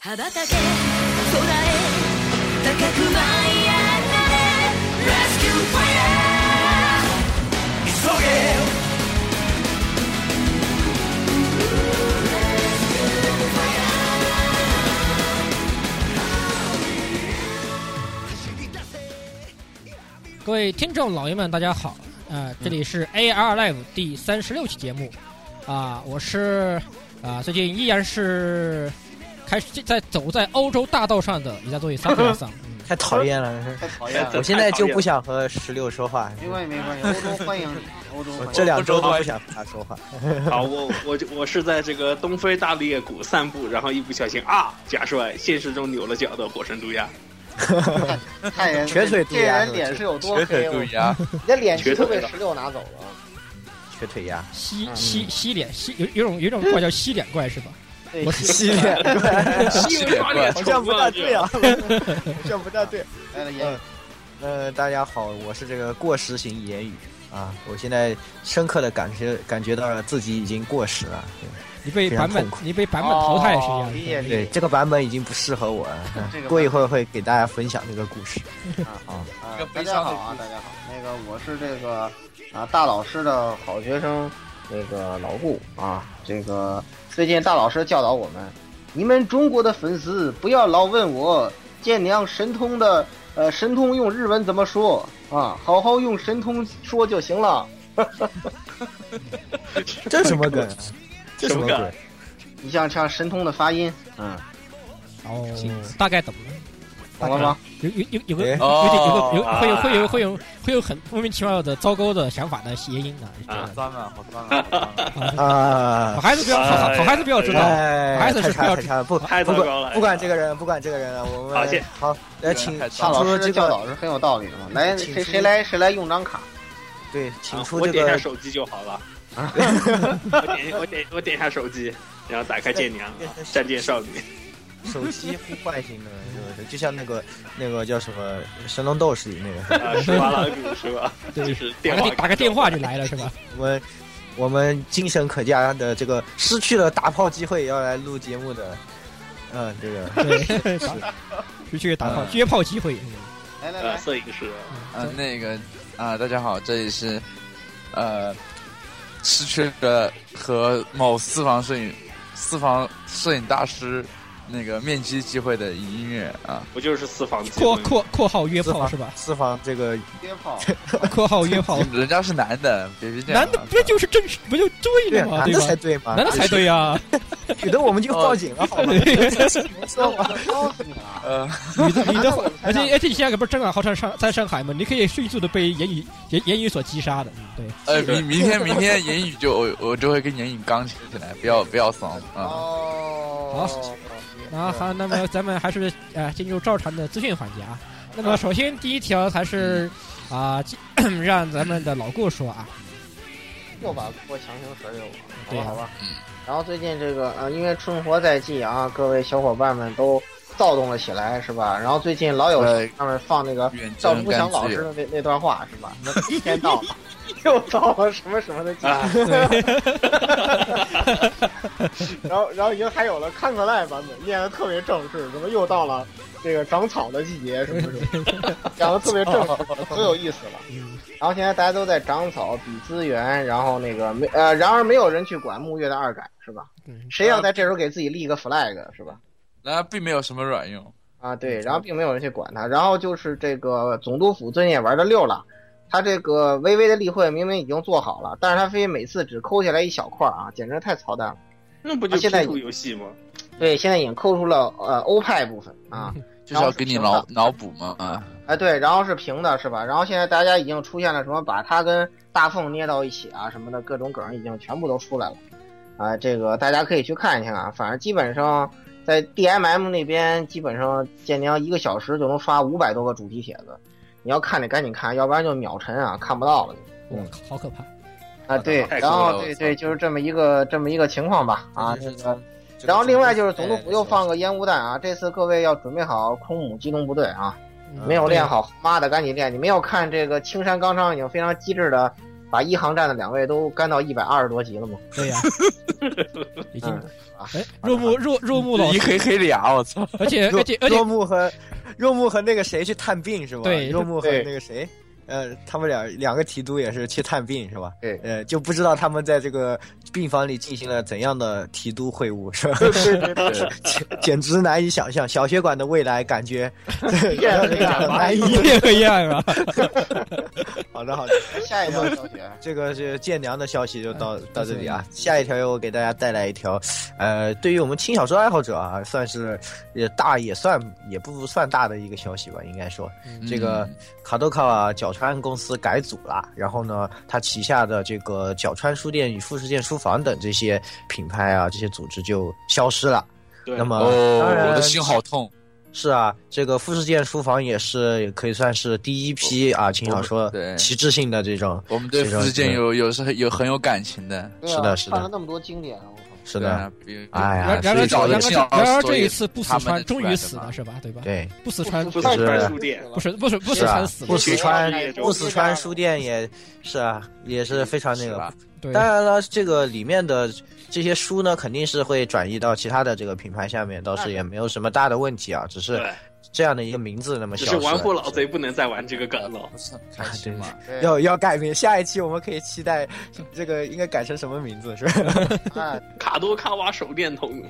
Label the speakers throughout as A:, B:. A: 羽ばたけ空へ高く舞い上がれ Rescue Fire
B: 急げ
C: 各位听众老爷们，大家好，呃，这里是 AR Live 第三十六期节目，啊、我是啊、最近依然是开始在走在欧洲大道上的一家作为桑格桑，嗯
D: 太讨厌了！
E: 太讨厌
D: 我
E: 了。
D: 现在就不想和石榴说话，
E: 没关系，没关系，欧洲欢迎你，欧洲
D: 我
E: 欢迎
D: 这
E: 你。
D: 两周都不想和他说话。
F: 好，我我我是在这个东非大裂谷散步，然后一不小心啊，假摔，现实中扭了脚的火神渡鸦。
E: 看人
D: 瘸腿渡
E: 这
D: 鸦
E: 人脸是有多
D: 瘸
E: 黑？
D: 腿
E: 我
D: 渡鸦，
E: 你的脸
F: 瘸
E: 皮都
F: 腿
E: 被
F: 了
E: 石榴拿走了。
D: 瘸腿鸭，
C: 西西西脸西有有种有种怪叫西脸怪是吧？
E: 对
C: 我，
D: 西 脸哎 怪，
F: 西脸怪
D: 好像不大对啊，好像不大对。
E: 来了也
D: 呃，大家好，我是这个过时型言语啊，我现在深刻的感觉感觉到了自己已经过时了。
C: 你被版
D: 非常
C: 本
D: 痛苦
C: 你被版本淘汰是这
E: 哦
C: 样
E: 理解
C: 的
D: 对，
E: 理
C: 嗯。
D: 对这个版本已经不适合我了。
E: 这个
D: 过一会儿会给大家分享这个故事。
E: 啊
B: 一个，
E: 大
B: 悲
E: 家
B: 伤
E: 好
B: 的
E: 啊，大家好，那个我是这个啊大老师的好学生，那个老顾啊，这个最近大老师教导我们，你们中国的粉丝不要老问我建娘神通的呃神通用日文怎么说啊，好好用神通说就行了。
D: 这什么梗？这
F: 啊什么梗啊
D: 鬼？
E: 你像像神通的发音，嗯，
C: 哦，大概懂了。
E: 懂了吗？
C: 有有有有个有
D: 哎
C: 点有个有
F: 哦
C: 会有会有会有会有很莫名其妙的糟糕的想法的谐音的，是这样的
B: 脏啊，好脏啊，好脏 啊！
C: 好
D: 啊！
C: 孩子不要好好好孩子不要知道，
D: 哎，
C: 孩子
D: 太
C: 是
D: 差
C: 不要
D: 了太差了，不
F: 太糟
D: 不
F: 糕
D: 管
F: 了哎
D: 不管这个人，不管这个人了，我们
F: 好谢
D: 好来请
B: 太
D: 请
E: 大老
D: 出
E: 师
D: 这
E: 的教
D: 个
E: 导是很有道理的嘛。来，
D: 请
E: 谁
D: 出
E: 谁来谁来用张卡，
D: 对，请
F: 啊
D: 出
F: 我
D: 这
F: 点一下
D: 个
F: 手机就好了。我点我点我点一下手机，然后打开剑娘，啊战舰少女。
D: 手机互换型的，就是就像那个那个叫什么《神龙斗士》里那个，
F: 啊，十八老主是吧？
C: 对
F: 就是
C: 打
F: 电话
C: 个电打个电话就来了是吧？
D: 我们我们精神可嘉的这个失去了打炮机会要来录节目的，嗯，这个
C: 对，打出去打炮约炮机会，
E: 来来
F: 呃
E: 来，
F: 摄影师，
B: 啊，那个啊，大家好，这里是呃，失去了和某私房摄影私房摄影大师那个面基机会的音乐啊，
F: 不就是私房机
C: 括
F: 吗？
C: 括括号约
D: 私
C: 炮
D: 房
C: 是吧？
D: 私房这个
E: 约炮，
C: 括号约炮，
B: 人家是男的，别别这样
C: 男
B: 啊。
C: 的不就是正不就对
D: 对
C: 了吗？
D: 男
C: 对
D: 的才
C: 吧？
D: 对嘛，
C: 男的才啊对呀，
D: 女的我们就报警了， 好吗？
E: 那我就告诉你了，
B: 呃，
C: 女的女的
E: 我们，才
C: 而且
E: 让
C: 而且你现在可不是正好号称上在上海吗？你可以迅速的被言语言言语所击杀的，对。
B: 呃，明明天明天言语就我我就会跟言语刚起来，不要不要怂啊！
E: 哦，
C: 然后好，那么咱们还是呃进入照常的资讯环节啊。那么首先第一条还是啊、 继让咱们的老顾说啊，
E: 又把锅强行甩给我，好
C: 对
E: 吧
C: 啊
E: 好吧。然后最近这个呃，因为春活在即啊，各位小伙伴们都躁动了起来，是吧？然后最近老有
B: 对
E: 上面放那个
B: 远
E: 赵
B: 征
E: 忠祥
B: 甘
E: 老
B: 自
E: 师
B: 由，
E: 的那那段话，是吧？ 一天到晚又到了什么什么的季节。
F: 啊，
E: 然后，然后已经还有了看可赖版本，念的特别正式，什么又到了这个长草的季节，什么什么，讲的特别正 式，可哦有意思了。
C: 嗯
E: 然后现在大家都在长草比资源，然后那个没呃，然而没有人去管木月的二改是吧？
C: 嗯，
E: 谁要在这时候给自己立一个 flag 是吧？
B: 然后并没有什么卵用。
E: 啊，对，然后并没有人去管他。然后就是这个总督府最近也玩到六了，他这个微微的例会明明已经做好了，但是他非每次只抠下来一小块儿啊，简直太操蛋了。
F: 那不就
E: 啊现在
F: P 图游戏吗？
E: 对，现在已经抠出了呃欧派部分啊，
B: 就是要给你脑脑补嘛啊！
E: 哎对，然后是平的是吧？然后现在大家已经出现了什么把它跟大凤捏到一起啊什么的各种梗已经全部都出来了，啊，这个大家可以去看一下啊，反正基本上在 DMM 那边基本上建娘一个小时就能刷五百多个主题帖子，你要看得赶紧看，要不然就秒沉啊，看不到了就。
C: 我靠，嗯好可怕！
E: 啊，对，
B: 太
E: 然
B: 酷
E: 后对
B: 了我操嗯
E: 对，就是这么一个这么一个情况吧啊，这个然后另外就是
B: 哎
E: 总督府又放个烟雾弹啊，这次各位要准备好空母机动部队啊，
C: 嗯
E: 没有练，好，妈的赶紧练！你们要看这个青山刚昌已经非常机智的把一航站的两位都干到一百二十多集了嘛。
C: 对呀、已经
E: 嗯啊
C: 哎，入木入入木老
B: 一
C: 师，
B: 黑黑俩，我操！
C: 而且而且而且
D: 若木和若木和那个谁去探病是吧？
C: 对
D: 若木和
E: 对
D: 那个谁，呃，他们俩两个提督也是去探病是吧？
E: 对
D: 呃，就不知道他们在这个病房里进行了怎样的提督会晤是吧？
B: 对
D: 简简直难以想象，小血管的未来感觉
E: 越来越大
D: 难以。
C: 一片黑暗啊！
D: 好的好的，
E: 下一条消息，
D: 这个是建良的消息就到
C: 嗯
D: 到这里啊。下一条由我给大家带来一条，呃，对于我们轻小说爱好者啊，算是也大也算也不算大的一个消息吧，应该说。
B: 嗯
D: 这个卡多卡啊瓦角川公司改组了，然后呢，它旗下的这个角川书店与富士见书房等这些品牌啊，这些组织就消失了。
F: 对
D: 那么，
B: 哦，
D: 啊当然
B: 我的心好痛。
D: 是啊，这个富士见书房也是也可以算是第一批啊轻小说
B: 对
D: 旗帜性的这种。
B: 我们对
D: 是
B: 福
D: 的
B: 士剑
D: 是的
B: 有有是很有很有感情的。
E: 对啊
D: 是的是的
E: 看了那么多经典啊，我靠！
D: 是
B: 对
D: 的，
B: 啊，比
D: 哎呀
C: 然然而
B: 所以说
C: 然而
B: 幸
C: 这
B: 好
C: 然而
B: 所
C: 这
B: 以
C: 一次不死
B: 他们
C: 川
B: 的
C: 终
B: 出来
C: 于
B: 的
C: 死
B: 嘛
C: 了是吧？对吧？
D: 对，
C: 不死川
F: 不
D: 是
F: 是川书店，
C: 不是不是不死
D: 是啊
C: 川死，
D: 不
C: 了，
D: 死川
F: 是的
D: 不死川书店也是啊，也是非常那
B: 是
D: 个
B: 吧
C: 对
D: 当然了，这个里面的这些书呢，肯定是会转移到其他的这个品牌下面，倒是也没有什么大的问题啊，只是
F: 对，
D: 这样的一个名字那么
F: 只
D: 消
F: 是
D: 失
F: 玩
D: 了。
F: 户老贼不能再玩这个梗了。
B: 不是很开心嘛？
E: 对
D: 要要改名，下一期我们可以期待这个应该改成什么名字是吧？
E: 哎，
F: 卡多卡瓦手电筒，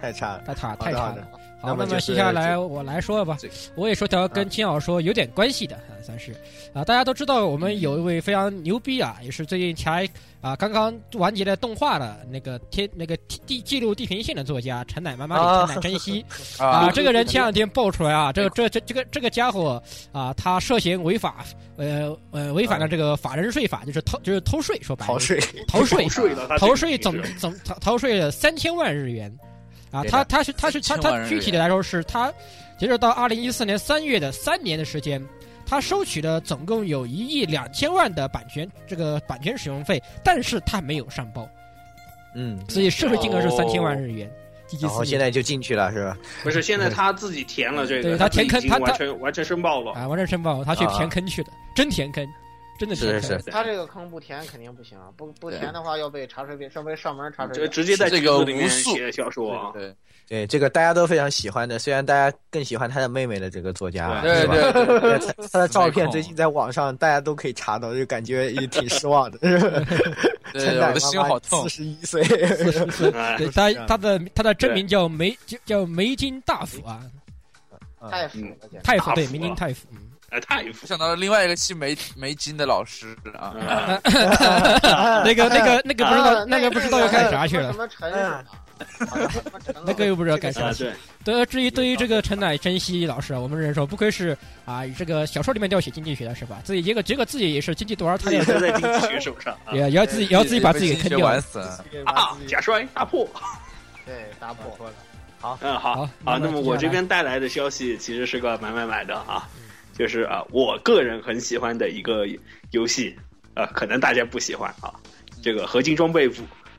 D: 太差了。
C: 太差
D: 好
C: 太
D: 的
C: 差
D: 好
C: 了
D: 的。，
C: 好，
D: 那
C: 那
D: 么就是
C: 接下来我来说吧
B: 这，
C: 我也说条跟轻小说有点关系的啊，算是啊，大家都知道我们有一位非常牛逼啊，也是最近才啊刚刚完结了动画的那个天那个地地记录地平线的作家陈乃妈妈
D: 啊
C: 里陈乃真希啊，
B: 啊，
C: 这个人前两天爆出来啊，这个这这这个这个家伙啊，他涉嫌违法呃呃违反了这个法人税法，就是偷就是偷税，说白
D: 逃
C: 了
D: 税，
C: 逃税
F: 逃税了，他这个
C: 逃税
F: 是
C: 总总逃逃税了三千万日元，啊，
D: 对的
C: 他他是他是他
B: 3000万
C: 他
B: 日元
C: 具体的来说是他，截止到二零一四年三月的三年的时间，他收取了总共有一亿两千万的版权这个版权使用费，但是他没有上报，
D: 嗯，
C: 所以涉税金额是
B: 哦
C: 三千万日元。一
D: 然后现在就进去了是吧？
F: 不 是现在他自己填了这
C: 对
F: 个，
C: 他
F: 自己
C: 填坑
F: 已经
C: 他他
F: 完成完成申报了。
C: 啊，完成申报，他去
D: 啊
C: 填坑去了，真填坑，真的填坑。
B: 是是
E: 他这个坑不填肯定不行啊，不不填的话要被查水表，要被上门查水
F: 这
E: 表。
F: 直接在
B: 这
F: 群
B: 个
F: 组里面
B: 无数
F: 写小说啊，
B: 对
D: 对，这个大家都非常喜欢的，虽然大家更喜欢他的妹妹的这个作家，
B: 对
D: 是吧
B: 对对，
D: 对他他的照 片
B: 没空
D: 最近在网上大家都可以查到，就感觉也挺失望的。是吧
B: 对我的心好痛
D: 四。十一岁，
F: 哎，
C: 对他
D: 是啊
C: 他的他的真名叫梅叫叫梅金大辅啊，
E: 太腐了，简直。
C: 太辅
F: 大
C: 对
F: 辅
C: 梅金
F: 啊
C: 太辅。嗯
F: 哎太
B: 我想到了另外一个系梅梅金的老师啊，
C: 嗯
F: 啊，嗯
C: 那个 那个那个不知道
E: 啊
C: 那个不知道要干啥去了
E: 什。么陈什么什么陈老
C: 那个又不知道干啥
F: 啊
C: 去。
F: 对，
C: 对，至于对于这个陈乃真希老师啊，我们认说不愧是啊，这个小说里面都要写经济学的是吧？自己结果结果自己也是经济多少，他
F: 自己
C: 也
F: 是在经济学手上啊
C: 也也要自己也要自己把自己给
B: 被金
C: 坑
B: 学
C: 掉
B: 玩
C: 了。
B: 死了。
F: 啊，假摔大破。
E: 对打破了。
F: 嗯，
C: 好
F: 好
C: 那
F: 啊。
C: 么
F: 那么
C: 接
F: 我
C: 下
F: 这
C: 来
F: 边带来的消息其实是个买买买的啊，就是啊，我个人很喜欢的一个游戏，啊，可能大家不喜欢啊。这个《合金装备部》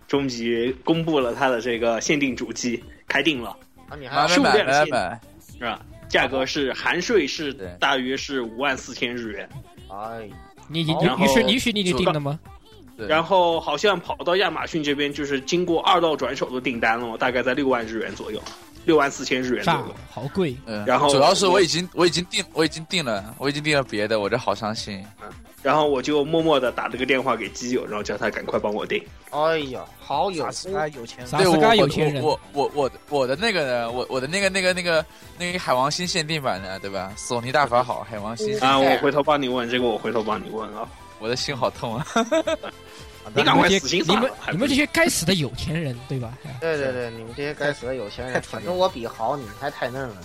F: 终于公布了它的这个限定主机开定了，
E: 啊，你还
B: 买
E: 要
B: 买买买买，
F: 是吧？价格是含税是
B: 对
F: 大约是五万四千日元，
E: 哎，
C: 你你
F: 然
C: 你
F: 后
C: 你是你许你你
F: 主
C: 定
F: 干
C: 的吗？
B: 对
F: 然后好像跑到亚马逊这边就是经过二道转手的订单了，大概在六万日元左右，六万四千日元左
C: 炸
F: 右。
C: 好贵，
B: 嗯
F: 然后
B: 主要是我已经我已经定我已经定了我已经定了别的，我这好伤心。
F: 然后我就默默的打了个电话给基友，然后叫他赶快帮我订。
E: 哎呀，好有
D: 斯拉有钱人
C: 萨
B: 对，
C: 斯
B: 我
C: 嘎有钱人，
B: 我我我我的我的那个呢，我我的那个那个那个那个海王星限定版的，对吧？索尼大法好，海王星，
F: 啊，我回头帮你问这个，我回头帮你问啊。
B: 我的心好痛啊！
F: 你赶快死心
C: 你
F: 算
C: 们
F: 了，还
C: 你
F: 不
C: 们这些该死的有钱人对吧？哎
E: 对对对，你们这些该死的有 钱人，反正我比豪，你们还太嫩了。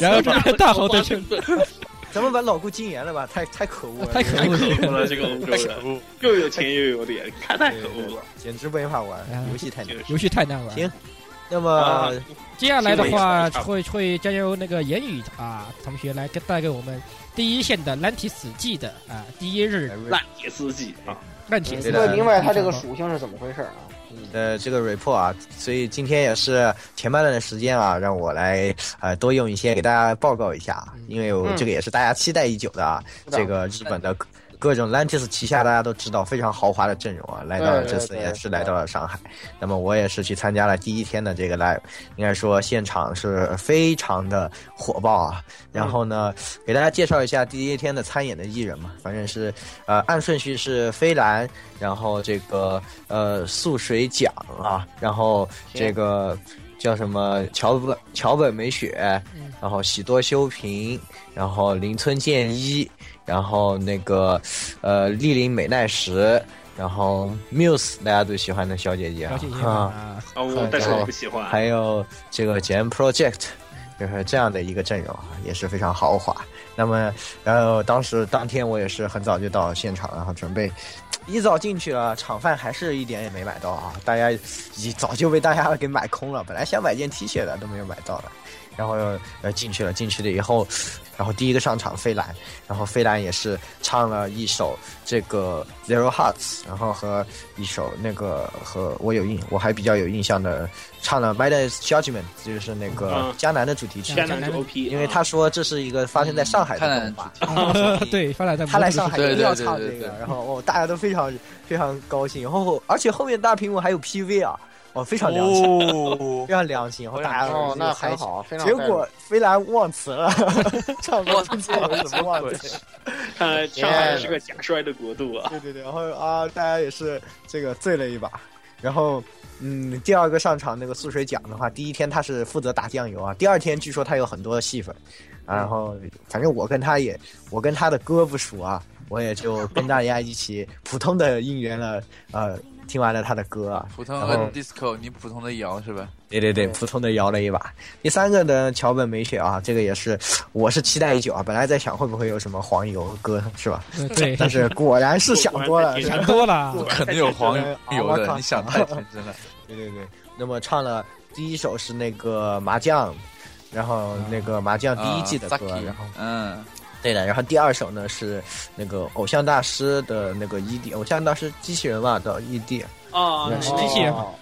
C: 然后这个大豪的称
D: 咱们把老顾禁言了吧，太太可恶了，
C: 太可恶了。
F: 可恶了，这个欧洲人
B: 恶！
F: 又有钱又有脸，看太可恶了。
D: 简直没法玩
C: 哎，
D: 游戏太难。
F: 就是
C: 游戏太难玩了
D: 行。那
F: 啊
D: 么，
C: 接下来的话
F: 行为
C: 会会将由那个言语啊同学来跟带给我们第一线的烂铁死记的啊第一日
D: 哎
F: 烂铁司机啊，
C: 烂铁
E: 你
C: 死记
D: 对的
E: 会
C: 的
E: 嗯明白它这个
C: 地方
E: 属性是怎么回事啊？
D: 呃，这个 report 啊，所以今天也是前半段的时间啊，让我来呃多用一些给大家报告一下，啊因为我
E: 嗯
D: 这个也是大家期待已久的啊，
E: 是的
D: 这个日本的各各种 Lantis 旗下大家都知道非常豪华的阵容啊，来到了这次
E: 对对
D: 也是
E: 是的
D: 来到了上海，那么我也是去参加了第一天的这个 live，应该说现场是非常的火爆啊，然后呢，给大家介绍一下第一天的参演的艺人嘛，反正是呃按顺序是飞兰，然后这个呃素水奖啊，然后这个叫什么桥本桥本美雪
C: 嗯，
D: 然后喜多修平，然后林村健一，然后那个呃丽林美奈实。然后 Muse 大家都喜欢的小姐姐
C: 了解一下
D: 啊，
C: 啊，
F: 哦，我但是我不喜欢。啊
D: 还有这个 Jam Project，就是这样的一个阵容啊，也是非常豪华。那么，然后当时当天我也是很早就到现场，然后准备一早进去了，场饭还是一点也没买到啊，大家已经早就被大家给买空了。本来想买件 T 恤的都没有买到了，然后呃进去了，进去了以后，然后第一个上场飞兰，然后飞兰也是唱了一首这个 Zero Hearts，然后和一首那个和我有印我还比较有印象的，唱了 Midas Judgment，就是那个
F: 嗯
D: 迦南的主题曲。
F: 天南 OP，
D: 因 为他说这是一个发生在上海的动画，
C: 啊
D: 啊
C: 对，发来在
B: 嗯
D: 他来上海一定要
B: 对对
D: 唱这
B: 对对
D: 个
B: 对，
D: 然后哦，大家都非常非常高兴，然后而且后面大屏幕还有 PV 啊，哦，非常良心，
B: 哦
D: 非，常良心，然后大家
E: 哦，那
D: 还
E: 很。好，非常
D: 结果飞兰忘词了， 唱歌唱错了，怎么忘
F: 我
D: 词？
F: 看来上海是个假摔的国度啊！
D: 对对对，然后啊，大家也是这个醉了一把，然后。嗯，第二个上场那个素水奖的话，第一天他是负责打酱油啊，第二天据说他有很多戏份，啊然后反正我跟他也，我跟他的歌不熟啊，我也就跟大家一起普通的应援了，呃，听完了他的歌啊，
B: 普通
D: 然
B: 和
D: 后
B: disco，你普通的摇 是吧？
D: 对对对，
E: 对
D: 普通的摇了一把。第三个呢，桥本美雪啊，这个也是，我是期待已久啊，本来在想会不会有什么黄油歌是吧？
C: 对 对，
D: 但是果然是想多了，
F: 果然在
D: 是吧
C: 想多了，
B: 肯定有黄油
D: 啊我靠
B: 的，你 想太天真了。
D: 对对对，那么唱了第一首是那个麻将，然后那个麻将第一季的
B: 啊
D: 歌，
B: Zaki，
D: 然后
B: 嗯，
D: 对的，然后第二首呢是那个偶像大师的那个 ED，偶像大师机器人吧的 ED，
F: 啊，
D: 是
C: 机器人嘛
E: 哦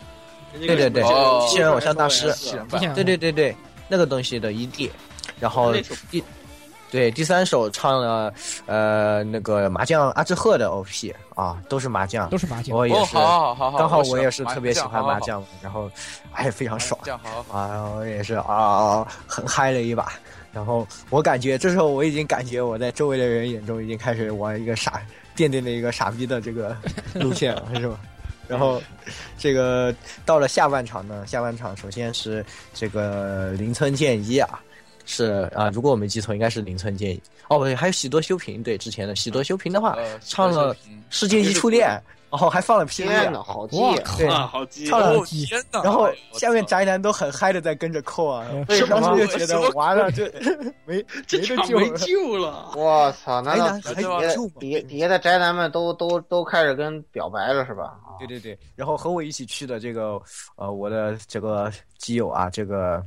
F: 对
D: 对对对
B: 哦
D: 机器人偶像大师，
B: 是吧
C: 你？想
D: 对对对对，那个东西的 ED，然后
F: 那首
D: 第对第三首唱了呃那个麻将阿志赫的 OP 啊，都是麻将
C: 都，是麻将，
D: 我也
B: 哦，
D: 是，
B: 好好好好，
D: 刚好
B: 喜
D: 我
B: 欢
D: 也是特别喜欢麻
B: 好好
D: 将，然后哎非常
B: 好
D: 爽
B: 麻。将好好好。
D: 啊，我也是啊，很嗨了一把。然后我感觉这时候我已经感觉我在周围的人眼中已经开始往一个傻奠定了一个傻逼的这个路线了，是吧？然后这个到了下半场呢，下半场首先是这个林村健一啊。是啊，如果我没记错，应该是林村健一哦，不对，还有喜多修平。对，之前的喜多修平的话，
B: 呃，
D: 啊唱了
B: 小视频
D: 《世界一初恋》，然后还放了 PV，
E: 天呐，好记，
C: 哇靠
D: 对，
F: 啊，好鸡
D: 唱了
B: 哦天 哪！
D: 然后
B: 哎呦
D: 下面，
B: 我操
D: 宅男都很嗨的在跟着扣啊，
E: 为什
D: 当
E: 么
D: 时就觉得完了，这没
F: 这
D: 没
F: 场
D: 得救
F: 没
D: 了。
F: 救了。
E: 我操，难
D: 宅
E: 道
D: 男还
B: 还有
D: 有救吗？
E: 底底下的宅男们都都都开始跟表白了 是吧？
D: 对对对，然后和我一起去的这个呃，我的这个基友啊，这个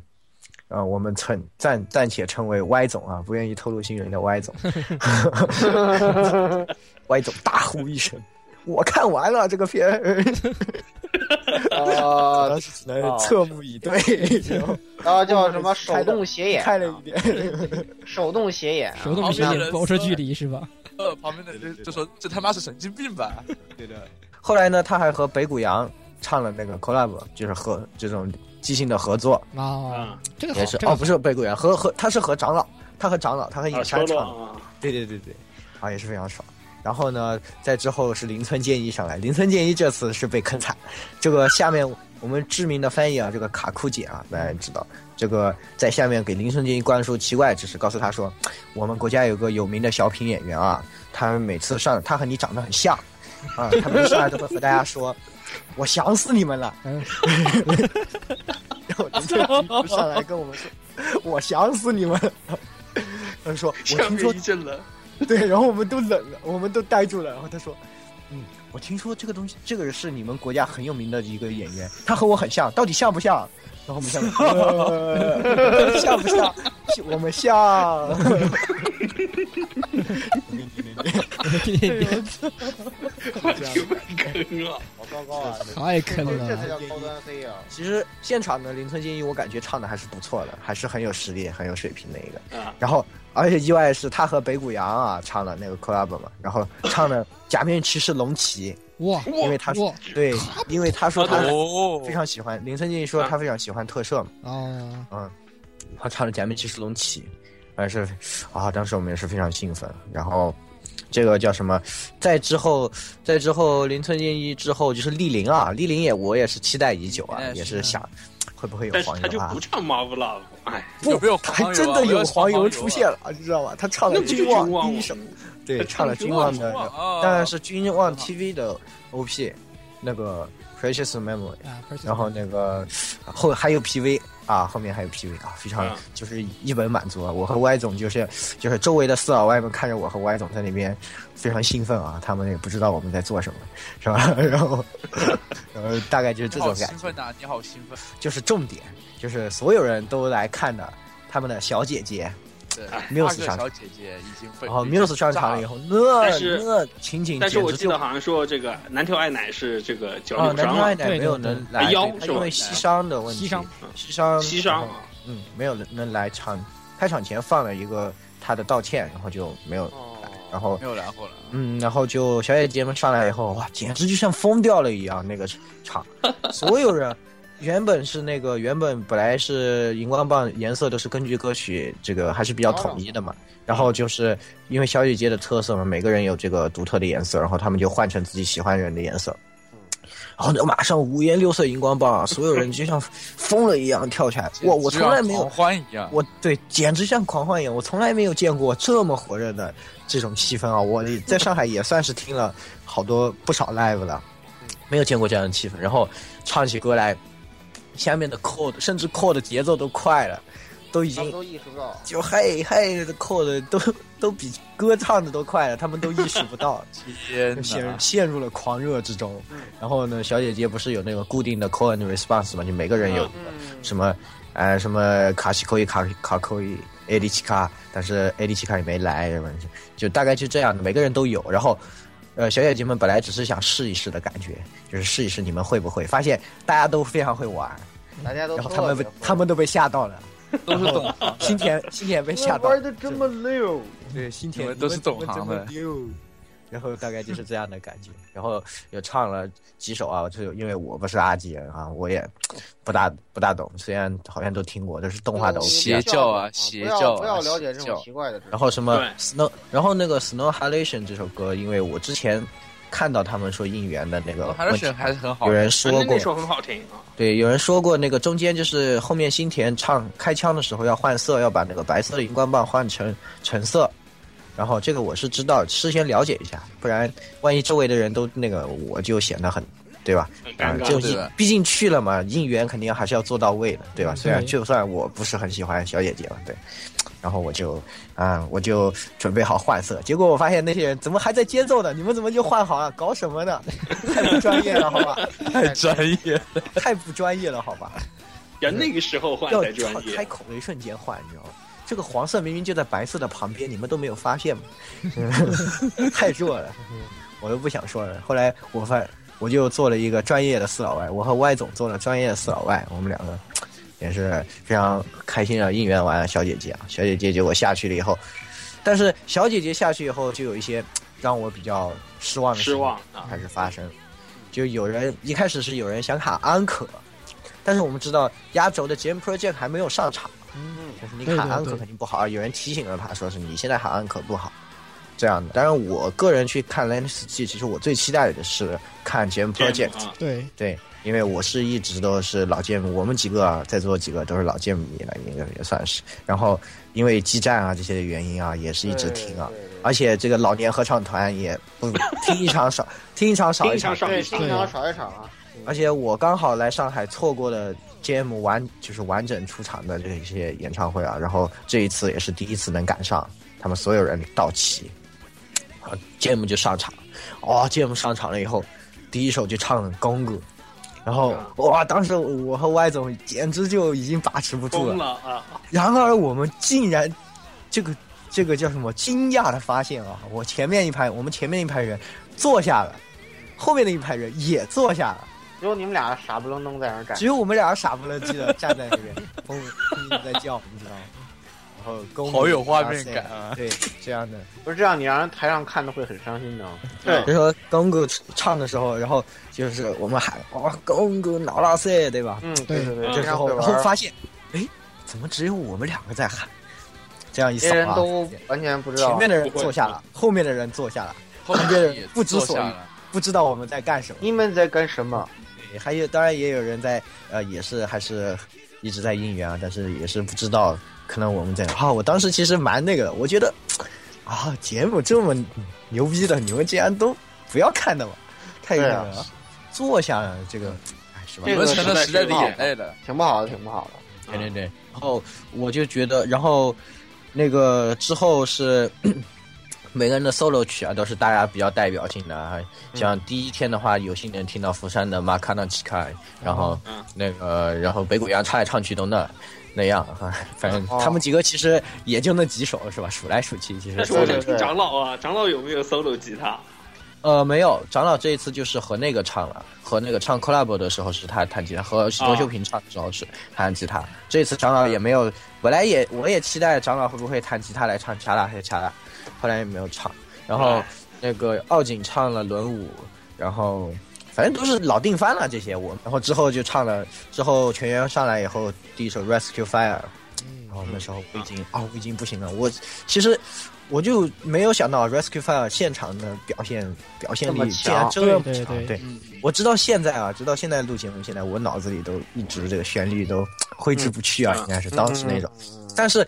D: 呃，我们称暂暂且称为 Y 总啊，不愿意透露姓名的 Y 总，Y 总大呼一声：“我看完了这个片。”
E: 啊，
D: 当时只能侧目以对，然后
E: 然后叫什么手动斜眼， 啊
D: 看了一遍。
E: 手动斜眼啊，
C: 手动斜眼保持距离是吧？
B: 呃，旁边的人就说：“这他妈是神经病吧
D: 对的。后来呢，他还和北谷洋唱了那个 collab，就是和这种即兴的合作，
C: 啊
F: 啊，，
C: 这个好
D: 也是
C: 这
D: 哦，
C: 个
D: 不是北谷洋，和和他是和长老，他和长老，他和
F: 啊，
D: 野
F: 说
D: 山
F: 了
D: 唱的，
F: 啊，
D: 对对对对，啊，也是非常爽。然后呢，在之后是林村健一上来，林村健一这次是被坑惨。这个下面我们知名的翻译啊，这个卡库姐啊，大家也知道，这个在下面给林村健一灌输奇怪知识，告诉他说，我们国家有个有名的小品演员啊，他每次上，他和你长得很像，啊，他每次上来都会和大家说，我想死你们了。
C: 嗯
D: 然后林村健一上来跟我们说，我想死你们了。他说，我
F: 下
D: 听说
F: 面一阵冷，
D: 对，然后我们都冷了，我们都呆住了。然后他说：“嗯，我听说这个东西，这个是你们国家很有名的一个演员，他和我很像，到底像不像？”然后我们像， 呃、像不像？我们像。
F: 我去被坑了。
E: 好糟糕啊！
C: 太坑
E: 这这才
C: 了！
E: 叫高端 C 啊！
D: 其实现场的林村建一，我感觉唱的还是不错的，还是很有实力、很有水平的一个。
F: 啊，
D: 然后，而且意外的是，他和北谷洋啊唱了那个 collab 嘛，然后唱的《假面骑士龙骑
C: 哇》，
D: 因为他
C: 哇
D: 对，因为他说 他
B: 哦
D: 非常喜欢林村建一说他非常喜欢特摄嘛，
C: 哦，
D: 他唱了《假面骑士龙骑》，还是啊，当时我们也是非常兴奋。然后这个叫什么？在之后，在之后林村建一之后就是丽玲啊，丽玲也我也是期待已久啊，
B: 哎
D: 也
B: 是
D: 是
B: 的
D: 想会不会有
F: 但是
D: 黄
F: 他
D: 油
F: 就
D: 啊
F: 不？唱 Marv Love，哎，
B: 有没有
D: 他
B: 黄油啊
D: 还真的
B: 我要
D: 有
B: 吃
D: 黄
B: 黄油
D: 油
B: 啊
D: 出现了，你知道吧？他唱了
F: 那不
D: 《
F: 就
D: 哦君
F: 是
D: 望》
F: 旺
D: 第一
F: 我
D: 首，
F: 吗
D: 对，
F: 他
D: 唱了《
F: 君
D: 君
F: 望
D: 望》的那
B: 哇
D: 个，
B: 哦
D: 啊当然是《君望
B: 很好
D: TV》的 OP，那个 Precious Memory。
C: 啊，
D: 然后那个后还有 PV 啊，后面还有 PV 啊，非常
F: 嗯
D: 就是一本满足啊！我和 Y 总就是就是周围的四老外们看着我和 Y 总在那边非常兴奋啊，他们也不知道我们在做什么，是吧？ 然后然后大概就是这
B: 你
D: 种
B: 好
D: 感
B: 兴
D: 觉，
B: 奋呐！你好兴奋，
D: 就是重点就是所有人都来看的他们的小姐姐，
B: 对，
D: Muse
B: 八个
D: 上
B: 小姐姐已经被
D: 然后
B: 已经
D: Muse 上
B: 炸
D: 场了以
B: 了
D: 后，那
F: 但是
D: 那情景
F: 但
D: 简
F: 是我
D: 直
F: 记
D: 就
F: 得好像说这个南条爱乃是这个脚
D: 啊，
F: 扭
D: 南
F: 伤
D: 京爱
F: 了，
D: 奶
C: 对
D: 没有
C: 对对
D: 能来，
F: 腰
D: 对他
F: 受
D: 因为
F: 了
D: 膝伤的问题，
C: 膝伤
D: 膝伤，
F: 嗯膝伤
D: 然后
F: 啊
D: 嗯，没有人能来场开场前放了一个他的道歉，然后就没有，
F: 啊
D: 然后
B: 没有然后了。
D: 嗯，然后就小姐姐们上来以后，哇，简直就像疯掉了一样，那个场，所有人。原本是那个，原本本来是荧光棒颜色都是根据歌曲这个还是比较统一的嘛。然后就是因为小姐姐的特色嘛，每个人有这个独特的颜色，然后他们就换成自己喜欢人的颜色。然后就马上五颜六色荧光棒啊，所有人就像疯了一样跳起来。哇，我
B: 就
D: 从来
B: 像
D: 没有
B: 狂欢一样，
D: 我对，简直像狂欢一样，我从来没有见过这么火热的这种气氛啊！我也在上海也算是听了好多不少 live 了，没有见过这样的气氛。然后唱起歌来，下面的 chord 甚至 chord 的节奏都快了，都已
E: 他们
D: 经
E: 都意识不到，
D: 就嘿嘿的 chord 都都比歌唱的都快了，他们都意识不到。
B: 天
D: 就陷入
B: 哪！
D: 陷入了狂热之中，然后呢，小姐姐不是有那个固定的 call and response 嘛，就每个人有什么，呃，什么卡西扣一卡卡扣一 A D 奇卡，但是 A D 奇卡也没来，什么就就大概就这样，每个人都有。然后，呃，小姐姐们本来只是想试一试的感觉，就是试一试你们会不会，发现大家都非常会玩，
E: 嗯大家都
D: 然后
E: 特
D: 他们
E: 别
D: 被
E: 会
D: 他们都被吓到了，
B: 都是懂 行
D: 新田新田被吓到了，
E: 哎玩的这么溜，
D: 对，新
B: 你
D: 田
B: 们都是懂行的。
D: 你们真牛 然后大概就是这样的感觉，然后有唱了几首啊，就因为我不是阿基人啊，我也不大不大懂，虽然好像都听过，都是动
E: 哦
D: 画的 OP。
B: 邪教啊邪教啊
E: 不要不要了解这
B: 邪教
E: 种奇怪的知识。
D: 然后什么
F: 对
D: Snow，然后那个 Snow Halation 这首歌，因为我之前看到他们说应援的那个
B: 还
D: 问
B: 是
D: 题
B: 选还是很好
D: 有
B: 的。
D: 人
F: 啊
D: 说
F: 那
D: 过
F: 那，首很好听啊，
D: 对，有人说过那个中间就是后面新田唱开枪的时候要换色，要把那个白色的荧光棒换成橙色。然后这个我是知道，事先了解一下，不然万一周围的人都那个，我就显得很，对吧？
F: 很
D: 啊
F: 尴，尬。
D: 就
B: 对
D: 是
B: 的
D: 毕竟去了嘛，应援肯定还是要做到位的，对吧？
C: 嗯
D: 虽然
C: 对
D: 就算我不是很喜欢小姐姐吧，对。然后我就，啊、我就准备好换色，结果我发现那些人怎么还在间奏呢？你们怎么就换好了？搞什么呢？太不专业了，好吧？
B: 太专业 了，
D: 太不专业了，好吧？
F: 要那个时候换
D: 要
F: 才专业
D: 开。口的一瞬间换，你知道吗？这个黄色明明就在白色的旁边，你们都没有发现吗？ 太弱了，我都不想说了。后来我发，我就做了一个专业的四老外，我和 Y 总做了专业的四老外，我们两个也是非常开心的应援完了小姐姐啊，小姐姐结果下去了以后，但是小姐姐下去以后就有一些让我比较失望的事
F: 失
D: 情
F: 望啊！
D: 开始发生，就有人一开始是有人想喊安可，但是我们知道压轴的 Jam Project 还没有上场，就是你
C: 嗯对
D: 喊
C: 对
D: 安可
C: 对
D: 肯定不好啊，有人提醒了他，说是你现在喊安可不好，这样的。当然，我个人去看 l e n s 季，其实我最期待的是看 Jam Project，
F: 啊，
C: 对，
D: 对，因为我是一直都是老剑，我们几个啊，在座几个都是老剑迷了，应该也算是。然后因为激战啊这些原因啊，也是一直听啊
E: 对对对，
D: 而且这个老年合唱团也不听一场少，听一场少
F: 听
D: 一
F: 一场
D: 场。
F: 上
E: 对，
F: 一
E: 经
F: 场，
E: 常少一场啊，
D: 而且我刚好来上海错过了 JM 完就是完整出场的这些演唱会啊，然后这一次也是第一次能赶上，他们所有人到齐，啊，JM 就上场，哦，JM 上场了以后，第一首就唱《公歌》，然后哇，当时我和 Y 总简直就已经把持不住
F: 疯
D: 了。
F: 了啊！
D: 然而我们竟然这个这个叫什么惊讶的发现啊！我前面一排，我们前面一排人坐下了，后面的一排人也坐下了，
E: 只有你们俩傻不愣登在那儿 站
D: 只。有我们俩傻不愣叽的站在那边，风一直在叫，你知道吗？然后公
B: 好有画面感
D: 啊！对，这样的。
E: 不是这样，你让人台上看的会很伤心的。
F: 对
D: 就说公狗唱的时候，然后就是我们喊哇公狗老老塞，对吧？
E: 嗯，
C: 对
E: 对对，
D: 这
E: 这
D: 时
E: 样
D: 候，
E: 会
D: 然
E: 玩
D: 后
E: 儿
D: 发现，哎，怎么只有我们两个在喊？这样一扫
E: 别人
D: 啊，
E: 都完全不知道。
D: 前面的人
F: 不会
D: 坐下了，后面的人坐下了，
B: 后面也
D: 不知
B: 坐
D: 所
B: 下
D: 以
B: 了，
D: 不知道我们在干什么。
E: 你们在干什么？
D: 还有，当然也有人在，呃，也是还是一直在应援啊，但是也是不知道，可能我们在啊。我当时其实蛮那个的，我觉得啊，节目这么牛逼的，你们竟然都不要看的嘛，太那
E: 对
D: 个
E: 啊
D: 了。坐下了，这个，哎，是吧？
B: 我
E: 这个
B: 们成了时代的
E: 实在是
B: 眼泪了。
E: 挺不好的，挺不好的。
D: 对对对。啊然后我就觉得，然后那个之后是 每个人的 solo 曲啊，都是大家比较代表性的啊。像第一天的话，有幸能听到福山的《马卡纳奇卡》，然后
F: 嗯
D: 那个，然后北谷洋唱来唱去都那那样啊。反正
E: 哦
D: 他们几个其实也就那几首是吧？数来数去，其实
F: 但是
D: 是
F: 我
E: 对
F: 想
E: 对
F: 听长老啊，长老有没有 solo 吉他？
D: 呃没有。长老这一次就是和那个唱了，和那个唱 collab 的时候是他弹吉他，和石头秀平唱的时候是弹吉他。这一次长老也没有，本来也我也期待长老会不会弹吉他来唱《查拉嘿查拉》，后来也没有唱。然后那个奥景唱了《轮舞》，然后反正都是老定番了这些我。然后之后就唱了，之后全员上来以后，第一首《Rescue Fire》，然后那时候我已经啊、我已经不行了。我其实我就没有想到《Rescue Fire》现场的表现表现
E: 这
D: 力
E: 么
D: 竟然
E: 强
D: 这么
C: 对对
D: 强。
C: 对
B: 嗯，
D: 我直到现在啊，直到现在录节目，现在我脑子里都一直这个旋律都挥之不去啊，
F: 嗯
D: 应该是当时那种。
E: 嗯，
D: 但是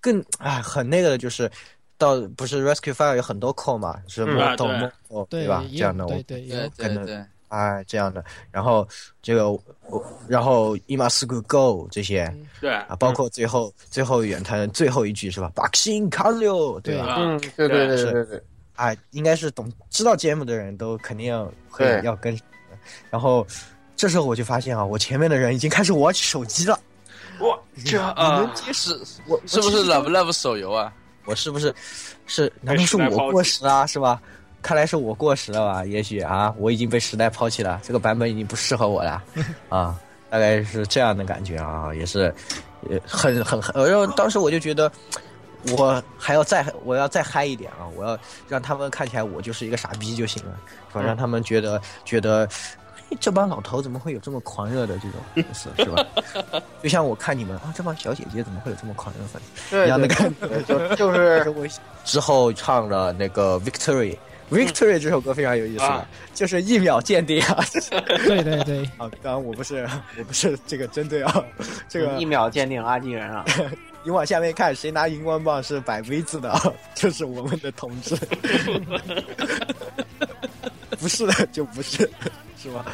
D: 更哎很那个的就是。到不是 Rescue Fire 有很多扣嘛，是
E: 嗯
D: m o
F: 啊对
D: t o m o
C: 对
D: 吧？
C: 也
D: 这
C: 有
D: 样的我
C: 对对有
B: 对对啊对，
D: 哎这样的，然后这个我，然后 i m a s u Go 这些
F: 对
D: 啊，包括最后最后远谈最后一句是吧 b a k s i n k a r o 对吧？
F: 啊
E: 嗯，对对对
D: 是
E: 对对对，
D: 哎，应该是懂知道节目的人都肯定要会
E: 对
D: 要跟上的，然后这时候我就发现啊，我前面的人已经开始玩起手机了，
F: 哇，这
D: 你
F: 啊
D: 能，
B: 是
D: 我
B: 是不是 Love Love 手游啊？
D: 我是不是是？难道
F: 被
D: 是
F: 时代抛
D: 我
F: 弃
D: 过时啊啦？是吧？看来是我过时了吧？也许啊，我已经被时代抛弃了，这个版本已经不适合我了啊，大概是这样的感觉啊，也是，呃，很很很，然后当时我就觉得。我还要再，我要再嗨一点啊！我要让他们看起来我就是一个傻逼就行了，是吧？让他们觉得觉得，嘿这帮老头怎么会有这么狂热的这种粉丝，是吧？就像我看你们啊，这帮小姐姐怎么会有这么狂热的粉丝？
E: 对
D: 一样的
E: 对
D: 感
E: 对 就就是
D: 之后唱了那个 Victory。Victory 这首歌非常有意思，
F: 嗯啊
D: 就是一秒见 底啊！
C: 对对 对，
D: 啊，当然我不是我不是这个针对啊，
F: 嗯
D: 这个
E: 一秒鉴定阿基人 啊，
D: 你往下面看，谁拿荧光棒是摆 V 字的 啊，就是我们的同志， 不是的就不是，是吧？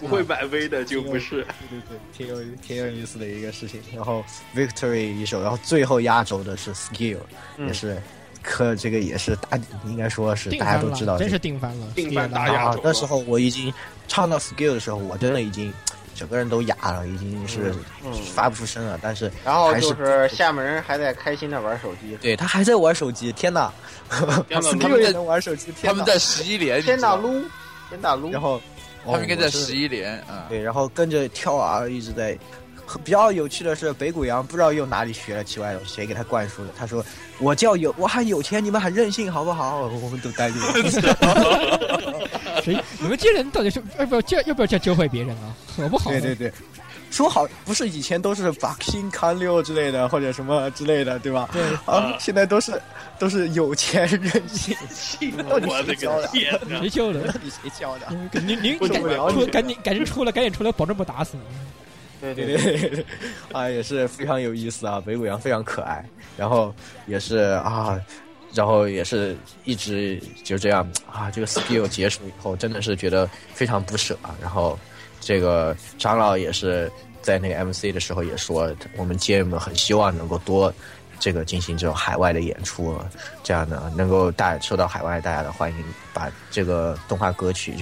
F: 不会摆 V 的就不 是。
D: 对对，挺有挺有意思的一个事情。然后 Victory 一首，然后最后压轴的是 Skill，、也
F: 嗯
D: 是，可这个也是大应该说是
C: 定
D: 大家
C: 番
D: 都知道
C: 了，
D: 这
C: 真
D: 个
C: 是定番了，
F: 定番大
C: 也
F: 压
D: 啊
F: 轴，
D: 那时候我已经唱到 skill 的时候，我真的已经整个人都哑了，已经是发不出声了。但是
E: 然后
D: 还
E: 就是是下面人还在开心的玩手机。
D: 对他还在玩手机，天哪
F: 天哪
B: 他
D: ！skill
B: 们
D: 也
B: 在
D: 能玩手机，
B: 他
D: 天哪
B: 们！在十一连，
E: 天
B: 哪
E: 大，撸，天大撸
D: 然，后
B: 他们应该在十
D: 一
B: 一连啊。
D: 哦对，然后跟着跳啊，一直在。比较有趣的是，北谷洋不知道又哪里学了奇怪的，谁给他灌输的？他说：“我叫有，我喊有钱，你们喊任性，好不好？”我们都呆住了。
C: 谁？你们这人到底是要不要这要不要这样教坏别人啊？ 可不好。
D: 对对对，说好不是以前都是把 king 康六之类的或者什么之类的，对吧？
C: 对
D: 啊，现在都是都是有钱任性，到底
F: 我的
D: 谁教
F: 个
D: 的？
F: 天哪！
C: 谁教 的？
D: 到底谁教的？
C: 您您
F: 不
C: 赶
F: 懂了
C: 出
F: 解
C: 赶紧赶紧出来，赶紧出来，保证不打死你。
E: 对
D: 对
E: 对对，
D: 对对，啊，也是非常有意思啊，北谷洋非常可爱，然后也是啊，然后也是一直就这样啊，这个 skill 结束以后，真的是觉得非常不舍啊。然后这个长老也是在那个 MC 的时候也说，我们节目很希望能够多。这个进行这种海外的演出啊，这样呢能够大受到海外大家的欢迎，把这个动画歌曲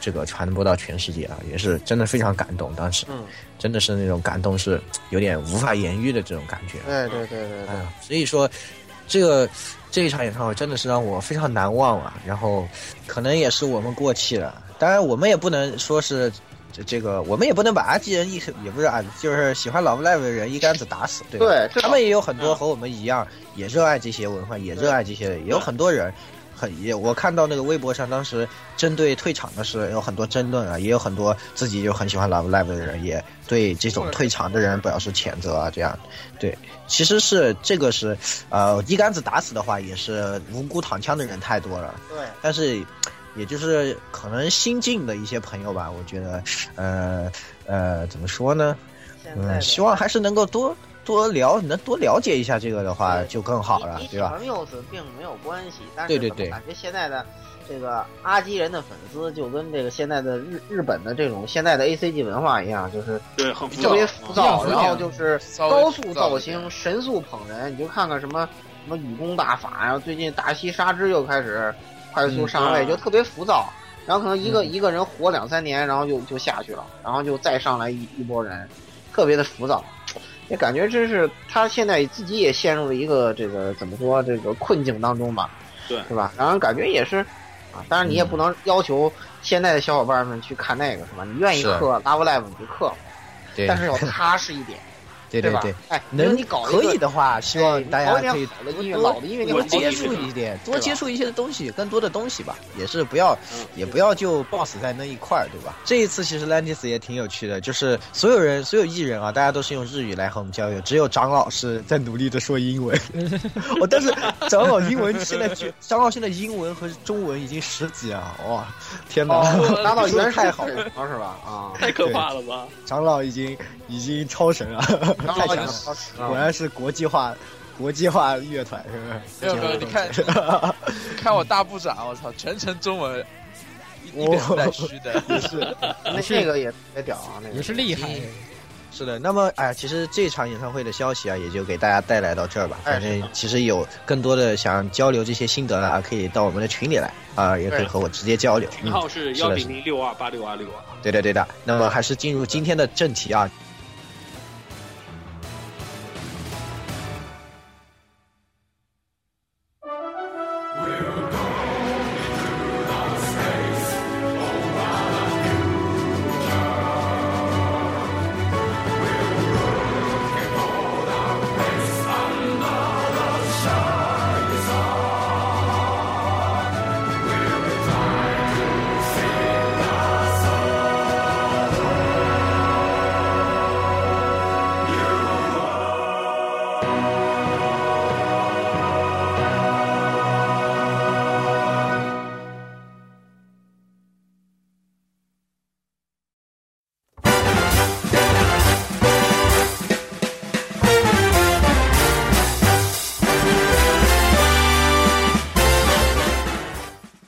D: 这个传播到全世界啊，也是真的非常感动。当时，
E: 嗯，
D: 真的是那种感动是有点无法言喻的这种感觉。
E: 对对对对
D: 哎
E: 对，
D: 呀，所以说，这个这一场演唱会真的是让我非常难忘啊。然后可能也是我们过气了，当然我们也不能说是。这这个我们也不能把阿基人一也不是啊，就是喜欢 Love Live 的人一竿子打死，对吧？
E: 对，这
D: 他们也有很多和我们一样，也热爱这些文化，也热爱这些，也有很多人。很也，我看到那个微博上，当时针对退场的事有很多争论啊，也有很多自己就很喜欢 Love Live 的人，也对这种退场的人表示谴责啊，这样，对，其实是这个是，呃，一竿子打死的话，也是无辜躺枪的人太多了，
E: 对，
D: 但是，也就是可能新进的一些朋友吧，我觉得，呃呃，怎么说呢？
E: 现在
D: 嗯，
E: 的
D: 希望还是能够多多了，能多了解一下这个的话
E: 对
D: 就更好了
E: 你，你
D: 对
E: 喜
D: 吧？
E: 欢 Muse 并没有关系，但
D: 对
E: 是
D: 对
E: 怎么
D: 对
E: 感觉现在的这个阿基人的粉丝就跟这个现在的日日本的这种现在的 A C G 文化一样，就是
F: 对，很浮
E: 特别浮
F: 浮
E: 躁，
C: 比较浮
E: 然后
C: 躁
E: 就是
B: 稍微
E: 高
B: 浮
E: 速
B: 躁
E: 造
B: 一点
E: 型、神速捧人。你就看看什么什么雨宫大法，然后最近大西沙织又开始快速上位，
F: 嗯
E: 就特别浮躁。然后可能一个、一个人活两三年，然后就就下去了，然后就再上来一一波人，特别的浮躁。也感觉真是他现在自己也陷入了一个这个怎么说这个困境当中吧，
F: 对
E: 是吧？让人感觉也是啊，当然你也不能要求现在的小伙伴们去看那个是吧？你愿意
D: 是
E: 氪 Love Live 你就氪，
D: 对
E: 但是要踏实一点，
D: 对
E: 对
D: 对
E: 吧？
D: 对，
E: 哎，比如
D: 能
E: 你搞一个哎
D: 可以的话，希望大
E: 搞
D: 家
E: 一点
D: 可以
E: 好的
D: 多
E: 音乐，
D: 多
E: 老的音乐你
D: 多
F: 我
E: 搞
F: 建
E: 一
F: 议
D: 接
E: 点
F: 是
D: 触一点，多
E: 对吧
D: 接触一些东西，更多的东西吧，也是不要
F: 嗯，
D: 也不要就 boss 在那一块儿，对吧？这一次其实 Landis 也挺有趣的，就是所有人所有艺人啊，大家都是用日语来和我们交流，只有长老是在努力的说英文。 我、但是长老英文现在居长老现在英文和中文已经十级啊，哇，天 哪！
E: 哦，拉到
D: 说得
E: 原
D: 太
E: 太
D: 好
E: 好
D: 了
E: 了，是吧？啊，
F: 太可怕了吧？
D: 长老已经已经超神了，
E: 然
D: 太
E: 后
D: 强了，
E: 就
D: 果
E: 是啊
D: 然是国际化。国际化乐团是不是？
B: 没有没有你看看我大部长，我操，全程中文，一一点不带虚的。
D: 也是，
E: 那那个也特别屌啊，那个
C: 也是厉害。
D: 是的，那么哎，其实这场演唱会的消息啊，也就给大家带来到这儿吧。
E: 哎
D: 反
E: 是
D: 正
E: 的
D: 其实有更多的想交流这些心得的啊，可以到我们的群里来啊、也可以
F: 对
D: 和我直接交流。
F: 群
D: 嗯，
F: 号是
D: 是
F: 幺
D: 的
F: 零零六二八六二六啊。
D: 对的对的。那么还是进入今天的正题啊。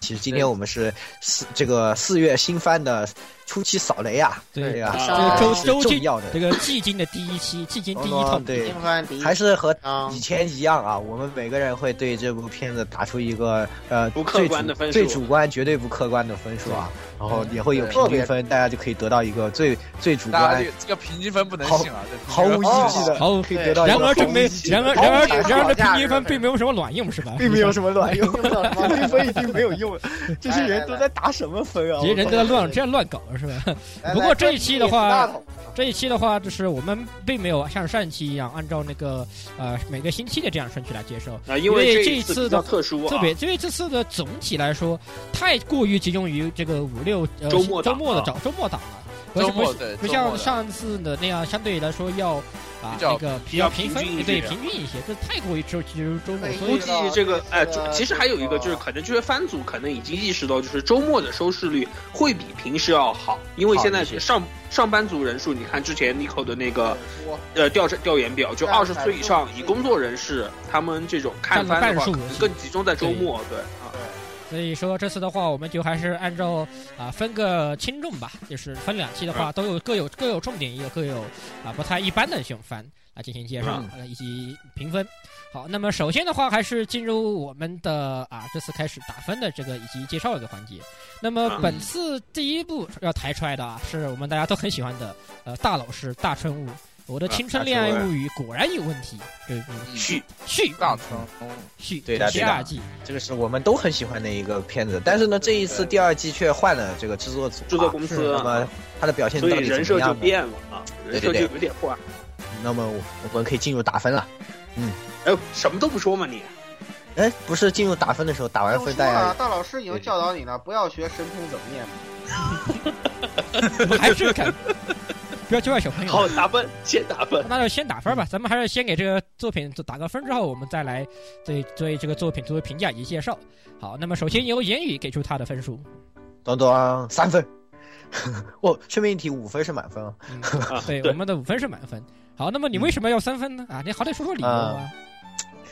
D: 其实今天我们是四这个四月新番的初期扫雷啊，
C: 对
D: 对啊，
C: 这个
E: 啊
C: 周
D: 是
C: 周
D: 重
C: 进
D: 要的
C: 这个寂静的第一期，寂静第一套
D: 哦，对
E: 金，番第一
D: 还是和
E: 张
D: 以前一样啊，我们每个人会对这部片子打出一个呃
F: 不客观的分数
D: 最主最主观、绝对不客观的分数啊，
C: 哦
D: 然后也会有平均分，大家就可以得到一个最最主
B: 大家
D: 观
B: 这、个这个平均分不能信啊，这平均分
D: 毫无意义的，
C: 毫无
D: 可以得到一
C: 然
D: 个毫无
C: 而
D: 意
C: 这没
D: 义，的
C: 然而然而然而这平均分并没有什么卵用是吧？
D: 并没有什么卵 用，
E: 没有什么
D: 平均分已经没有用了， 这些人都在打什么分啊？
C: 这些人
D: 我
C: 都
D: 操
C: 在乱这样乱搞是吧？不过这一期的话这一期的话，就是我们并没有像上一期一样按照那个呃每个星期的这样顺序来接收，
F: 啊，因
C: 因为
F: 为
C: 这
F: 一
C: 次
F: 比
C: 的
F: 较特殊啊，
C: 特别，因为这次的总体来说太过于集中于这个五六呃
F: 周末
C: 周
F: 档
C: 末的
F: 啊
C: 找周末档了，而且
B: 周
C: 不
B: 末
C: 是
B: 对，
C: 不
B: 周末
C: 像
B: 的
C: 上次的那样，相对来说要啊
B: 比较
C: 那个比
F: 比
C: 较
F: 较
C: 平
F: 平
C: 分
F: 均一
C: 对
F: 些
C: 平均一些，这太过于周周周末，
E: 对
C: 所
F: 估
C: 以
F: 计
E: 这个
F: 这个哎，
E: 这个
F: 其实还有一个就是，可能这些番组可能已经意识到，就是周末的收视率会比平时要好，因为现在
D: 好一些
F: 上上班族人数，你看之前 Nico 的那个呃调查调研表，就
E: 但
F: 二十岁以上以工作人士，他们这种看番的话，
C: 占了半数
F: 可能更集中在周末，对啊，
C: 所以说这次的话，我们就还是按照啊、分个轻重吧，就是分两期的话，都有各有各有重点，也有各有啊、不太一般的选番来进行介绍、呃以及评分。好，那么首先的话，还是进入我们的啊这次开始打分的这个以及介绍的环节。那么
F: 嗯
C: 本次第一部要抬出来的啊，是我们大家都很喜欢的呃大老师大春物我的青春恋爱物语果然有问题。对，
B: 嗯
F: 续
C: 续
B: 大成功
C: 续
D: 对的
C: 第
D: 对的
C: 二季，
D: 这个是我们都很喜欢的一个片子，但是呢，这一次第二季却换了这个制作组啊、
F: 制作公司
D: 那么它的表现到
F: 所以
D: 底
F: 人
D: 怎
F: 设
D: 么
F: 就
D: 样呢？
F: 变了啊，人设
D: 对对
F: 就
D: 对
F: 有点换。
D: 那么我我们可以进入打分了。
F: 哎，什么都不说嘛你？
D: 哎，不是进入打分的时候，打完
E: 不
D: 分
E: 用说
D: 大
E: 了，
D: 家
E: 大老师已经教导你了，不要学神童怎么念。
C: 我们还是看，不要教坏小
D: 哎
C: 朋友。
F: 好，打分，先打分。
C: 那就先打分吧，咱们还是先给这个作品打个分之后，我们再来对对这个作品作为评价以及介绍。好，那么首先由言语给出他的分数，
D: 咚咚三分。 我顺便一提，五分是满分啊。
C: 嗯、
F: 啊
C: 对
F: 对
C: 我们的五分是满分。好，那么你为什么要三分呢？啊，你好歹说说理由啊。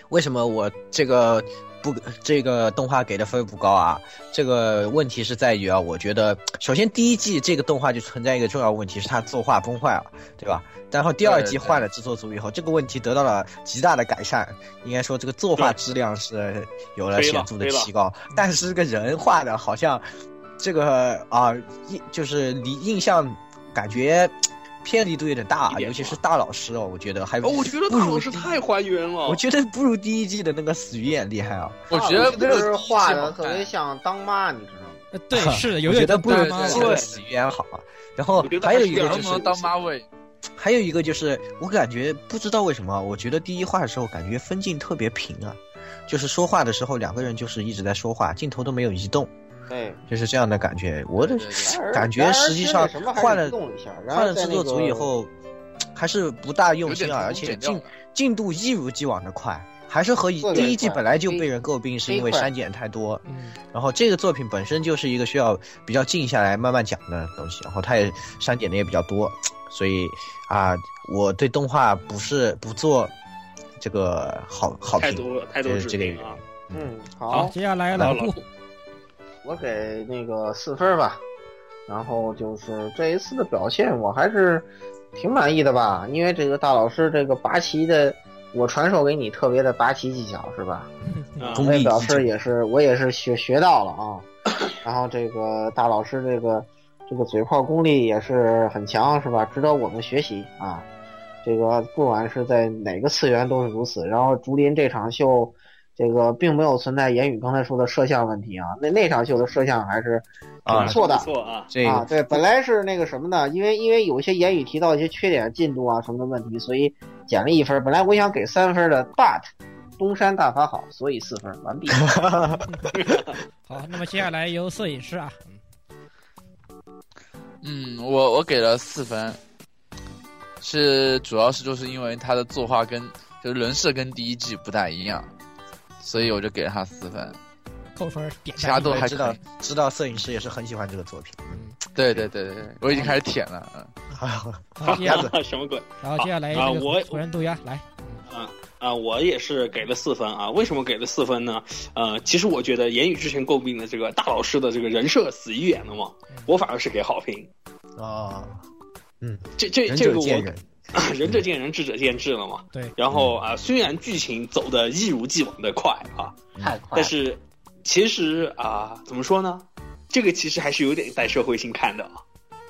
D: 为什么我这个不这个动画给的分不高啊？这个问题是在于啊，我觉得首先第一季这个动画就存在一个重要问题，是它作画崩坏了，对吧？然后第二季
B: 对对
D: 换了制作组以后，这个问题得到了极大的改善，应该说这个作画质量是有了显著的提高，但是这个人画的好像这个啊印就是离印象感觉。偏离度有点大
F: 一，点
D: 尤其是
F: 嘛
D: 大老师哦，我觉得还
F: 哦，我觉得
D: 不
F: 大
D: 如
F: 老师
D: 第
F: 太还原了。
D: 我觉得不如第一季的那个死鱼眼厉害啊！
B: 我觉得
E: 这个是画的
B: 的
E: 特别像当妈，你知道吗？
C: 呃对，是的， 有
D: 我觉
C: 点
D: 得不如
B: 对
D: 第
B: 对
D: 一季
B: 对
D: 的死鱼眼好啊。然后
F: 我觉得
D: 还有
F: 还是
D: 一
B: 点
D: 个
B: 儿
D: 就
B: 都
D: 是
B: 不，能当妈喂，
D: 还有一个就是，我感觉不知道为什么，我觉得第一话的时候感觉分镜特别平啊，就是说话的时候两个人就是一直在说话，镜头都没有移动，
E: 对，
D: 就是这样的感觉。我的
B: 对对
D: 感觉实际上
E: 然而那个什么还是
D: 换了
E: 移动一下然
D: 换
E: 后
D: 了
E: 在
D: 制作
E: 那个
D: 组以后，还是不大用
B: 有点
D: 心啊，而
B: 重
D: 且
B: 剪掉
D: 进
B: 了
D: 进度一如既往的快，还是和一
E: 特别
D: 第一季
E: 快
D: 本来就
E: 飞
D: 被人诟病是
E: 飞
D: 因为
E: 快
D: 删减太多，
C: 嗯，
D: 然后这个作品本身就是一个需要比较静下来慢慢讲的东西，然后它也删减的也比较多，所以啊，我对动画不是不做这个好好
F: 太
D: 评。
F: 多太多
D: 这
F: 指
D: 这个
F: 令啊。
E: 嗯，
C: 好，
E: 好，
C: 接下来老顾，
E: 我给那个四分吧。然后就是这一次的表现，我还是挺满意的吧，因为这个大老师这个拔旗的，我传授给你特别的拔旗技巧是吧？
F: 啊
D: 中
E: 我也
D: 立
E: 表
D: 意
E: 示
D: 见
E: 也是，我也是学学到了啊。然后这个大老师这个这个嘴炮功力也是很强，是吧？值得我们学习啊。这个不管是在哪个次元都是如此。然后竹林这场秀，这个并没有存在言语刚才说的摄像问题啊。那那场秀的摄像还是
D: 啊
E: 不错的
F: 不错啊。
D: 这
E: 啊，
D: 个
E: 对，本来是那个什么呢？因为因为有一些言语提到一些缺点、进度啊什么的问题，所以减了一分。本来我想给三分的，but 东山大法好，所以四分完毕。
C: 好，那么接下来由摄影师啊，
B: 嗯，我我给了四分，是主要是就是因为他的作画跟就是人设跟第一季不太一样，所以我就给了他四分，
C: 扣分点
B: 其他
C: 赞。
B: 都还
D: 知
B: 可
D: 道
B: 以。
D: 知道摄影师也是很喜欢这个作品。
B: 对对对对对，我已经开始舔了，嗯，
C: 好，接下来，
F: 啊什么鬼
C: 然后接下来
F: 啊
C: 这
F: 我
C: 个主人杜鸦来，
F: 啊？我也是给了四分啊。为什么给了四分呢？呃，其实我觉得言语之前诟病的这个大老师的这个人设死鱼眼了嘛，
D: 嗯
F: 我反而是给好评。
D: 啊，
F: 这这
D: 仁
F: 这
D: 者
F: 个
D: 见
F: 我啊
D: 仁。嗯
F: 仁者见仁，智者见智了嘛。
C: 对
F: 然后啊，虽然剧情走的一如既往的快啊，
E: 太快
F: 但
E: 了。
F: 是其实啊，怎么说呢？这个其实还是有点带社会性看的啊。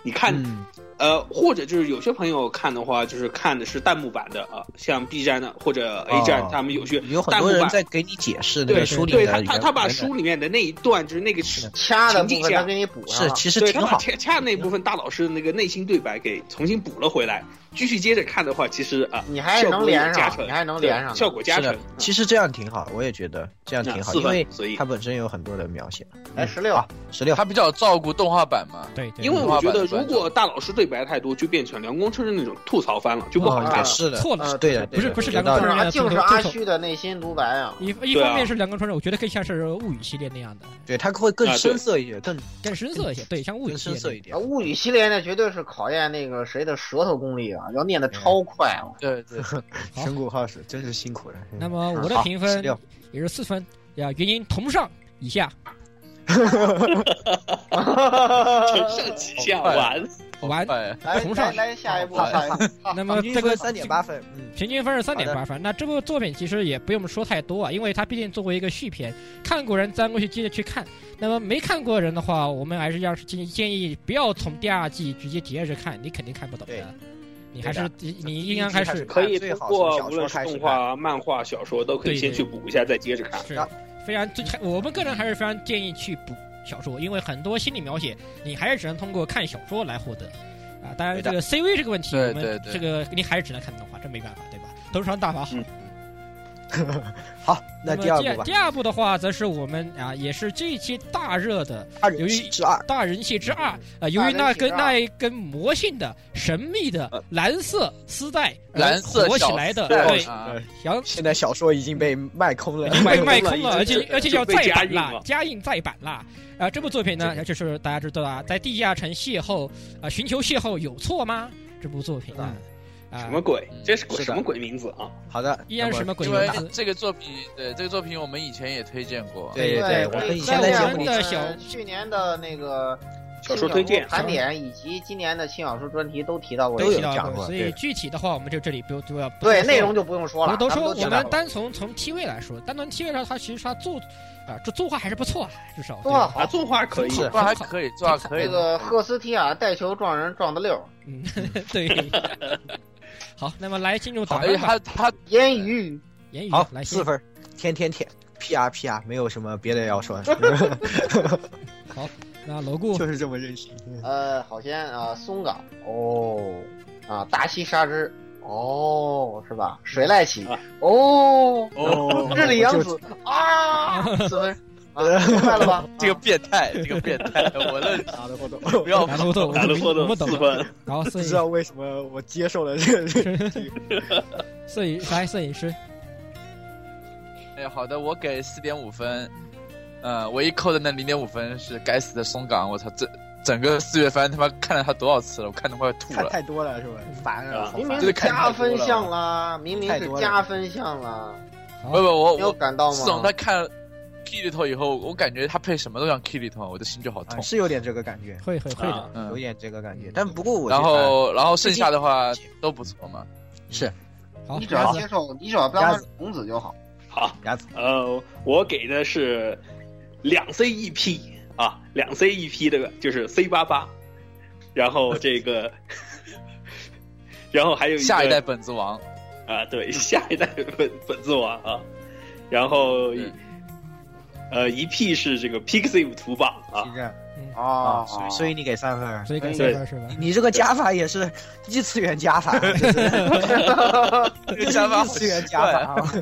F: 你看，
D: 嗯，
F: 呃，或者就是有些朋友看的话，就是看的是弹幕版的啊，像 B 站的或者 A 站
D: 哦，
F: 他们有些
D: 有很
F: 弹幕
D: 多人
F: 版
D: 在给你解释那
F: 对
D: 个书里
F: 对
D: 面
F: 他
D: 的
F: 他
D: 原
F: 他把
D: 文的
F: 书里面的那一段，就是那个是
E: 掐的部
F: 情境
E: 分
F: 下
E: 他给你补上
D: 是
E: 了。
D: 其实
F: 对
D: 挺
F: 他把
D: 好，
F: 恰恰那部分大老师的那个内心对白给重新补了回来。继续接着看的话，其实啊，
E: 你还
F: 效果
E: 能
F: 有
E: 连
F: 加
E: 上，
F: 成
E: 你还能
F: 对
E: 连上的。
F: 效果加
D: 是
F: 成
D: 的。，其实这样挺好，我也觉得这样
F: 那
D: 挺好，
F: 四
D: 因
F: 分
D: 为
F: 所以
D: 它本身有很多的描写。
E: 哎，十六，
D: 十六
B: 他比较照顾动画版嘛，
C: 对，对
F: 因为
B: 动
F: 我
B: 画
F: 觉
B: 版
F: 得，
B: 的
F: 如
B: 观
F: 果大老师对白太多，就变成凉宫春日那种吐槽番了，就不好看
D: 啊
F: 了。
D: 是的，
C: 错了
D: 是对的，
C: 不是
D: 对的
C: 不是两
D: 有
C: 个
D: 道
C: 字
D: 理
C: 儿
E: 啊，就是阿虚的内心独白啊。
C: 一一
F: 对啊
C: 方面是两个传说，我觉得更像是物语系列那样的，
D: 对，它会更
F: 啊对
D: 深色一点，更
C: 更深色一些，对，像物语
D: 更
C: 系
D: 深色
C: 列
D: 一点
E: 啊，。物语系列那绝对是考验那个谁的舌头功力啊，要念的超快啊。
B: 对对，
C: 好
D: 神谷浩史真嗯是辛苦了。
C: 那么我的
D: 好
C: 评分
D: 16
C: 也是四分呀，原因同上以下，
F: 承上启下，
B: 好快
F: 完
C: 完。
B: 哎，
E: 来
C: 同
E: 来
C: 上
E: 来，下一步，
D: 好
E: 下一步。
C: 那么
D: 平均
C: 这
D: 分
C: 个
D: 三点八分，嗯，
C: 平均分是三点八分。那这部作品其实也不用说太多啊，因为它毕竟作为一个续篇，看过人自然过去接着去看。那么没看过的人的话，我们还是要是建议建议不要从第二季直接接着看，你肯定看不懂的
D: 对。
C: 你还是你应
D: 一
C: 该
D: 直
C: 还
D: 开始
C: 是
F: 可以
D: 最
F: 通
D: 好从
F: 过
D: 小
F: 无
D: 说
F: 论是
D: 开始
F: 动画、漫画、小说，都可以
C: 对
F: 先
C: 对
F: 去补一下，再接着看。
C: 是
D: 啊
C: 非常最，我们个人还是非常建议去补小说，因为很多心理描写你还是只能通过看小说来获得啊。当然，
D: 对
C: 这
D: 的
C: 个 CV 这个问题，
B: 对
C: 我
B: 对
C: 们
B: 对
C: 这个你还是只能看动画，这没办法，对吧？东川大法好。
F: 嗯
D: 好，那
C: 么
D: 第二部吧，
C: 第二部的话，则是我们啊，也是这一期大热的
D: 二
C: 由
D: 人
C: 于
D: 七之二，
C: 大人气之二，呃，由于
E: 大
C: 那
E: 人气之
C: 根
E: 二
C: 那一根魔性的神秘的蓝色丝带而
B: 蓝色
C: 火起
B: 小
C: 来的，
F: 丝带
C: 对，
B: 啊，
D: 对
C: 然后
D: 现在小说已经被卖空了，
C: 被卖
F: 空了
C: 空了，而
F: 已经
C: 且而且
F: 就
C: 要
F: 被
C: 再
F: 加
C: 版
F: 印
C: 啦
F: 了，
C: 加印再版啦。啊、这部作品呢，就是大家知道啊，在地下城邂逅啊、寻求邂逅有错吗？这部作品呢，啊、
F: 什么鬼
B: 嗯？
F: 这是鬼
D: 是的
F: 什么鬼名字啊？
D: 好的，
C: 依然是什么鬼
B: 因
C: 名
B: 为
C: 字？
B: 这个作品，对这个作品我们以前也推荐过，
D: 对
E: 对，
D: 我们以
E: 在
D: 前在节目
C: 里
E: 我
C: 的
E: 们
C: 小
E: 去年的那个
F: 小说推荐
E: 新小说
B: 啊
E: 盘点以及今年的新小说专题都提到过
D: 都
C: 没
E: 这个，
C: 提到
D: 讲过
C: 所
D: 对
C: 以具体的话，我们就这里不不要不多
E: 对
C: 说
E: 内容就不用说
C: 我
E: 了，
C: 们都
E: 咱
C: 说，
E: 们
C: 我
E: 讲了
C: 们单从从 TV 来说，单从 TV 上，它其实它做啊，这作画还是不错啊，至少对
E: 多
C: 吧
E: 好
F: 啊，。动画可以，
C: 是
B: 这还可以，这还可以
E: 这个
B: 的。
E: 赫斯提亚带球撞人撞的溜儿，
C: 嗯，对。 好，那么来进入打
B: 哎，
C: 分吧。
B: 他他
E: 烟雨
C: 言语
D: 好
C: 来
D: 四
C: 先
D: 分，天天舔，P R P R，没啊有什么别的要 说，
C: 那楼顾
D: 就是这么任性。
E: 呃，好先啊，松冈哦，啊，大西沙织哦，是吧？水濑起
F: 啊
E: 哦，
D: 哦
E: 日里洋子啊，四分 啊，明白了吧？啊
B: 这个变态，这个变态，我认识，
D: 打的 活动，
B: 不要
C: 打 漏洞，我
F: 打
C: 们
F: 了
C: 明
F: 获
C: 我
F: 得
C: 们懂
F: 四
C: 了。
F: 分，
C: 然后摄
D: 不
C: 影
D: 知道为什么我接受了这个。
C: 摄影来摄影师，
B: 哎，好的，我给四点五分，呃，唯一扣的那零点五分是该死的松冈，我操，这整个四月番他妈看了他多少次了，我看他快吐
D: 看
B: 了。
D: 太多了是吧？烦
F: 啊
D: 啊！好
E: 明
D: 烦
E: 明
B: 这
E: 是
B: 个看太
E: 加分
B: 多了
E: 项啦，明明
D: 太
E: 是
D: 多了
E: 加分项啦，
B: 不不，我
E: 没有
B: 我
E: 感到
B: 自从
E: 吗
B: 他？看 Kitty 头以后，我感觉他配什么都像 Kitty 头，我的心就好
D: 啊
F: 嗯
B: 痛。
D: 是有点这个感觉，
C: 会会会的。
F: 啊
D: 有
B: 嗯，
D: 点这个感觉。但不过我
B: 然后然后剩
D: 最近
B: 下的话都不错嘛。
C: 好，
E: 你只要
C: 鸭子
E: 接受，你只要当
D: 鸭
E: 他
D: 子
E: 孔子就好。
F: 好
D: 鸭子，
F: 呃，我给的是两 C 一 P 啊，两 C 一 P 这个就是 C 八八，然后这个， 然后还有个
B: 下一代本子王，
F: 啊，对， 下一代本本子王啊，然后
D: 嗯
B: 对
F: 呃一 P 是这个 Pixiv 图榜啊
D: 是，这样啊，，
E: 哦
D: 所以所以你给三分儿，
C: 所以感谢
F: 对
C: 他是吧？
D: 你你这个加法也是异次元加 法，
B: 这
D: 这
B: 个
D: 是
B: 想法
D: 异
B: 好
D: 次元
B: 奇
D: 加
B: 怪
D: 法
B: 啊，
D: 啊，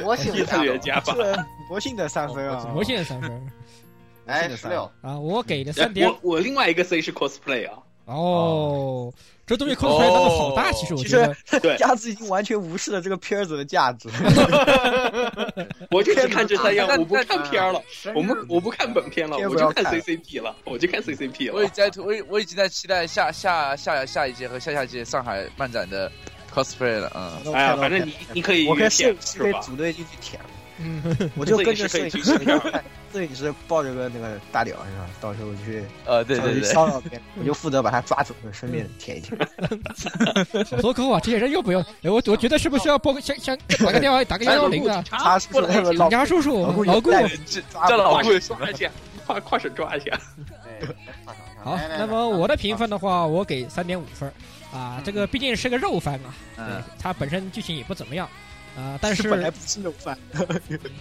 E: 魔性
F: 异次元加法
D: 这。个魔性的三分啊，
C: 魔性的三分
E: 哎，十六，
C: 啊，我给
F: 哎
C: 的三点
F: 我我另外一个 C 是 cosplay 啊，
C: 哦，这东西 cosplay 难度好大，其实我
D: 其
C: 觉
D: 实
C: 得
F: 对
D: 鸭子已经完全无视了这个片子的价值，
F: 我就只看这三样，我不看片儿了，
E: 十
F: 我们我不看本片了，
D: 片
F: 我
D: 不要
F: 就看
D: 看
F: CCP 了，我就看
D: 啊
F: CCP
B: 我已
F: 了
B: 经。在我已我已经在期待下下下下一届和下下届上海漫展的 cosplay 了，嗯。
F: 哎呀，反正你你可以
D: 我跟
F: 约
D: 摄
F: 片
D: 影师
F: 是
D: 可以
F: 吧？
D: 组队进去 舔，
C: 嗯，
D: 我就跟
F: 摄
D: 着摄
F: 影
D: 影
F: 师可以
D: 师
F: 去舔
D: 看，摄影师抱着个那个大屌是吧？到时候去
B: 呃，对对
D: 去
B: 对，
D: 骚扰别人，我就负责把他抓走，顺便舔一舔。
C: 啊好多口啊，这些人又不用，哎我我觉得是不是要拨个像像打个电话打个幺
F: 哎
C: 幺零啊？
D: 他是那个哎老
C: 警察叔叔
D: 老顾，
C: 老顾，
D: 也
B: 这
D: 抓
B: 这老
F: 跨
B: 顾
F: 省抓一 下，跨跨省抓一下。
C: 好，
E: 哎
C: 那么我的评分的话，我给三点五分儿啊，这个毕竟是个肉番嘛，
B: 嗯，
C: 它本身剧情也不怎么样啊，但是
D: 本来不吃肉饭，
C: 本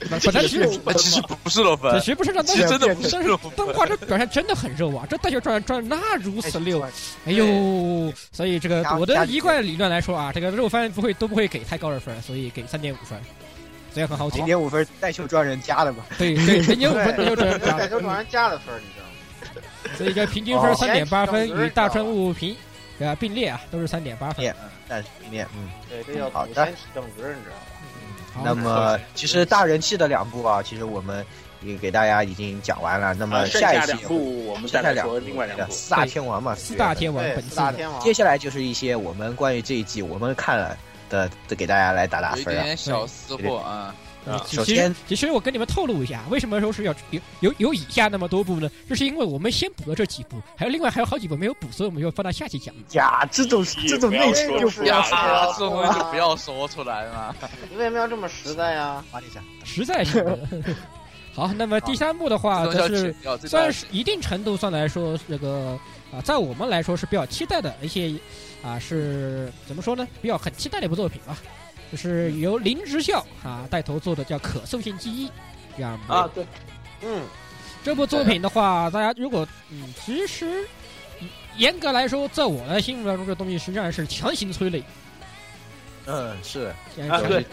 C: 来其实
B: 那哎其实不是肉
C: 其
B: 分，
C: 实不是让，但
B: 其实
C: 是
B: 真的不是
C: 但
B: 肉
C: 是
B: 分
C: 动。画这表现真的很肉啊，这带球转转那如此溜，哎呦，所以这个
D: 加
C: 我的
D: 加
C: 一贯理论来说啊，这个肉番不会都不会给太高的分儿，所以给三点五分儿，所以很好
D: 零
C: 讲，
D: 点五分带球专人加 的吧？
C: 对对，三点五分，三点五
E: 对，
C: 分
E: 改球转人加的分儿，你知道吗？
C: 所以叫平均分
D: 哦
C: 三点八分，
E: 前几
C: 与
E: 个
C: 大川物平啊并列啊，都是三点八分。
D: Yeah 但是零点，嗯。
E: 对，这叫
D: 好
E: 普
D: 的
E: 天体正直，你知道吗？
C: 好
D: 那么其实大人气的两部啊，其实我们也给大家已经讲完了。那么
F: 啊 剩
D: 啊一
F: 下
D: 期
F: 两部我们再
D: 剩下
F: 来
D: 两部
F: 说另外两部。
D: 四大天王嘛，
C: 四大天王
E: 对，
C: 本
E: 四
C: 次
E: 大
C: 的
E: 天王
D: 接下来就是一些我们关于这一季我们看了的，的给大家来打打
B: 有一
D: 分啊。
B: 点小私货
C: 嗯
B: 啊，
F: 啊
C: 其
D: 首
C: 其
D: 先
C: 实其实我跟你们透露一下，为什么说是要有有有以下那么多部呢？这是因为我们先补了这几部，还有另外还有好几部没有补，所以我们要放到下期讲。
D: 呀，这种这种内心就不
F: 不要
D: 要
F: 说
D: 说
B: 啊，这种东西就不要说出来嘛。
E: 你为什么要这么实在啊呀？
C: 实在是。好，那么第三部的话，啊
B: 这种叫
C: 则是
B: 剪掉，这
C: 算
B: 段
C: 是一定程度上来说，这个啊，在我们来说是比较期待的，而且啊是怎么说呢，比较很期待的一部作品吧，就是由林之孝啊带头做的叫《可塑性记忆》这样的
F: 啊，对，
D: 嗯，
C: 这部作品的话，大家如果嗯，其实嗯严格来说，在我的心目当中，这东西实际上是强行催泪。
D: 嗯，是
C: 现在
F: 啊
C: 是
F: 对，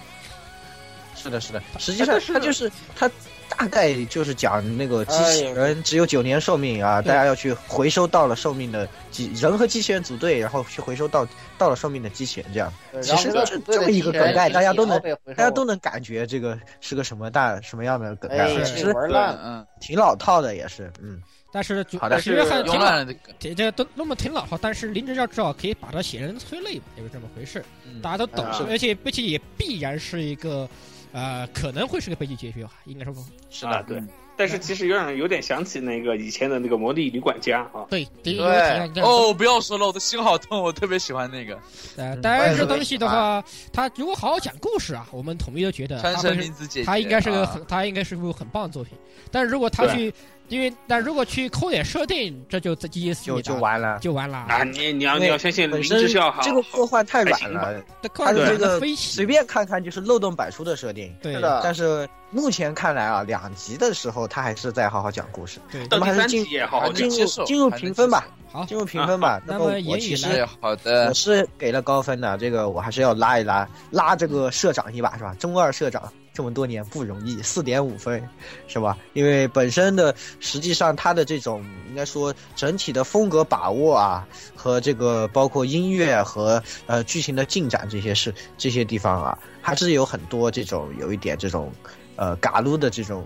D: 是的，是的。实际上，
F: 是
D: 它
F: 的
D: 就是它大概就是讲那个机器
E: 哎
D: 人只有九年寿命啊，
C: 对
D: 大家要去回收到了寿命的机人和机器人组队，然后去回收到到了寿命的机器人，这样
E: 对
D: 其实
E: 然后
D: 这
E: 对
D: 这么一个
E: 机器人
D: 梗概大家都能
E: 体毛被回收
D: 大家都能感觉这个是个什么大什么样的梗概
E: 哎，
D: 了，
C: 是
D: 其
E: 被
D: 实
E: 玩
B: 对
E: 烂了。
B: 嗯，
D: 挺老套的，也是，嗯，
C: 但是主
D: 好的
C: 其实还
F: 是
C: 挺
B: 慵
C: 老，
B: 懒的梗，
C: 这这都那么挺老套，但是林志孝至少可以把它写成催泪吧，就是这么回事，
B: 嗯
C: 大家都懂
F: 啊，
C: 而且而且也必然是一个。呃，可能会是个悲剧结局吧，应该说不
F: 是的，对
B: 嗯。
F: 但是其实有点有点想起那个以前的那个《魔力女管家》啊，
C: 对。第一
E: 对
C: 个提到这样
B: 哦，不要说了，我的心好痛，我特别喜欢那个
C: 呃，
D: 嗯
C: 当
D: 我
C: 然
D: 也
C: 这
D: 特别
C: 东西的话，它如果好好讲故事啊，我们统一都觉得
B: 川
C: 它会
B: 神
C: 是
B: 明子姐姐，
C: 他应该是个
B: 啊
C: 很，他应该是部很棒的作品。但是如果他
F: 对
C: 去，因为但如果去抠点设定，这就鸡鸡死
D: 就
C: 你
D: 就
C: 打
D: 完了。
C: 就完了。
F: 啊，你你要你要相信林
D: 本身
F: 志孝哈，
D: 这个破坏太软
F: 还
D: 了，
C: 这靠着
F: 对
C: 这个
D: 对
C: 飞
D: 随
C: 起，
D: 便看看就是漏洞百出的设定。
C: 对
E: 是的
D: 但是目前看来啊，两集的时候他还是在好好讲故事。
C: 对。
F: 到
D: 我
F: 第
D: 们还是
F: 三
D: 进
F: 集也好
B: 还
F: 好
B: 能
F: 讲
D: 进入
B: 接受
D: 进入
B: 还能
D: 评分吧
B: 接受
C: 啊好，
D: 进入评分吧，
C: 那
D: 么
C: 么
D: 我
C: 言
D: 其
C: 语
D: 实
C: 呢
B: 是哎好
D: 我
B: 的，
D: 是给了高分的，这个我还是要拉一拉，拉这个社长一把是吧？中二社长这么多年不容易，四点五分，是吧？因为本身的实际上他的这种应该说整体的风格把握啊，和这个包括音乐和呃剧情的进展这些事这些地方啊，还是有很多这种有一点这种呃嘎噜的这种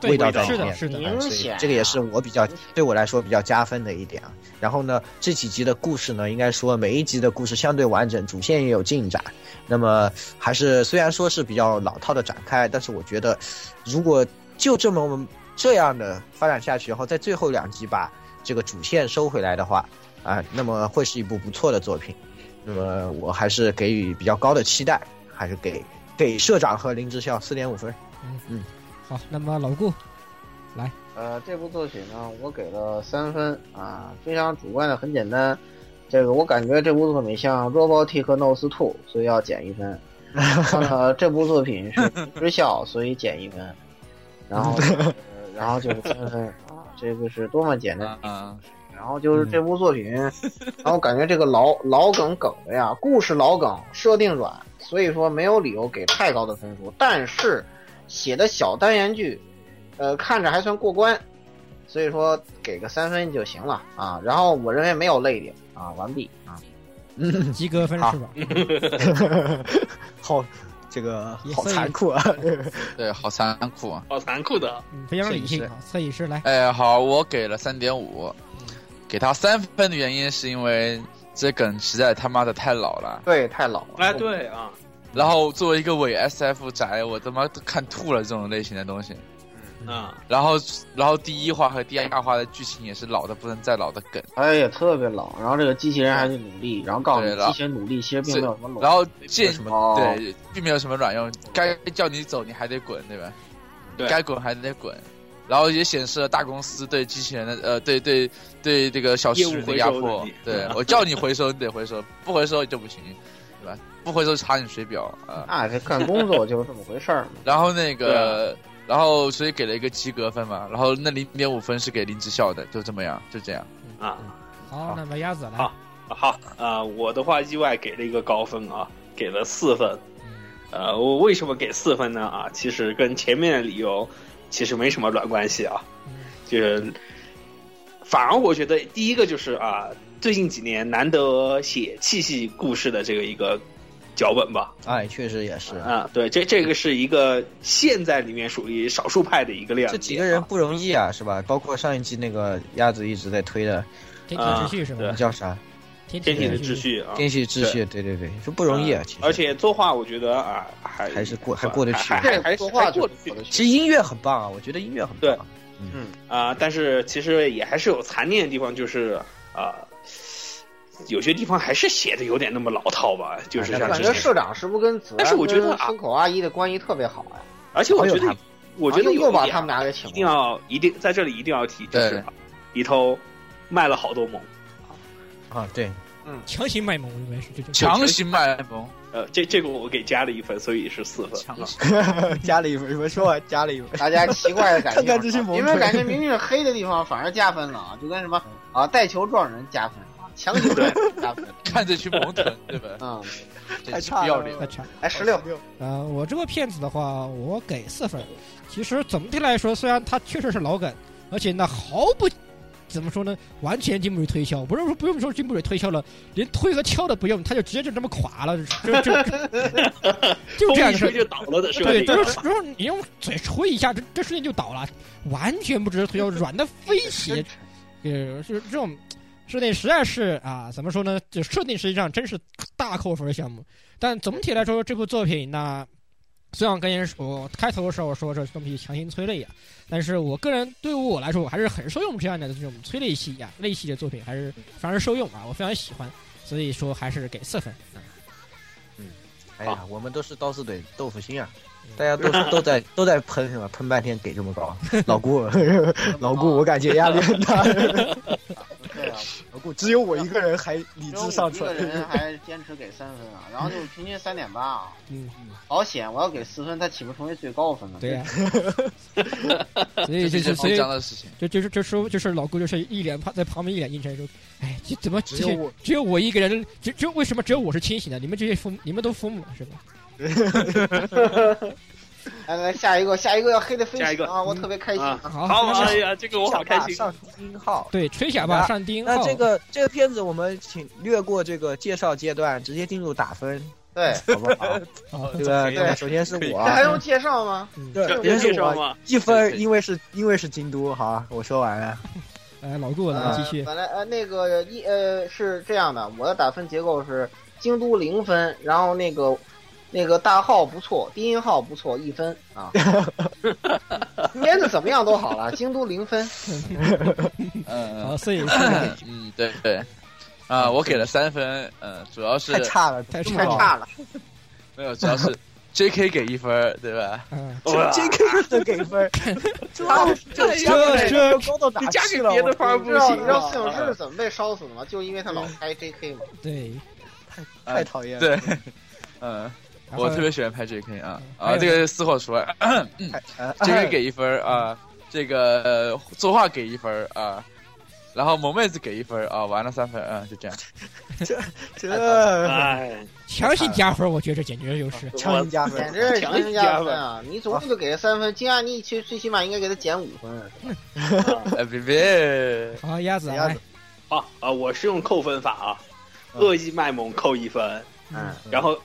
C: 对
D: 味道在
C: 是
D: 里
C: 的
D: 面。
C: 是的
D: 哎
E: 明
D: 所以
E: 显啊
D: 这个也是我比较对我来说比较加分的一点啊。然后呢，这几集的故事呢，应该说每一集的故事相对完整，主线也有进展。那么还是虽然说是比较老套的展开，但是我觉得，如果就这么这样的发展下去，然后在最后两集把这个主线收回来的话，啊、那么会是一部不错的作品。那么我还是给予比较高的期待，还是给给社长和林志孝四点五分。
C: 好，那么老顾，
E: 呃，这部作品呢，我给了三分啊，非常主观的，很简单。这个我感觉这部作品像《Robotic Nose Two》，所以要减一分。然后呢，这部作品是《之笑》，所以减一分。然后就是、然后就是三分啊，这个是多么简单
B: 啊啊，
E: 然后就是这部 作品，然后感觉这个老老梗梗的呀，故事老梗，设定软，所以说没有理由给太高的分数。但是写的小单元剧，呃，看着还算过关，所以说给个三分就行了啊。然后我认为没有泪点啊，完毕啊。
C: 及格分
D: 好
C: 是吧？
D: 好，这个
C: 也
D: 好
C: 算
D: 残 酷啊！
B: 对，好残酷啊。
F: 好残酷 的，
C: 嗯非常理性
D: 摄影师
C: 啊，摄影师来，
B: 哎，好，我给了三点五，给他三分的原因是因为这梗实在他妈的太老了。
E: 对，太老了。
F: 哎，对啊，
B: 然后作为一个伪 SF 宅，我他妈都看吐了这种类型的东西。
D: 嗯
F: 啊，
B: 然后，然后第一话和第二话的剧情也是老的不能再老的梗。
E: 哎呀，特别老。然后这个机器人还去努力，然后告诉你
B: 对了
E: 机器人努力其实并没有什么
B: 然
E: 卵
B: 后建
D: 什么
E: 哦。
B: 对，并没有什么卵用，该叫你走你还得滚，对吧？
F: 对
B: 该滚还得滚。然后也显示了大公司对机器人的呃，对对对这个小市民压
F: 业务回收
B: 迫
F: 能力。
B: 对我叫你回收，你得回收，不回收你就不行，对吧？不回收查你水表啊、
E: 啊，这干工作就是这么回事儿嘛。
B: 然后那个，然后所以给了一个及格分嘛。然后那零点五分是给林之孝的，就这么样，就这样。
F: 啊。
C: 好，那么鸭子来
F: 好，好啊、我的话意外给了一个高分啊，给了四分。
D: 嗯
F: 呃，我为什么给四分呢？啊，其实跟前面的理由其实没什么卵关系啊，
C: 嗯
F: 就是反而我觉得第一个就是啊，最近几年难得写气系故事的这个一个脚本吧，
D: 哎，确实也是。
F: 啊，对，这这个是一个现在里面属于少数派的一个亮点、啊。
D: 这几个人不容易啊，是吧？包括上一季那个鸭子一直在推的，
C: 天体
F: 啊
C: 秩序是吧
F: 对？
D: 叫啥
C: 天
F: 天体的秩
C: 秩序，
F: 序啊，
D: 《天气秩序》？啊对对对，就不容易啊。其实，
F: 而且作画我觉得啊，还
D: 还是过还过得去
F: 还
D: 啊
F: 还还
E: 说
F: 是
E: 话
F: 还
E: 就
F: 过
E: 是
F: 得去
E: 过得去
D: 其实音乐很棒啊，我觉得音乐很棒。
F: 啊、但是其实也还是有残念的地方，就是啊、有些地方还是写的有点那么老套吧，就是
D: 哎
F: 像
D: 那
E: 感
F: 之
E: 觉
F: 前，
E: 社长是不是跟子安
F: 但是我觉得
E: 跟
F: 啊
E: 村口阿姨的关系特别好呀、
F: 而且我觉
D: 好有
F: 得
D: 他，
F: 我觉得
E: 啊
F: 有
E: 又
F: 一
E: 把
F: 点
E: 他们俩给请
F: 一定
E: 了。
F: 要一定在这里一定要提，就是
B: 对
F: 啊里头卖了好多萌，
D: 啊，对，
C: 强行卖萌，我认为是这种。
B: 强行卖萌，
F: 呃，这这个我给加了一分，所以是四分。
B: 强
F: 啊
B: 行
D: 加了一分，你们说完啊加了一分，
E: 大家奇怪 的感觉，
D: 看看这些萌
E: 你们感觉明明是黑的地方反而加分了啊，就跟什么啊带球撞人加分，啊强行撞人 加分，
B: 看这群萌臀，对吧？
E: 嗯，
B: 这
D: 太
B: 是
D: 差了
B: 不要脸。
C: 太差。
E: 哎十六，
C: 呃，我这个片子的话，我给四分。其实总体来说，虽然它确实是老梗，而且呢毫不怎么说呢，完全经不住推敲。不是说不用说经不住推敲了，连推和敲都不用，它就直接就这么垮了，就就就 就这
F: 风
C: 样
F: 一
C: 子
F: 吹。就倒了的设
C: 对，
F: 定
C: 就是就是你用嘴吹一下，这这瞬间就倒了，完全不值得推敲，软的飞起，呃，就是这种设定实在是啊，怎么说呢？就设定实际上真是大扣分项目。但总体来说，这部作品那虽然刚才我开头的时候说这东西强行催泪啊，但是我个人对于我来说，我还是很受用这样的这种催泪系啊类系的作品，还是反而受用啊，我非常喜欢，所以说还是给四分。
D: 哎呀，我们都是刀子嘴豆腐心啊，大家都是都在都在喷什么，喷半天给这么高，老顾 老顾，我感觉压力很 大，
E: 对 啊，
D: 老顾只有我一个人还理
E: 只有
D: 智尚
E: 我一个
D: 存，
E: 人还坚持给三分啊，然后就平均三点 八啊，
C: 嗯，
E: 好险！我要给四分，他岂不成为最高分了？
C: 对 呀、所以就
B: 这
C: 是是所
B: 肮
C: 以
B: 脏的事情，
C: 就就是就说就是老顾就是一脸趴在旁边一脸阴沉说，哎，这怎么
D: 只
C: 这
D: 有
C: 些
D: 我
C: 只有我一个人，只只有为什么只有我是清醒的？你们这些疯，你们都疯了是吧？
E: 哎来来，下一个，下一个要黑的飞
F: 下一
E: 起
F: 个
E: 啊！我特别开心
F: 啊
E: 啊！
C: 好，
F: 好，
C: 那么
F: 哎呀，这个我好开心。
D: 上音号。
C: 对，吹响吧，
D: 那
C: 上丁
D: 那
C: 号
D: 这个这个片子我们请略过这个介绍阶段，直接进入打分，
E: 对，
D: 好 不好？
C: 啊，
D: 这个
F: 对
D: 这个首先是我
E: 这
F: 嗯
D: 啊，
E: 还用介绍吗？
D: 对，首
F: 这
D: 先
F: 介
D: 是
F: 绍
D: 我
F: 吗？
D: 一
F: 对
D: 分，
F: 对
D: 因为是因为是京都，好啊，我说完了，
C: 哎，老顾来
E: 呃
F: 啊
C: 继续，
E: 本来呃，那个一呃是这样的，我的打分结构是京都零分，然后那个那个大号不错，低音号不错，一分 啊。编的怎么样都好了，京都零分。
B: 嗯
C: 好，摄影师
B: 嗯嗯，对对，啊，我给了三分，嗯，主要是
D: 太差了，
C: 太
D: 这么
E: 太
D: 高
E: 差了，
B: 没有，主要是 J.K. 给一分，对吧？
C: 嗯，
F: 哇
D: 这个能给 分，
E: 他
D: 这
C: 这这
D: 高到哪
F: 你加
D: 去
F: 给
D: 了？
F: 别的
D: 我
F: 分儿
E: 你
F: 不
E: 知道你
F: 行啊
E: 知道
F: 吗
E: 摄影师是怎么被烧死的吗？就因为他老拍 JK 嘛。
C: 对，
D: 太讨厌了。
B: 对，嗯，
C: 然后
B: 我特别喜欢拍 J.K. 啊
C: 还
B: 啊，
C: 有
B: 这个私货除外
D: 呃
B: ，J.K. 给一分啊，这个呃作画给一分啊。然后萌妹子给一分啊，完了三分，嗯，就这样。
D: 这
F: 哎，
C: 强行加分，我觉得简直就是
D: 强行加
E: 简
D: 分，
E: 直是强行加分啊！你总共就给他三分，金阿妮最最起码应该给他减五分。
B: 哎，别别，
C: 好鸭子
D: 鸭
C: 来
D: 子，
F: 好啊，我是用扣分法啊，
D: 嗯
F: 恶意卖萌扣一分，
E: 嗯，
F: 然后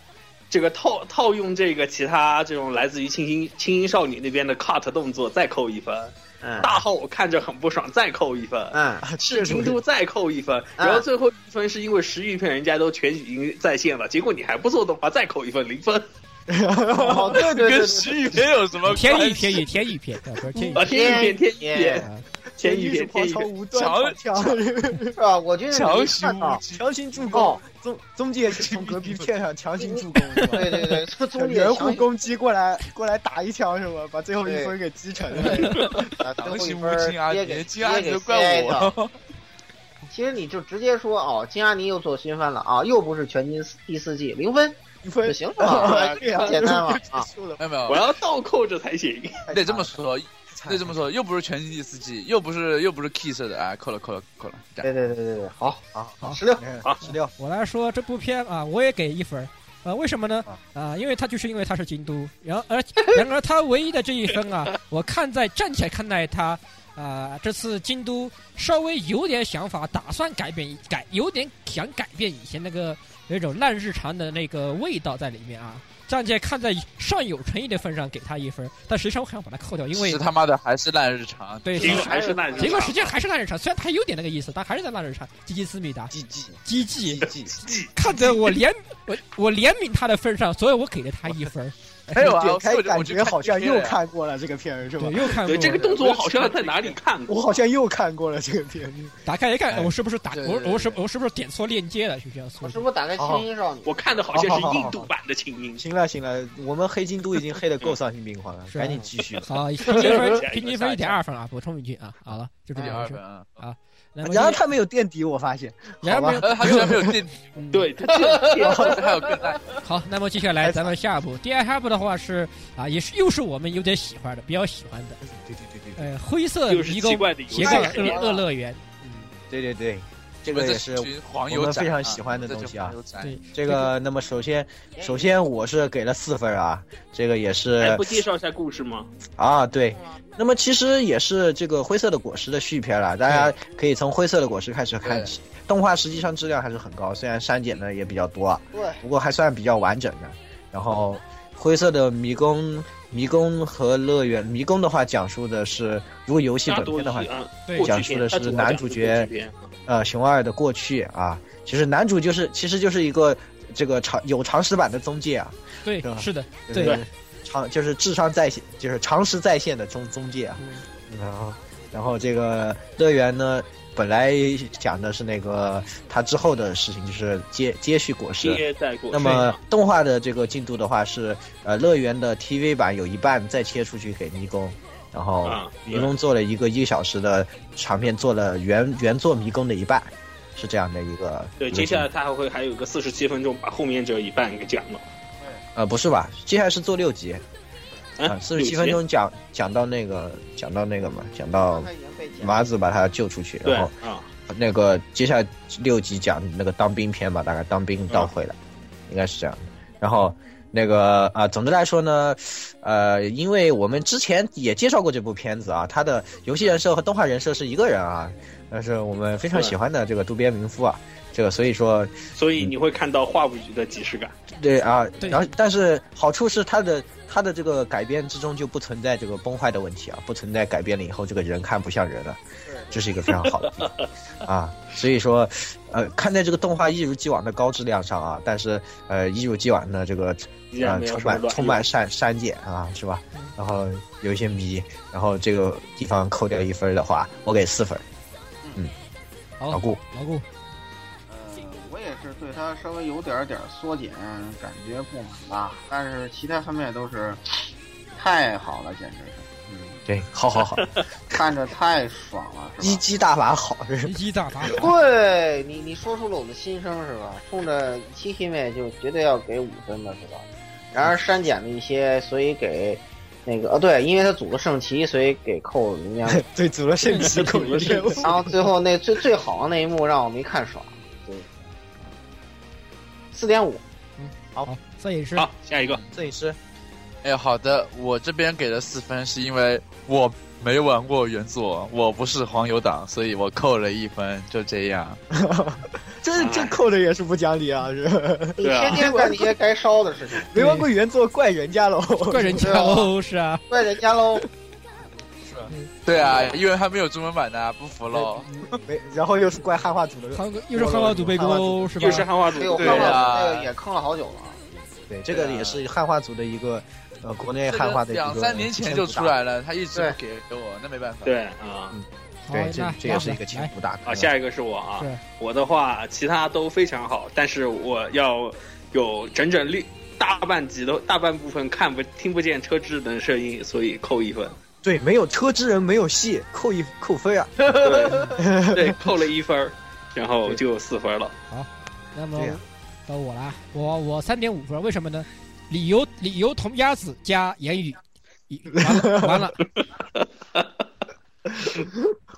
F: 这个套套用这个其他这种来自于清新清音少女那边的 cut 动作再扣一分，
E: 嗯
F: 大号我看着很不爽再扣一分，啊
E: 嗯，
F: 是京都再扣一分，
E: 嗯
F: 然后最后一分是因为十余片人家都全已经在线了，结果你还不做动画再扣一分零分，嗯
E: 哦，对对对
B: 跟
E: 对
B: 徐宇天有什么
C: 天意
B: 关系？
C: 天意天意篇，啊不是天意
F: 啊天一片天一片
C: 啊，
F: 天一片
D: 狂
F: 天一
D: 潮
F: 片，
D: 无端强
E: 对，是吧？我觉得
B: 强
E: 你
B: 行
E: 看到，哦
D: 强行助攻，中中介从隔壁片上强行助攻，是吧
E: 对对对， 这中介
D: 圆
E: 强
D: 弧攻击过来过来打一枪是吧？把最后一分给击沉了。
E: 啊，最
B: 强
E: 后一
B: 行
E: 分
B: 无情啊，
E: 儿也
B: 你
E: 给
B: 金阿
E: 也
B: 尼
E: 给
B: 都怪
E: CI 的。
B: 我。
E: 其实你就直接说哦，金阿尼又做新番了啊，又不是全金第四季零分
D: 一
E: 就
D: 分
E: 行 了嘛，
D: 对哎呀，
E: 简单嘛啊。
D: 输了。
B: 没有没有
F: 我，要倒扣着才行。
B: 你得这么说，得这么说，又不是全新第四季，又不是又不是 Key 社的，哎，扣了扣了扣了，这
E: 对
B: 样
E: 对对对对，好，
D: 好好
E: 十六
D: 好十六，
C: 我来说这部片啊，我也给一分儿。啊，为什么呢
D: 啊？
C: 啊，因为它就是因为它是京都，然后而 然而它唯一的这一分啊，我看在站起来看待它，啊，这次京都稍微有点想法，打算改变一改，有点想改变以前那个有一种烂日常的那个味道在里面啊。站起来看在尚有诚意的份上给他一分儿，但实际上我想把它扣掉，因为
B: 是他妈的还是烂日常，
C: 对，
F: 结果还是烂
C: 结果实际上还是烂日常，虽然它有点那个意思，但还是在烂日常。吉吉思密达，
D: G G
C: 吉吉
D: G，
C: 看在我怜我我怜悯他的份上，所以我给了他一分儿。
B: 没有啊
D: 点开
B: 我就
D: 感
B: 我就
D: 觉
B: 看
D: 好像
B: 这个
D: 又看过了这个片儿是吧
C: 对，？又看过
F: 对这个动作我好像在哪里看
D: 我
F: 过，
D: 好像又看过了这个片子。
C: 打开一看，
D: 哎
C: 我是不是打
B: 对
C: 我
B: 对对
C: 我是
B: 对
C: 我是不是点错链接了？是这样
E: 我
C: 说
E: 是。不是打开清音少女？
F: 我看的好像是印度版的清音。
D: 行了行了，我们黑京都已经黑的够丧心病狂了，
C: 是啊
D: 赶 紧继续吧。
C: 好，平均分
F: 下一个
C: 平均
F: 下一
C: 分
F: 个
C: 一点二分啊，补充一句啊，好了，就这
B: 第
C: 两
B: 二
C: 回事
B: 分
C: 儿。
B: 啊，
C: 然
F: 哎
G: 然
C: 后
G: 后他没有垫底，我发现。
C: 然而没有
B: 呃，他居然没有进，
C: 嗯
F: 哎对，哎他这这
B: 还有更大。
C: 好，那么接下来咱们下一步第二下一步的话是啊，也是又是我们有点喜欢的，比较喜欢的，
D: 对对对对
C: 呃，灰色
F: 又是
C: 迷
F: 奇
C: 宫
F: 怪的游戏
C: 斜杠
F: 海绵
C: 恶
D: 呃
C: 恶乐园，嗯，
D: 对对对，这
B: 这
D: 个也是
B: 黄油
D: 我们
B: 展
D: 非常
B: 啊
D: 喜欢的
B: 这
D: 东
B: 就
D: 西啊
B: 黄油
F: 哎
B: 展
C: 对
D: 这个。那么首先，首先我是给了四分啊，这个也
F: 还
D: 是
F: 哎不介绍一下故事吗？
D: 啊对。那么其实也是这个灰色的果实的续篇了，大家可以从灰色的果实开始看
B: 对
D: 起。动画实际上质量还是很高，虽然删减的也比较多啊，
G: 对，
D: 不过还算比较完整的。然后灰色的迷宫。迷宫和乐园，迷宫的话讲述的是，如果游戏
F: 大
D: 本
F: 多
D: 片
F: 一
D: 的话，
F: 啊，
C: 对
F: 过去
D: 讲述的
F: 片它
D: 是
F: 主要
D: 男
F: 讲
D: 主
F: 述
D: 角
F: 过去片
D: 呃熊二的过去啊，其实男主就是其实就是一个这个常有常识版的中介啊，
C: 对
D: 是，吧
C: 是的，
D: 就是
C: 对
D: 常就是智商在线，就是常识在线的中中介啊。
C: 嗯
D: 然后然后这个乐园呢，本来讲的是那个他之后的事情，就是接接续果实。
F: 贴在过去
D: 那么动画的这个进度的话是，呃，乐园的 TV 版有一半再切出去给迷宫，然后
F: 啊，
D: 迷宫做了一个一个小时的长片，做了原原作迷宫的一半，是这样的一个。
F: 对，
D: 一个
F: 接下
D: 进
F: 来他还会还有个四十七分钟，把后面这一半给讲了。
D: 度呃不是吧？接下来是做六集啊
F: 啊，，
D: 四十七分钟讲讲到那个讲到那个嘛，讲到
E: 他已经被剪了
D: 麻子把他救出去，
F: 对
D: 然后
F: 啊，
D: 那个接下来六集讲那个当兵篇吧，大概当兵到会了，应该是这样。然后那个啊、总的来说呢，呃，因为我们之前也介绍过这部片子啊，它的游戏人设和动画人设是一个人啊，但是我们非常喜欢的这个渡边明夫啊，这个所以说
F: 所以你会看到话务局的即视 感。
D: 对啊，
C: 对
D: 然后但是好处是它的它的这个改编之中就不存在这个崩坏的问题啊，不存在改编了以后这个人看不像人了，这是一个非常好的地 方啊。所以说，呃，看在这个动画一如既往的高质量上啊，但是呃一如既往的这个
F: 依然
D: 呃
F: 没有
D: 充
F: 什么
D: 满
F: 卵
D: 充满删删减啊，是吧？然后有一些迷，然后这个地方扣掉一分的话，我给四分。
F: 嗯
C: 好，
D: 老顾，
C: 老顾，
E: 呃，我也是对它稍微有点儿点儿缩减，感觉不满吧，但是其他方面都是太好了，简直是，嗯，
D: 对，好 好好，
E: 看着太爽了，
D: 一
E: 是吧？
D: 击大法好， 这是
C: 一击大法，
E: 对你，你说出了我的心声是吧？冲着七七妹就绝对要给五分的是吧？
F: 嗯
E: 然而删减了一些，所以给那个呃、对，因为他组了圣骑，所以给扣人家。
D: 对，组了圣骑，扣了圣骑。
E: 然后最后那最最好的那一幕让我没看爽，对，四点五，
C: 好，摄影师，
F: 好，下一个
D: 摄影师，
B: 哎，好的，我这边给了四分，是因为我没玩过原作，我不是黄油党，所以我扣了一分，就这样。
D: 哎
G: 这这扣的也是不讲理啊！是
E: 你
F: 对啊
E: 天天干那些该烧的事情，
G: 没玩过原作，怪人家喽。
C: 怪人家
E: 对啊
C: 哦，是啊，
E: 怪人家喽。
B: 对啊，因为他没有中文版的、啊不服喽。
G: 没，然后又是怪汉 化组的。
C: 韩国又是汉化组被攻，是吧
F: 又？是汉化组
E: 哎呦，，
F: 对
E: 刚好
B: 啊
E: 那个也坑了好久了啊。
D: 对，这个也是汉化族的一个，呃，国内
B: 这个
D: 汉化的一个
B: 两三年前就出来了，他一直
E: 对
B: 不给给我，那没办法。
F: 对啊。
C: 好，
G: 哦
D: 对，这
C: 那
D: 这也是一个
C: 来
D: 前，途大坑。
F: 好，下一个是我啊
C: 是，
F: 我的话其他都非常好，但是我要有整整六大半集的大半部分看不听不见车之人的声音，所以扣一分。
G: 对，没有车之人没有戏，扣一扣分啊！
F: 对，对，扣了一分儿，然后就四分了。
C: 那么
G: 对呀
C: 到我了，我我三点五分，为什么呢？理由理由同鸭子加言语，一完了 完了，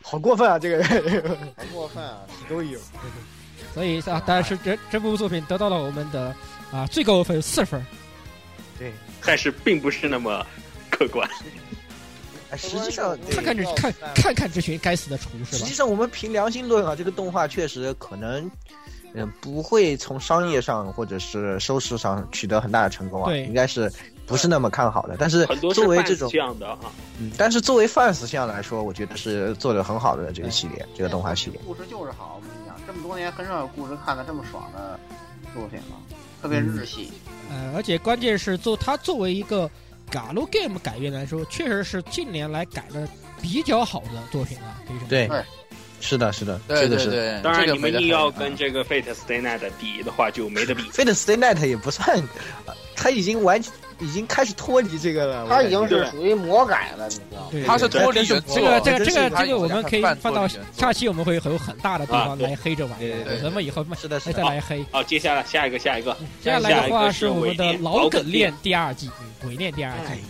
G: 好过分啊！这个人
E: 好过分啊！
G: 都有。
C: 所以啊，当然是这这部作品得到了我们的啊最高分四分，
F: 但是并不是那么客观。
D: 哎实际上，
E: 对
C: 看看这看看看这群该死的厨
D: 实
C: 是吧
D: 际？上我们凭良心论啊，这个动画确实可能，嗯，不会从商业上或者是收视上取得很大的成功啊，
C: 对
D: 应该是不是那么看好的。但是
F: 很多是
D: 作为
F: 半
D: 这种
F: 这，样的啊，
D: 嗯但是作为 fans 向来说，我觉得是做的很好的这个系列，这个动画系列。
E: 故事就是好，我跟你讲，这么多年很少有故事看的这么爽的作品了，特别是日系。
C: 呃，而且关键是做它作为一个 Galo Game 改编来说，确实是近年来改的比较好的作品啊，可以这么
D: 对
E: 对，
D: 是的，是的，
B: 对
D: 这个
B: 对
D: 是的。
B: 对，
F: 当然
B: 这个
F: 你们
B: 没得嗯
F: 硬要
B: 很
F: 跟这个 Fate Stay Night 比的话，就没得比。
D: Fate Stay Night 也不算，呃它已经完已经开始脱离这个了。
E: 它已经
D: 我
E: 是
D: 感觉
E: 属于魔改了，你知道吗？
C: 对，
B: 他是
F: 对
B: 脱离
D: 这
B: 原
D: 是
B: 作
C: 哦这个这个
B: 的
D: 真
C: 这
D: 是
C: 个
D: 他
C: 这个，我们可以放到
B: 他有点半脱离原作
C: 下期，我们会有很大的地
F: 啊
C: 方
F: 对
C: 来黑这玩意
D: 对
C: 儿
D: 对。
C: 我们以后慢
D: 是的，是
C: 还
D: 的
C: 得。哎来黑。
F: 好，接下来下一个，下一个，
C: 接下来的话是我们的老梗
F: 恋
C: 恋第二季，嗯伪恋第二季。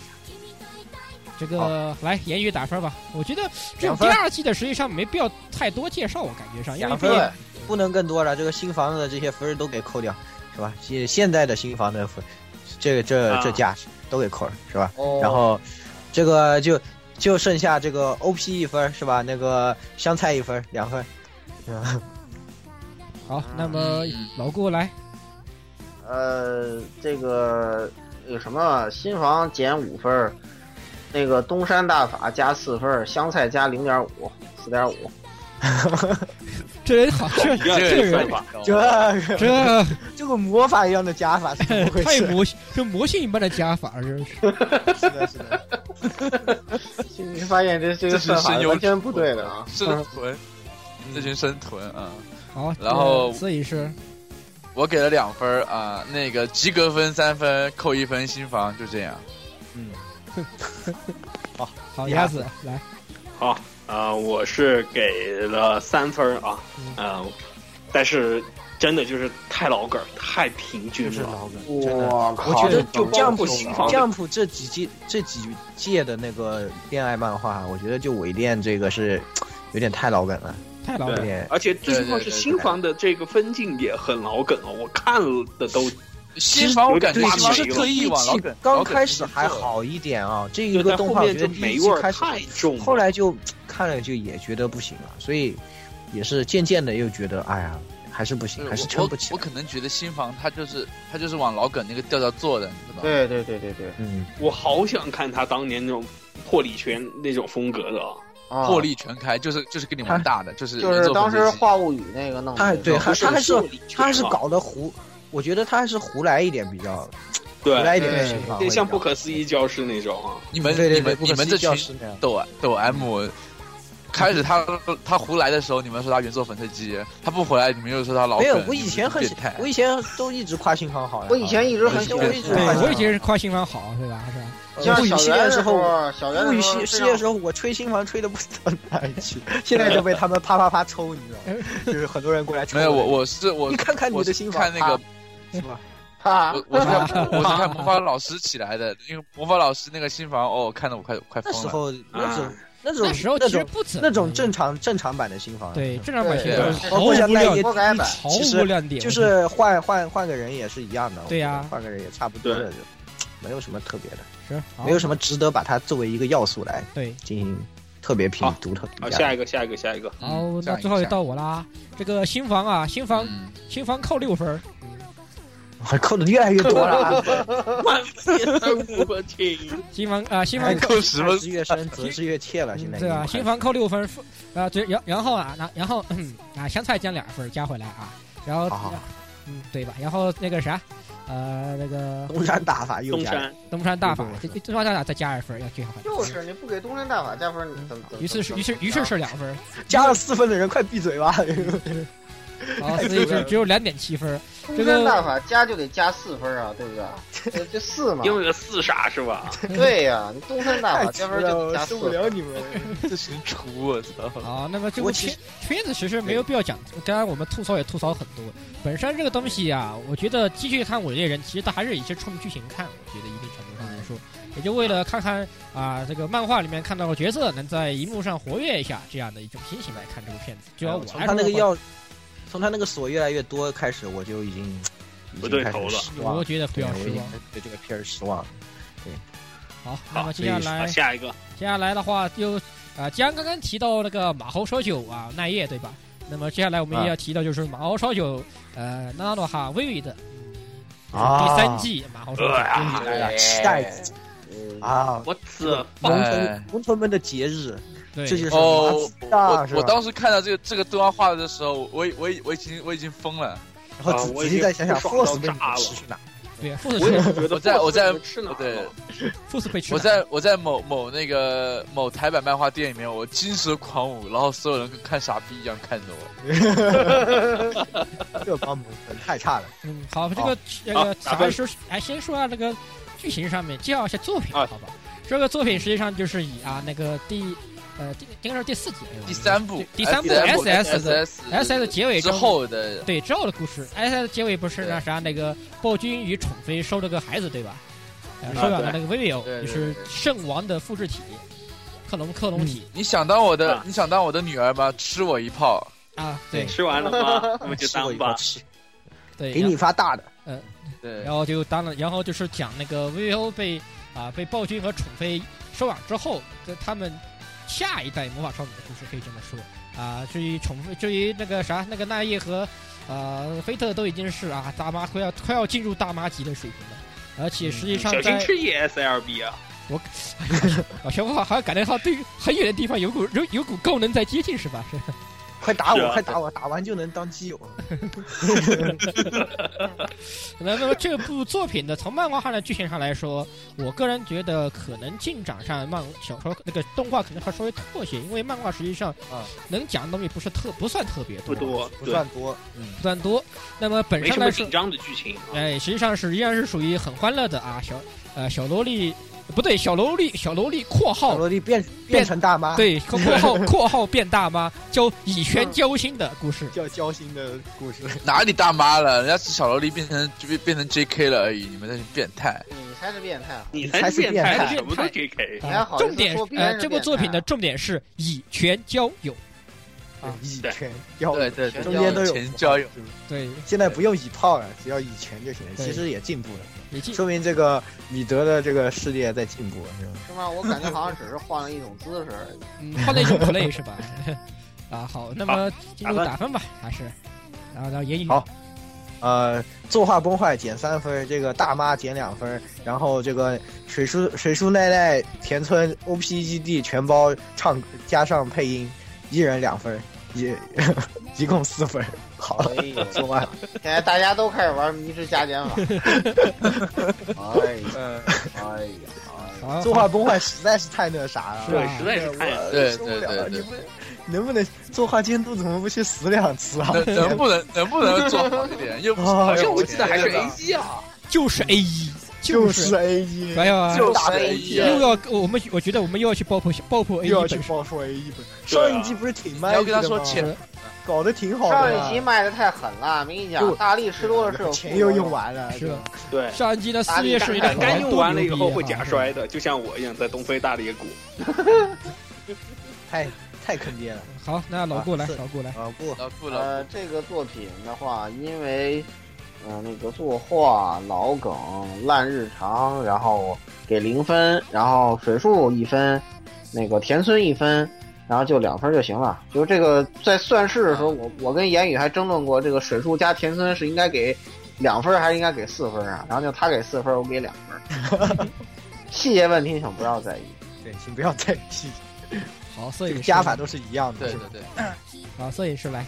C: 这个来言语打分吧，我觉得这种
D: 两
C: 第
D: 分
C: 二季的实际上没必要太多介绍，我感觉上，因为
D: 两
C: 毕
D: 分
C: 竟
D: 不能更多了，这个新房子的这些分儿都给扣掉，是吧？现现在的新房的分，这个这
F: 啊
D: 这价都给扣了，是吧？
E: 哦，
D: 然后这个就就剩下这个 OP 一分儿是吧？那个香菜一分儿，两分儿。
C: 好，那么
B: 嗯
C: 老顾来，
E: 呃，这个有什么新房减五分儿，那个东山大法加四分儿，香菜加零点五，四点五。
C: 这人好， 这
F: 一样
C: 这
F: 的
C: 个人
F: 算法，
B: 嗯
D: 这
B: 哦
D: 个
C: 这
D: 这个魔法一样的加法是怎么 回
C: 太
D: 事？
C: 魔这魔性一般的加法，真是。
D: 是的，是的。
E: 你发现这这
B: 这
E: 个
B: 是
E: 算法
B: 神
E: 是
B: 游
E: 完全不对的啊！
B: 生豚，这群生豚
D: 嗯
B: 啊，
C: 好，
B: 然后
C: 这所以是
B: 我给了两分儿啊，那个及格分三分，扣一分新房，就这样。
C: 好
D: 鸭
C: 鸭子来，
F: 好，呃，我是给了三分儿啊，
C: 嗯
F: 呃，但是真的就是太老梗儿，太平均了，
D: 梗
E: 我
D: 我
E: 靠，
D: 觉得
E: 这
D: 就
E: 梗
F: 包
D: Jump
F: 括新房
D: Jump 这几季这几届的那个恋爱漫画，我觉得就伪恋这个是有点太老梗了，
C: 太老
D: 有
C: 了。
D: 点
F: 而且最重要
B: 对对
F: 是
B: 对
F: 新房的这个分镜也很老梗哦，我看了的都
B: 新房我感觉
F: 对
B: 新房
F: 其
B: 是
F: 实
B: 特意往老
D: 第一
B: 梗
D: 季，刚开始还，好一点啊，这一个
F: 但
D: 动
F: 后
D: 画我
F: 面
D: 觉得
F: 就
D: 第
F: 霉
D: 一
F: 味
D: 季
F: 儿
D: 开始
F: 太重了，
D: 后来就看了就也觉得不行了，所以也是渐渐的又觉得，哎呀，还是不行，还是撑
B: 我
D: 不起
B: 我
D: 来。
B: 可能觉得新房它就是它就是往老梗那个调调做的，你知道吗？
E: 对对对对对，
D: 嗯，
F: 我好想看他当年那种破礼圈那种风格的啊，
E: 啊
B: 魄力全开，就是就是给你玩大的，就是
E: 就是当时《话
B: 画
E: 物语》那个弄的
D: 他
E: 那
D: 哎对，
E: 种，
D: 还他还是
F: 不是理解
D: 他还是
F: 啊
D: 搞得胡，我觉得他还是胡来一点比较，胡
F: 对，
D: 来一点的
E: 对
D: 情况会
F: 就
D: 比较，
F: 像不可思议教室那种啊，
B: 你
D: 对
B: 们
D: 对
B: 你
D: 对，
B: 们
D: 不
B: 你
D: 可
B: 们
D: 思
B: 这
D: 议教
B: 群
D: 室那样。
B: 抖抖 M，开始他 他胡来的时候，你们说他原作粉碎机；他不回来，你们又说他老
D: 没有
B: 梗，
D: 我以前很
B: 你们变态
D: 我以前都一直夸新房好呀。
E: 我以前一直很
D: 以前
E: 喜
D: 我
E: 欢
D: 一直
C: 对，
D: 夸
C: 我以前是夸新房好，对吧？是吧？
E: 像
D: 物语
E: 小
D: 系
E: 圆
D: 列
E: 的
D: 时候，
E: 小圆
D: 物
E: 的
D: 语
E: 时
D: 系
E: 候非
D: 系
E: 常
D: 列时候，我吹新房吹的不知道哪里去，现在就被他们啪啪啪抽，你知道吗？就是很多人过来抽。
B: 没有我我是我
D: 你看看你
B: 我
D: 的
B: 是
D: 新房，
B: 看那个
D: 是吧？
E: 啊
B: 我我 是看我是看魔法老师起来的，因为魔法老师那个新房哦，看得我快快
D: 那
B: 疯
D: 时
B: 了。
D: 候那种
F: 啊
D: 那种
C: 那时候
D: 那
C: 其实
D: 种
C: 不怎么
D: 那种正常正常版的新房，
C: 对
D: 是吧
C: 正常版新
B: 对
C: 房
E: 对
C: 毫无
D: 包括像那
C: 亮
D: 一
C: 点，
E: 魔改版，
C: 毫
D: 其
C: 无
D: 实
C: 亮点，
D: 就是换换换个人也是一样的。
C: 对啊呀
D: 我觉得换个人也差不多的，就没有什么特别的，
C: 是好
D: 没有什嗯么值得把它作为一个要素来
C: 对。
D: 进行特别评
F: 好
D: 独特
F: 好，
D: 评价
F: 啊下。一个，下一个，下一 个，
C: 好，那
B: 下一个
C: 最后也
B: 下一个
C: 到我啦。这个新房啊，新房
B: 嗯，
C: 新房扣六分儿，
D: 扣的越来越多 了啊，
F: 万分不清，
C: 新房啊，新
D: 哎
C: 房
B: 扣十 分
D: 是越深则是越切了，现在
C: 嗯对吧？
D: 已经
C: 新房扣六分，负啊，对，然然后啊，那然后嗯啊，香菜加两分加回来啊，然后
D: 好好好
C: 嗯对吧？然后那个啥，呃，那个
D: 东山大法又
F: 东
D: 加了。
F: 山，
C: 东山大法
D: 又多了，
C: 这东山大法再加二分要这样回来
E: 就是你不给东山大法加分，你怎么？怎么啊
C: 于是是于是于是是两分，
D: 加了四分的人快闭 嘴吧！
C: 啊，所以就只有两点七分。
E: 东山大法加就得加四分啊，对不对？这这 四嘛，
F: 因为有四杀是吧？
E: 对呀，你东山大法加分就得
D: 哎
E: 加
D: 受
E: 四
D: 不
E: 分。
D: 了你们。
B: 这谁出我操！
C: 啊，那么这
D: 呃我
C: 个
D: 其
C: 圈
D: 实
C: 圈子其实没有必要讲，刚刚我们吐槽也吐槽很多。本身这个东西啊，我觉得继续看《伪猎人》，其实它还是也是冲剧情看，我觉得一定程度上来说，也就为了看看啊、这个漫画里面看到的角色能在荧幕上活跃一下这样的一种心情来看这部片子。主要啊我
D: 哎从
C: 还
D: 他
C: 是
D: 那个
C: 会，
D: 要，从他那个锁越来越多开始，我就已经已
F: 不
D: 经
F: 对
D: 开始
F: 头了
D: 失望
C: 我觉得比
D: 对
C: 较
D: 我
C: 失
D: 已经
C: 望。
D: 对这个片儿失望了。
C: 好，那
F: 好，
C: 么接下来
D: 啊哎
F: 好啊下一个，
C: 接下来的话就啊，既然刚刚提到那个马猴烧酒啊，奈叶对吧？那么接下来我们也要提到就是马猴烧酒，呃，纳诺哈薇薇的
D: 啊
C: 第三季马猴烧酒终于来了，
D: 哎呀，期待死啊！
F: 我操，
D: 农
B: 哎
D: 村农村们的节日，
C: 对，
D: 这就是麻
B: 哦
D: 子，
B: 我
D: 大啊是
B: 我
D: 吧
B: 当时看到这个这个动画画的时候，我已我已我已经我已经疯了。
D: 然后
F: 啊
D: 仔
F: 我已
D: 仔细
F: 经
D: 再想想
F: 不爽到
D: ，Force 被你
F: 炸
D: 们
F: 了
D: 吃去哪？
C: 对，复
F: 我也
C: 制
F: 觉得
B: 我在我在
F: 吃啊哪？
B: 对，
C: 复制被吃
B: 我
C: 了，
B: 在我在某某那个某台版漫画店里面，我金蛇狂舞，然后所有人跟看傻逼一样看着我。
D: 这帮萌粉太差了。
C: 嗯，好，这个这
F: 好
C: 个
F: 打
C: 小
F: 分
C: 爱说，哎，先说下这个剧情上面介绍一下作品，
F: 啊
C: 好吧？这个作品实际上就是以啊那个第呃第应该是第四集，哎呦
B: 第三部，嗯
C: 第三部 SS 的 SS 结尾
B: 之
C: 中
B: 后的，
C: 对之后的故事，SS 结尾不是那
B: 对
C: 啥那个暴君与宠妃收了个孩子对吧？呃
F: 啊
C: 收养了那个 Vivio，
B: 对对
C: 就
B: 对
C: 是圣王的复制体，克隆克隆体
B: 你想当我的
C: 嗯
F: 啊，
B: 你想当我的女儿吗？吃我一炮！
C: 啊，对
F: 吃完了吗？那么就当吧。
C: 对，
D: 给你发大的，
B: 对
C: 然后就当了，然后就是讲那个 VVO 被啊、被暴君和宠妃收养之后，这他们下一代魔法少女的故事可以这么说啊。至于宠妃，至于那个啥，那个奈叶和呃菲特都已经是啊大妈，快要快要进入大妈级的水平了。而
B: 嗯
C: 且实际上
F: 小心
C: 在，
F: 吃 ESLB 啊！
C: 啊，小火好像感觉到对于很远的地方有股有有股高能在接近，是吧？是
D: 快打
F: 是
D: 我，
F: 啊
D: 快打我，打完就能当基友。
C: 那么这部作品的从漫画上的剧情上来说，我个人觉得可能进展上漫小说那个动画可能还稍微拖些，因为漫画实际上
D: 啊
C: 能讲的东西不是特不算特别
F: 不
C: 多，
F: 多，
D: 不
F: 对，
D: 算多，
C: 不算多。那么本
F: 没
C: 身
F: 什
C: 来
F: 么
C: 说
F: 紧，张的剧情。啊
C: 哎，实际上是依然是属于很欢乐的啊，小呃小萝莉不对，小萝莉小萝莉（括
D: 小
C: 号
D: 萝莉变变成大妈，
C: 哦 对括号括号变大妈）交
D: 嗯
C: 以权交心的故事。
G: 叫交心的故事。
B: 哪里大妈了？人家是小萝莉变成就变变成 JK 了而已，你们那是变态。
E: 你才是变态啊！
F: 你
D: 才
F: 才
D: 是
F: 变
D: 变
C: 态
F: 什么都
C: 变
F: JK。
E: 你还好意思
C: 重点
E: 说别人
C: 呃，
E: 是
C: 这部
E: 变态
C: 作品的
E: 啊
C: 重点是以权交友，啊
D: 对以
F: 对
D: 拳交，
B: 对对对，
D: 中间都有
B: 前交友，
C: 对，
D: 现在不用以炮了，只要以拳就行了。
C: 对
D: 其实也进步了，
C: 也进
D: 说明这个米德的这个事业在进步，是吧？
E: 是吗？我感觉好像只是换了一种姿势而已。
C: 嗯，换了一种 play 是吧？ 啊，好，那么进入
F: 打分
C: 打分吧，还是，然后然后言语
D: 好呃，作画崩坏减三分，这个大妈减两分，然后这个水叔水叔奈奈田村 O P G D 全包唱加上配音，一人两分，一 一共四 分。好了，
E: 哎呦，
D: 说完了。
E: 现在大家都开始玩迷之加减法。哎呀，哎呀，哎呀！
B: 啊
C: 好，
D: 作画崩坏实在是太那啥了，
C: 是
F: 对
C: 啊，
F: 实在是太
D: 我
B: 对
D: 受不了了，
B: 对对对
D: 你们能不能作画监督怎么不去死两次啊？
B: 能能 不能能不能做好一点？又不是
D: 哎
F: 好
D: 呦
F: 像
B: 我
F: 我记得还是 A G 啊，
C: 就是 A 一，
D: 就是是 A 一，
C: 哎呀，
B: 就是
D: 打
E: 飞
B: A
E: 机
B: 一
E: 啊
B: 啊
C: 又，要我们我觉得我们又要去爆破爆破 A
G: 又要
C: 一
G: 去
C: 本身，
G: 报复 A 一本，
D: 上一季不是挺卖
B: 啊要
D: 力
B: 跟他
D: 的
B: 说
D: 吗？
B: 钱
D: 搞得挺好的啊，
E: 上一集卖的太狠了，没跟你
D: 又
E: 讲，大力士多是有
D: 钱又用完了，
C: 是
D: 吧
C: 吧？
F: 对。
C: 上一季的四月水的
F: 干干用完了以后会假
C: 假
F: 摔的，就像我一样在东非大裂谷。
D: 太太坑爹了
C: 好，那老顾来，
D: 啊是
C: 老顾来，
D: 啊！不，
B: 老顾了，
E: 呃，这个作品的话，因为呃那个作画老梗烂日常，然后给零分，然后水树一分，那个田村一分，然后就两分就行了。就这个在算式的时候，我我跟言语还争论过，这个水树加田村是应该给两分还是应该给四分啊？然后就他给四分，我给两分。细节问题请不要在意。
D: 对，请不要再提，
C: 好，摄
D: 这个
C: 影
D: 加法都是一样的，
B: 对
D: 是
B: 对
D: 吧
B: 对。
C: 啊，摄影师来，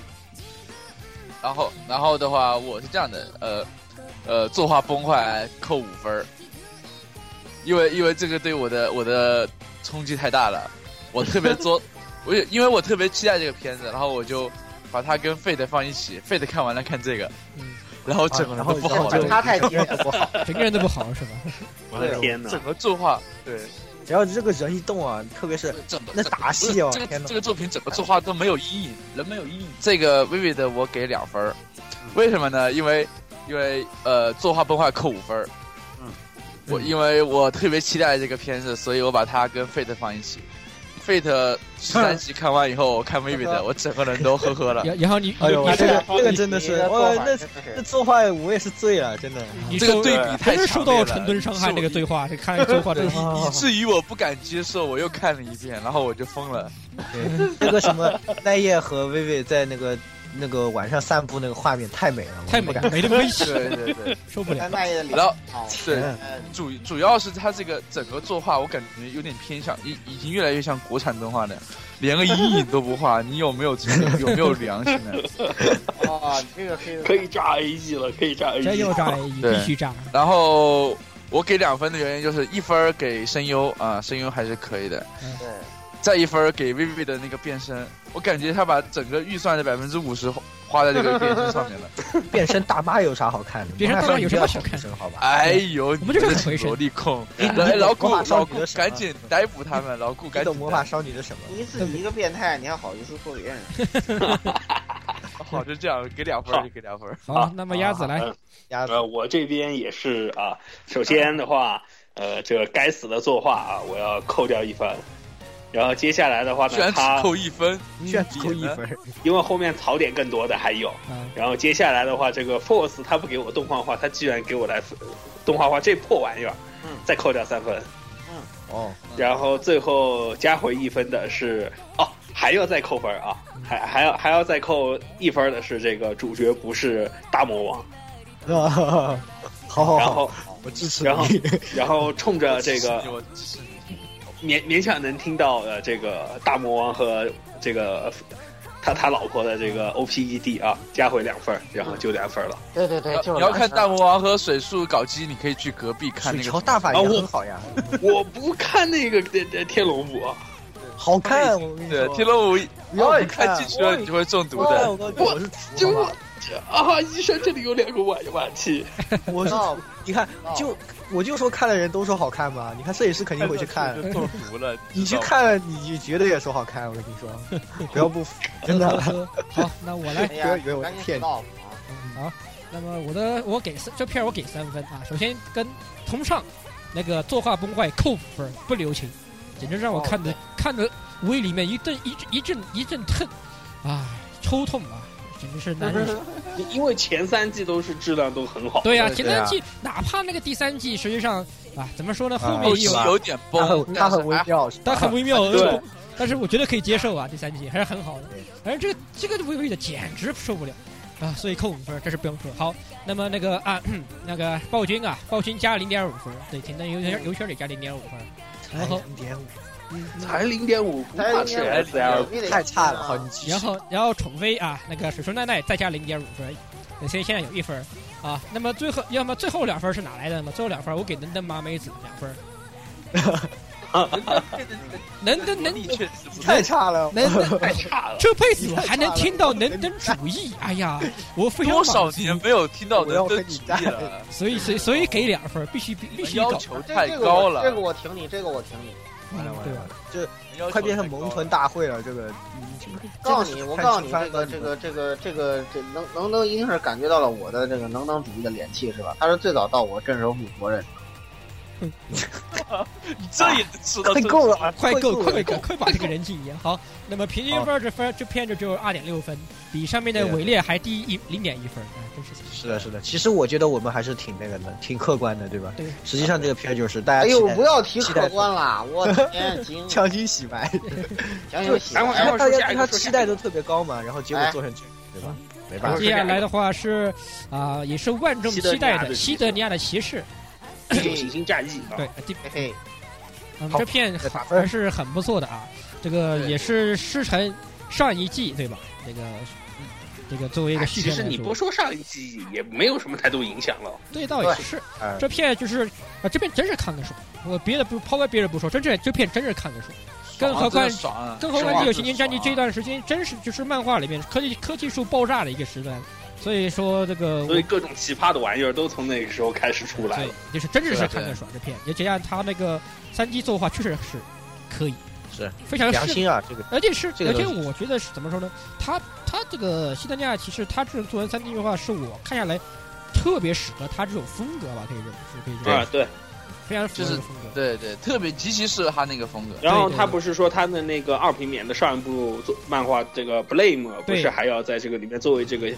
B: 然后然后的话，我是这样的，呃呃，作画崩坏扣五分儿，因为因为这个对我的我的冲击太大了，我特 别作，我也因为我特别期待这个片子，然后我就把它跟 Fate 放一起，Fate 看完了看这个，
C: 嗯
B: 然后整个
D: 啊然
B: 人
D: 后
B: 都不
D: 然
B: 好
D: 后
E: 这
B: 了，
D: 就
E: 他太急了
D: 不好，
C: 整个人都不好是吧？
F: 我的天哪
B: 整！个作画对
D: 只要这个人一动啊，特别是
B: 整个
D: 那
B: 整个
D: 打戏哦
B: 不是这
D: 天
B: 个
D: 哪
B: 这个作品整个作画都没有阴影，人没有阴影。这个微微的我给两分儿，为什么呢？因为因为呃作画崩坏扣五分儿。
F: 嗯，
B: 我因为我特别期待这个片子，所以我把它跟 Fate 放一起。Fate 十三集看完以后，我看微微的，我整个人都 呵呵了。
C: 然然后你
D: 哎呦，
C: 你
D: 我这
C: 收
D: 个这个真的是，哇，那那
E: 是
D: 作画我也是醉了，真的。
C: 你
B: 这个
C: 收
B: 对比
F: 对
C: 还
B: 太
C: 是受
B: 强烈
C: 到
B: 了
C: 陈敦伤害
B: 是我
C: 那个对话，这看来作画真 是
B: 以至于我不敢接受，我又看了一遍，然后我就疯了。
D: 对，那个什么奈叶和薇薇在那个那个晚上散步那个画面太美了，我
C: 太
D: 不
C: 美
D: 敢
C: 了，没得分析，
B: 对对对，
C: 受不了
E: 丹。麦的脸
B: 然后
E: 好
B: 对，
E: 呃
B: 主主要是它这个整个作画，我感觉有点偏向，已已经越来越像国产动画了，连个阴影都不画，你有没有这 个有没有良心呢？
E: 哦，这个是
F: 可以炸 A G 了，可以炸 A E
C: 这
F: G
C: 又炸 A 一，
B: 对
C: 必须炸。
B: 然后我给两分的原因就是一分儿给声优啊，声优还是可以的，
E: 对，
B: 再一分儿给 Vivi 的那个变身，我感觉他把整个预算的百分之五十花在这个变身上面 了。
D: 变身大妈有啥好看的？
C: 变身大妈有什么好看
D: 变身好吧？
B: 哎呦，
C: 我们就是
B: 你
C: 很回
B: 这
C: 神
B: 萝莉控！
D: 你
B: 哎，老
D: 魔
B: 顾
D: 法少
B: 老
D: 女
B: 顾
D: 的，什么
B: 赶紧逮捕他们！老顾，
D: 你
B: 赶
D: 懂
B: 紧
D: 魔法少女的什么？
E: 你自己一个变态，你还好意思说别人？
B: 逮捕 好，就这样，给两分儿就给两分儿。
C: 好，那么鸭子
B: 啊
C: 来，
D: 鸭子
F: 呃，我这边也是啊。首先的话，呃，这个该死的作画啊，我要扣掉一分。然后接下来的话
B: 居然
F: 呢，
B: 只
F: 他
B: 扣一分，
D: 居然只扣一分，
F: 因为后面槽点更多的还有。
C: 嗯
F: 然后接下来的话，这个 Force 他不给我动画化，他居然给我来动画化这破玩意儿，再扣掉三分。
D: 哦，
F: 然后最后加回一分的是哦，还要再扣分啊，还还要还要再扣一分的是这个主角不是大魔王，
D: 啊好好
F: 然
D: 好，
F: 后
D: 我支持
F: 然后
D: 你。
F: 然后冲着这
B: 支持
F: 个
B: 你我支持你
F: 勉勉强能听到呃这个大魔王和这个他他老婆的这个 O P E D 啊，加回两分儿，然后就两分儿了。
E: 对对对，就是
B: 呃你要看
E: 大
B: 大魔王和水树搞基，你可以去隔壁看
D: 水
B: 那
D: 桥
B: 个。
D: 大法也
F: 啊我
D: 很好呀，
F: 我不看那个这这天龙五，啊
D: 好看，我跟你
B: 对
D: 说，，
B: 天龙五，
D: 不要
B: 哦你
D: 也看
B: 看进去了，你就会中毒
D: 哎
B: 的。
D: 我跟你说我是
F: 就
D: 厨好
F: 我
D: 吧
F: 这啊，医生这里有两个晚晚期，
D: 我是
E: 啊
D: 厨你看，就我就说看的人都说好看嘛，你看摄影师肯定会去看
B: 就，中毒了。
D: 你
B: 知
D: 去
B: 道吗，
D: 看了你就觉得也说好看，我跟你说，不要不服，真 的。
C: 好，那我来
E: 哎，
D: 不
E: 呀
D: 要以为，我
E: 赶紧
D: 骗你
E: 道啊！
C: 好，那么我的我给三这片儿我给三分啊，首先跟同上那个作画崩坏扣五分，不留情，简直让
B: 哦
C: 我看的、看的胃里面一阵一阵一阵一阵疼啊，抽痛啊，简直是难忍。
F: 因为前三季都是质量都很好。
C: 对呀、
D: 对
C: 前
D: 对
C: 三
D: 啊
C: 季、哪怕那个第三季，实际上啊，怎么说呢，
D: 啊
C: 后面
B: 后
C: 也
B: 期
C: 有，
B: 有点
D: 他
B: 崩
D: 很，他
B: 但是啊
D: 很微
B: 还
D: 妙，是吧
C: 但很微妙，
F: 对
C: 呃但是我觉得可以接受啊，第三季还是很好的。反正这个这个微微的简直受不了啊，所以扣五分，这是不用说。好，那么那个啊， 那个暴君啊，暴君加零点五分，对，简单游圈游圈里加零点五分，然后
D: 零点五，
C: 嗯，
F: 才零点五，不怕是 S L。
D: 太差了，
E: 啊
D: 好，你继续
C: 然后然后宠妃啊，那个水树奈奈再加零点五分，呃所以现在有一分啊。那么最后要么最后两分是哪来的嘛？最后两分我给能登妈美子两分，能登能
B: 力确实不
D: 太差了，
C: 能能
F: 太差了，
C: 这辈子我还能听到能登主义，哎呀，我非常
B: 多少
C: 满足
B: 年没有听到
D: 我
B: 能
D: 要
B: 登
D: 跟你
B: 基
D: 干
B: 了，
C: 所以所以所以给两分，必须必必须搞
B: 要
D: 哎
B: 求
E: 这
B: 太
E: 这个
B: 高
E: 我
B: 了，
E: 这个我挺你，这个我挺你。
C: 嗯
D: 完了完
C: 对
D: 了
C: 吧
D: 完了，这
B: 要求
D: 快变成
B: 太高
D: 萌
B: 了
D: 豚大会了，这个你
E: 告诉你，我告诉你，这个这
D: 个
E: 个这个这个这能能能一定是感觉到了我的这个能当主义的脸气是吧？他是最早到我镇守府国人，
B: 这也知道
D: 快
B: 这
D: 够了啊，
C: 快够
D: 够
C: 快
D: 够
C: 够，快把这个人气赢。好，那么平均分儿这分儿这片就只有二点六分，比上面的
D: 对
C: 伪劣还低一零点一分，哎，真是
D: 是的，是的。其实我觉得我们还是挺那个的，挺客观的，对吧？
C: 对。
D: 实际上这个片就是大
E: 哎
D: 家期
E: 呦，
D: 待
E: 不要提客观啦！我天，行
D: 强行洗白，
E: 行行行，
F: 然后然后
D: 大
F: 说下
D: 家对
F: 一
D: 他
F: 个，说
D: 期
F: 下
D: 待
F: 一
D: 都
F: 个，
D: 特别高嘛，然后结果做成这样，对吧？没
F: 然
D: 办
F: 后
D: 法
F: 是
C: 接。下来的话是啊、也是万众期待的《西
F: 西
C: 德
F: 德
C: 尼
F: 尼
C: 亚的骑士》
F: 行星战役啊
C: 对，，这、
E: 嘿嘿，
C: 嗯、
D: 好
C: 这片
D: 打分
C: 还是很不错的啊。这个也是师承上一季对吧？这个嗯这个作为一个
F: 哎
C: 续
F: 其
C: 篇
F: 实
C: 来
F: 你不说
C: 说，
F: 上一季也没有什么太多影响了。
C: 对，倒也是
D: 哎
C: 这片就是啊，这片真是看得爽。我别的不抛开别的不说，真是这片真是看得爽。更何况
B: 爽啊，
C: 更何
B: 爽
C: 况这
B: 啊
C: 个《行星战记》这
B: 爽啊
C: 段时间真是就是漫画里面科技科技树爆炸的一个时段，所以说这个
F: 所以各种奇葩的玩意儿都从那个时候开始出来
C: 对
F: 了。，
C: 就是真的
B: 是
C: 是
B: 的
C: 看
B: 对
C: 得爽这片，也加上他那个三 D 作画确实是可以，
D: 是
C: 非常
D: 良
C: 适，
D: 心啊，这个
C: 而且是
D: 这个
C: 而且
D: 东
C: 我觉得是怎么说呢？他他这个西德尼亚骑士，他这种做成三 D 作画，是我看下来特别适合他这种风格吧，可以这么说，可以这么
F: 啊
C: 说，，
F: 对，
C: 非常符合这
B: 就是
C: 个风格。
B: 对对，特别极其适合他那个风格。
F: 然后
C: 对对
F: 他
C: 对
F: 不是说他的那个二平面的上一部作漫画这个 Blame 不
C: 对
F: 是还要在这个里面作为这个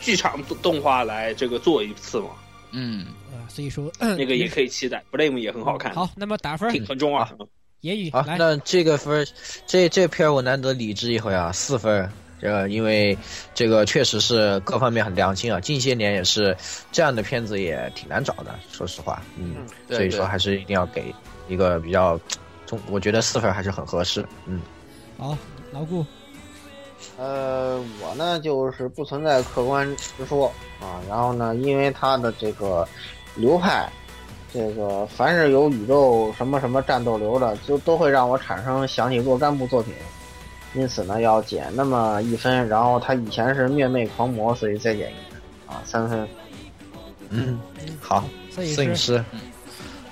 F: 剧场动动画来这个做一次吗？
B: 嗯，
C: 啊，所以说
F: 那个也可以期待，Blame 也很好看，
C: 好，那么打分儿，
F: 挺很中二
D: 啊。
C: 言语
D: 好，
C: 来，
D: 那这个分儿，这这片儿我难得理智一回啊，四分儿。这个因为这个确实是各方面很良心啊，近些年也是这样的片子也挺难找的，说实话，嗯，
B: 对
D: 所以说
B: 对
D: 还是一定要给一个比较中，我觉得四分儿还是很合适，嗯，
C: 好，牢固，
E: 呃，我呢就是不存在客观之说啊，然后呢，因为他的这个流派这个凡是有宇宙什么什么战斗流的，就都会让我产生想起若干部作品，因此呢要减那么一分。然后他以前是灭魅狂魔，所以再减一分啊，三分。
D: 嗯，好
C: 摄
D: 摄影
C: 影师
D: 师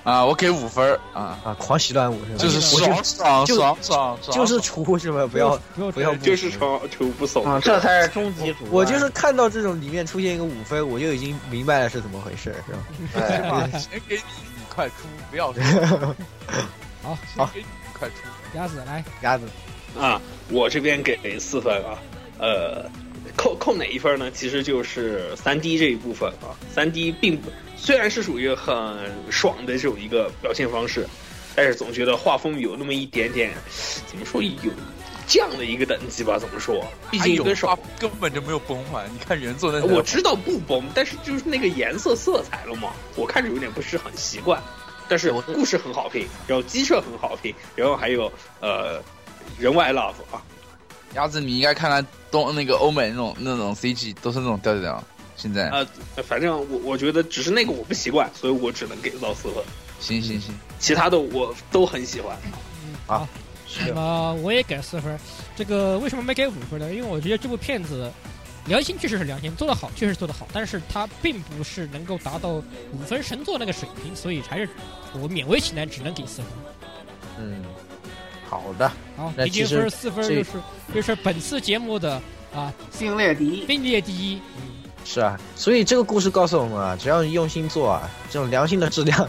B: 啊，我给五分儿啊，
D: 啊，狂喜乱舞是吧？
B: 就是爽爽
D: 就
B: 爽爽爽，
D: 就是厨是吧？不要
C: 不要
D: 不要
F: 就
D: 不
F: 是说图不怂
E: 啊，这才是终极主。
D: 我就是看到这种里面出现一个五分，我就已经明白了是怎么回事，是吧？
E: 对
B: 啊谁给你五块出？不要说，
C: 好
B: 谁给你五块出？
C: 鸭子来，
D: 鸭子，
F: 啊，我这边给四分啊，呃，扣扣哪一分呢？其实就是三 D 这一部分啊，三 D 并不虽然是属于很爽的这种一个表现方式，但是总觉得画风有那么一点点，怎么说有降了一个等级吧？怎么说？毕竟
B: 有
F: 跟
B: 刷
F: 爽。
B: 哎根本就没有崩坏，你看原作
D: 哎
B: 那
F: 呃我知道不崩，但是就是那个颜色色彩了嘛，我看着有点不是很习惯。但是故事很好评，然后机设很好评，然后还有呃人外 love 啊，
B: 鸭子，你应该看看东那个欧美那种那种 CG 都是那种调调调。现在
D: 呃
F: 啊、反正我我觉得只是那个我不习惯，所以我只能给到四分，
B: 行行行，
F: 其他的我都很喜欢。
C: 那么我也给四分。这个为什么没给五分呢？因为我觉得这部片子良心确实是良心，做得好确实做得好，但是它并不是能够达到五分神作那个水平，所以还是我勉为其难只能给四分。
D: 嗯，好的，
C: 好，
D: 那
C: 平均
D: 其实
C: 分四分
D: 这
C: 就是就是本次节目的啊
E: 并列第一。
C: 并列第一。嗯，
D: 是啊，所以这个故事告诉我们啊，只要用心做啊，这种良心的质量，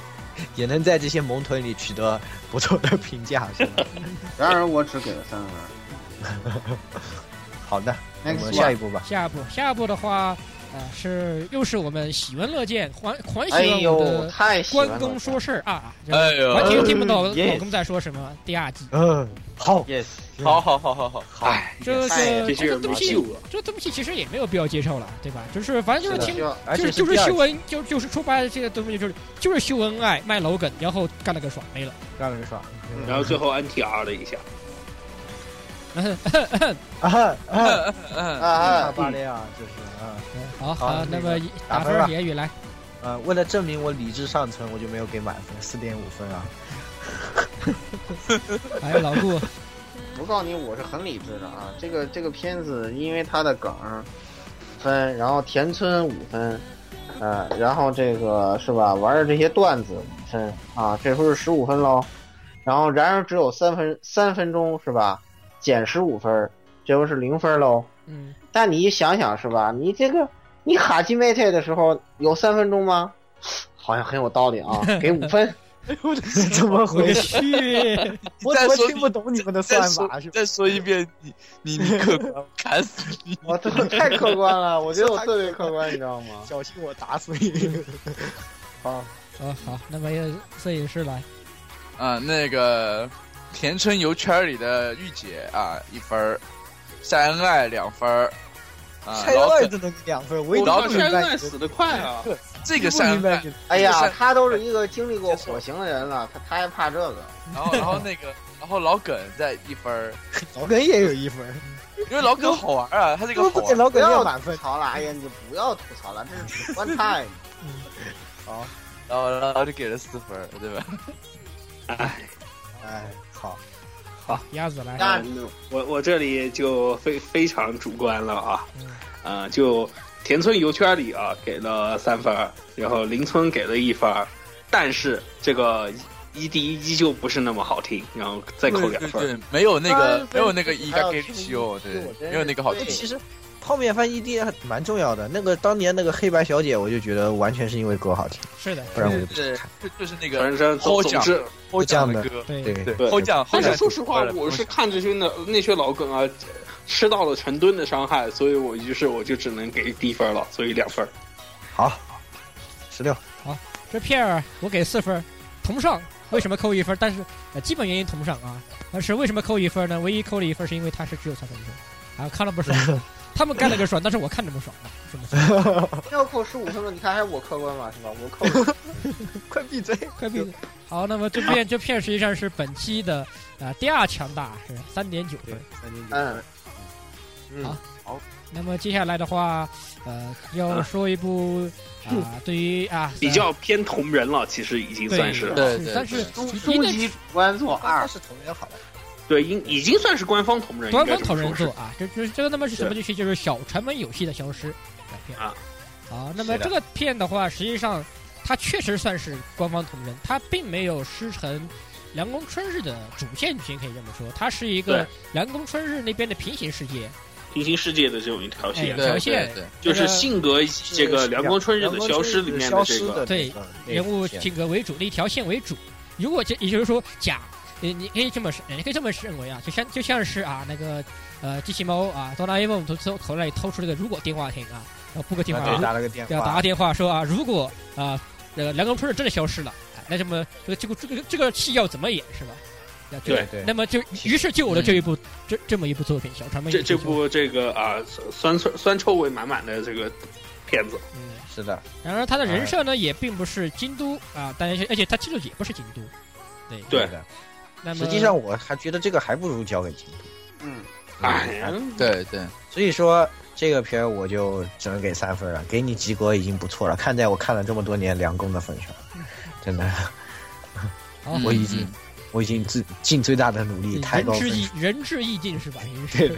D: 也能在这些萌豚里取得不错的评价，是吧？
E: 然而我只给了三分。
D: 好的，我
E: Next
D: 们
E: one
D: 下一步吧。
C: 下一步下一步的话，呃是又是我们喜闻乐见，狂狂
E: 哎
C: 喜欢我
E: 呦，
C: 的
E: 太喜欢
C: 关公说事儿啊，
B: 哎呦
C: 完全听不懂
D: 哎
C: 老公在说什么。第二季
D: 嗯，好，
E: yes，
B: 好好好好好，
F: 哎，
C: 这个
E: 哎
F: 这些
C: 这个
F: 人
C: 东
F: 没
C: 西
F: 救了。
C: 这东西其实也没有必要介绍了，对吧？就是反正就是
E: 需
C: 听，
E: 要
D: 而
C: 就
D: 且
C: 是就是
D: 第二
C: 秀恩，就就是说白了，这个东西就是就是秀恩爱、卖楼梗，然后干了个爽没了。
D: 干了个爽，嗯
F: 然后最后 NTR 了一下，
D: 啊哈啊
B: 嗯，
E: 啊
D: 哈，巴雷啊，就是啊。
C: 嗯好
D: 好
C: 好，那
D: 那
C: 么
D: 个
C: 打
D: 打分
C: 分
D: 吧
C: 言语来，
D: 呃，为了证明我理智上层，我就没有给满分，四点五分啊。
C: 还哎有老顾，
E: 我告诉你，我是很理智的啊。这个这个片子，因为它的梗儿分，然后田村五分，呃，然后这个是吧，玩的这些段子五分啊，这不是十五分喽。然后然而只有三分三分钟是吧，减十五分儿，这不是零分喽。
C: 嗯，
E: 但你想想是吧，你这个你卡基梅特的时候有三分钟吗？好像很有道理啊，给五分。
D: 怎么
C: 我
D: 回事？
C: 去，
D: 我
B: 再
D: 怎么
B: 说
D: 听不懂你们的
B: 再
D: 算法？
B: 说
D: 是吧？
B: 再说一遍，你你你客观，砍死 你！
E: 我这太客观了，我觉得我特别客观，你知道吗？
D: 小心我打死你！
E: 啊，
C: 哦好，那么也摄影师来，
B: 啊，那个田村游圈里的御姐啊，一分儿，夏恩爱两分儿，啊，
D: 拆
B: 老
D: 二
B: 梗
D: 都能给两分，我
F: 我
D: 也
B: 老
F: 靠，
D: 不
B: 梗
D: 明
F: 山
D: 白
F: 奈
D: 你的
F: 死得快啊！
B: 这个
D: 不
B: 夏
D: 明
B: 恩
D: 白
B: 爱
D: 你的
E: 哎呀
B: 是，
E: 他都是一个经历过火刑的人了，他他还怕这个？
B: 然后然后那个然后老梗再一分儿，
D: 老耿也有一分，
B: 因为老梗好玩啊，他这个
D: 都
B: 好
D: 不给
B: 玩。
D: 老
E: 不
D: 耿要
E: 要
D: 满
E: 吐
D: 分。
E: 槽了，哎呀，你不要吐槽了，这是主观态度。
B: 然后然后就给了四分儿，对吧？
F: 哎，
D: 哎，好，
C: 鸭子来，
E: 那
F: 我我这里就非非常主观了啊
C: 嗯，
F: 啊，就田村游圈里啊给了三分儿，然后邻村给了一分儿，但是这个 ED 依旧不是那么好听，然后再扣两
B: 对
F: 分儿。
B: 对，没有那个
E: 三分
B: 没有那个
E: 还
B: 伊
E: 要
B: 卡给
E: 听
B: 皮哦，对
E: 我，真
B: 没有
E: 是
B: 那个好
E: 对
B: 听。
D: 其实泡面翻译地还蛮重要的。那个当年那个黑白小姐，我就觉得完全是因为歌好听，
C: 是的，
D: 不然我
B: 对
D: 就
B: 对，对就就是那个
F: 反正
B: 获
F: 总总
B: 奖
F: 之，
B: 获奖的
D: 就
B: 歌，
C: 对，
D: 对
B: 对，
F: 对
B: 获奖获
F: 但
B: 奖。
F: 是说实话，我是看这些那那些老梗啊，吃到了成吨的伤害，所以我于是我就只能给低分了，所以两分。
D: 好，十六，
C: 这片儿我给四分儿，同上。为什么扣一分儿？但是呃，基本原因同上啊。但是为什么扣一分儿呢？唯一扣了一分儿是因为他是只有三分钟，啊，看了不爽。他们干了个爽，但是我看着不爽啊，是吗？
E: 要扣十五分钟，你看还是我客观嘛，是吧？我扣15
D: 快闭嘴！
C: 快闭嘴！好，那么这片这片实际上是本期的啊、呃第二强大，是三点九分。
E: 嗯，
C: 好，
B: 好。
C: 那么接下来的话，呃，要说一部啊，对于啊呃
F: 比较偏同人了，其实已经
C: 对
F: 算是
B: 对
C: 是但是
E: 终
C: 因
E: 终
C: 为
E: 极主观 作哦二
D: 二，是同人好了，
F: 对，已已经算是官方同人，
C: 官
F: 应
C: 方
F: 该这
C: 同
F: 么
C: 人
F: 说
C: 作啊，这这这个那么是什么游戏？就是小成本游戏的消失短片
F: 啊。
C: 好，那么
D: 是的
C: 这个片的话，实际上它确实算是官方同人，它并没有师承凉宫春日的主线剧情，可以这么说，它是一个
F: 对
C: 凉宫春日那边的平行世界，
F: 是平行世界的这种一条
C: 哎
F: 线，
B: 对
C: 条线
B: 对对，
F: 就是性格以及这个
D: 是
F: 《凉宫春日
D: 两
F: 的
D: 光
F: 消
D: 春
F: 失》
D: 日
F: 里面
D: 消
F: 这
D: 失
F: 个，
D: 的
C: 对
D: 那个
C: 人物
D: 线
C: 性格为主的一条线为主。如果这也就是说，假你你可以这么是，你可以这么认为啊，就像就像是啊那个呃机器猫啊，哆啦 A 梦从从口袋里偷出了个如果电话亭啊，然后拨个电话
D: 啊
C: 如
D: 对打了个电
C: 要打
D: 话
C: 个，电话说啊，如果啊，那个梁公春日真的消失了，哎那这么这个这个这个这个戏要怎么演是吧？那就
F: 对
D: 对嗯
C: 那么就于是就有了这一部这这么一部作品《小传媒》
F: 这这部这个啊酸酸酸臭味满满的这个片子，
C: 嗯，
D: 是的，
C: 然而他的
D: 哎
C: 人设呢也并不是京都啊，但是而且他记录也不是京都，对
F: 对
D: 是的。
C: 那么
D: 实际上我还觉得这个还不如交给京都。
E: 嗯，
F: 哎呀，
B: 对对，
D: 所以说这个片儿我就只能给三分了，给你及格已经不错了。看在我看了这么多年梁工的份 上，真的，
F: 嗯
C: 好
B: 嗯
D: 我已经我已经自尽最大的努力，
C: 嗯
D: 抬
C: 人
D: 高分
C: 至
D: 数
C: 意。人至意境是吧？人是
D: 对的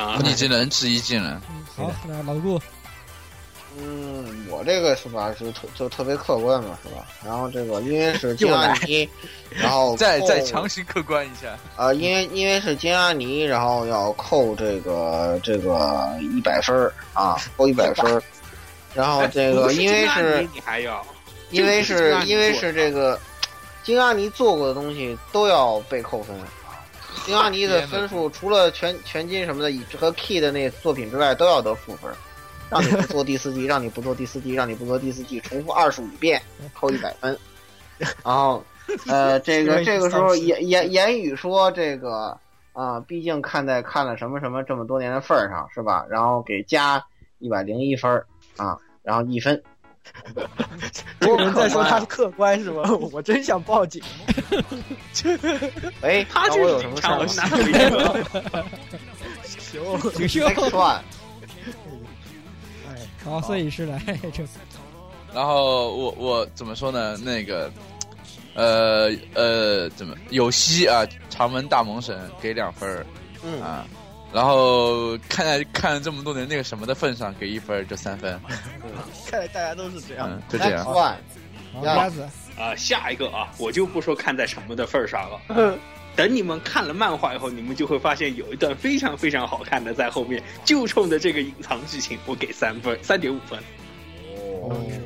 F: 啊
B: 嗯，你已经仁至义尽了。
C: 嗯好，那老顾
E: 嗯，我这个是吧，就特就特别客观嘛，是吧？然后这个因为是金
D: 又来
E: 阿尼，然后
B: 再再
E: 扣
B: 强行客观一下，
E: 呃，因为因为是金阿尼，然后要扣这个这个一百分儿啊，扣一百分儿。然后这
F: 哎不
E: 个
F: 是
E: 因为
F: 金阿
E: 是
F: 尼你还要
E: 因
F: 这
E: 为
F: 个
E: 是
F: 是金阿尼
E: 因
F: 做
E: 为
F: 的
E: 是这个金阿尼做过的东西都要被扣分。金阿尼的分数除了全全金什么的以和 Key 的那作品之外，都要得负分。让你不做第四季，让你不做第四季，让你不做第四季，重复二十五遍，扣一百 分。然后，呃，这个这个时候言言言语说这个啊、毕竟看在看了什么什么这么多年的份儿上，是吧？然后给加一百零一分儿啊，然后一 分。
G: 这个人在说他是客观是吗？我真想报警。
E: 哎，
F: 他
E: 那
F: 就
E: 我
F: 是
E: 有什
F: 警
E: 么事
F: 察，
E: 儿
F: 我
E: 吗
F: 拿回一 个。
G: 行，
C: 挺 秀，
E: ？Next one，
C: 哎好，所以是来这
B: 然后我我怎么说呢？那个，呃呃，怎么有希啊？长门大萌神给两分儿
E: 嗯
B: 啊，然后看在看了这么多年那个什么的份上，给一分儿就三分，
G: 看来大家都是这样。
B: 嗯，就这
E: ，Next
B: 样。
E: one，
C: 好
E: 呀
C: 鸭子，
F: 啊，下一个啊，我就不说看在什么的份儿上了。等你们看了漫画以后，你们就会发现有一段非常非常好看的在后面，就冲着这个隐藏剧情，我给三分，三点五分。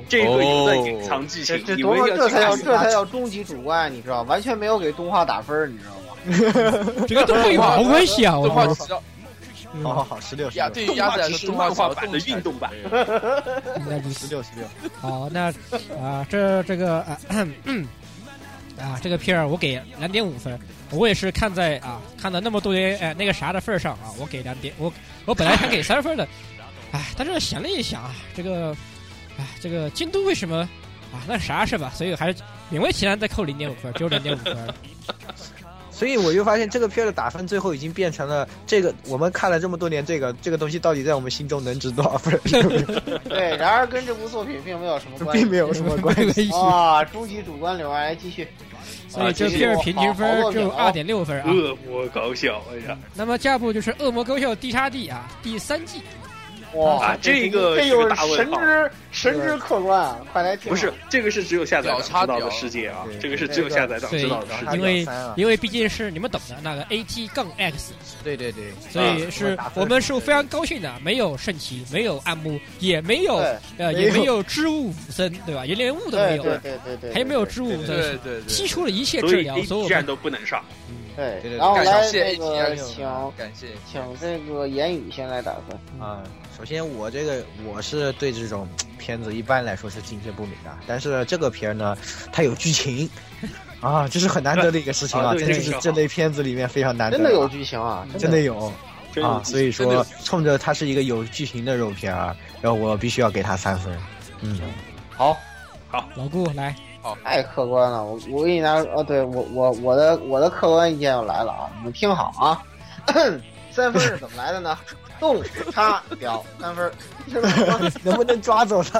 F: 这个有段隐藏剧情
E: 这，这
F: 你
E: 多
F: 们
E: 么
F: 要
E: 这才叫
F: 去
E: 这才叫终极主观，你知道？完全没有给动画打分儿，你知道吗？
C: 这个都有毛关系啊，我
B: 动画
C: 操
B: 只要
C: 嗯
G: 好好好，十六十
B: 呀，
G: 六
B: 对于
F: 动
B: 鸭
F: 画
B: 子来
F: 只
B: 说，
F: 是
B: 动画
F: 漫
B: 只
F: 画
B: 要
F: 版的运动版，
C: 应该如此
G: 十。六十六，
C: 好，那啊、这这个啊、咳啊，这个片儿我给两点五分，我也是看在啊看了那么多年哎那个啥的份儿上啊，我给两点，我我本来想给三分的，哎，但是想了一想啊，这个哎这个京都为什么啊那啥是吧？所以我还是勉为其难再扣零点五分，只有零点五分了。
D: 所以我就发现这个片儿的打分最后已经变成了这个我们看了这么多年，这个这个东西到底在我们心中能值多少分，
E: 对，然而跟这部作品并没有什么关
G: 并
E: 系。
G: 没 有什么关系。
C: 系
E: 啊，终极主观流啊，来继续。
C: 所以这
G: 啊
C: 片儿平均分儿只有二点六分啊。
F: 恶魔搞笑，哎呀，
C: 那么下一部就是《恶魔高校 D 叉 D》啊，第三季。
E: 哇
F: 啊，这个
E: 这
F: 是个
E: 又是
F: 大问
E: 神
F: 号
E: 之神之客观啊！快来听啊。
F: 不是这个是只有下载党知道的世界啊
D: 屌，
F: 这个是只有下载党
C: 对
F: 知道的世界
C: 因为
D: 三啊
C: 因为毕竟是你们懂的那个 AT 杠 X，
D: 对对对，
C: 所以是我们是非常高兴的，没有圣骑，没有暗木，也没有
E: 对
C: 呃
E: 没
C: 也没
E: 有
C: 有织物武僧，对吧？也连雾都没
E: 对
C: 有
E: 对，对对对，
C: 还有没有织物武
B: 对
C: 僧
B: 对，对对，
C: 剔除了一切
F: 所
C: 治
F: 以
C: 疗，所以
F: A
C: 我
F: 站
C: 们
F: 都不能上。
E: 对
D: 对对
E: 然后
D: 对
E: 来
B: 感谢
E: 那个
B: ATR
E: 请
B: 感谢
E: 请这个言语先来打分。
D: 啊、首先我这个我是对这种片子一般来说是敬谢不敏的，但是这个片呢，它有剧情，啊，这是很难得的一个事情
F: 啊
D: 啊，
F: 对
D: 这
F: 这个
D: 是
F: 是
D: 这类片子里面非常难得
E: 真
D: 的
E: 的有
D: 啊
E: 剧情啊，
D: 真
E: 的
D: 的
E: 有。
D: 有
F: 真
D: 啊，所以
B: 真的有
D: 说冲着它是一个有剧情的肉片啊，然后我必须要给它三分，嗯，
E: 好，
C: 老顾来，
E: 太客观了，我我给你拿哦，对我我我 的我的客观意见又来了啊，你们听好啊，三分是怎么来的呢？动叉表三分儿，是吧？
D: 能不能抓走他？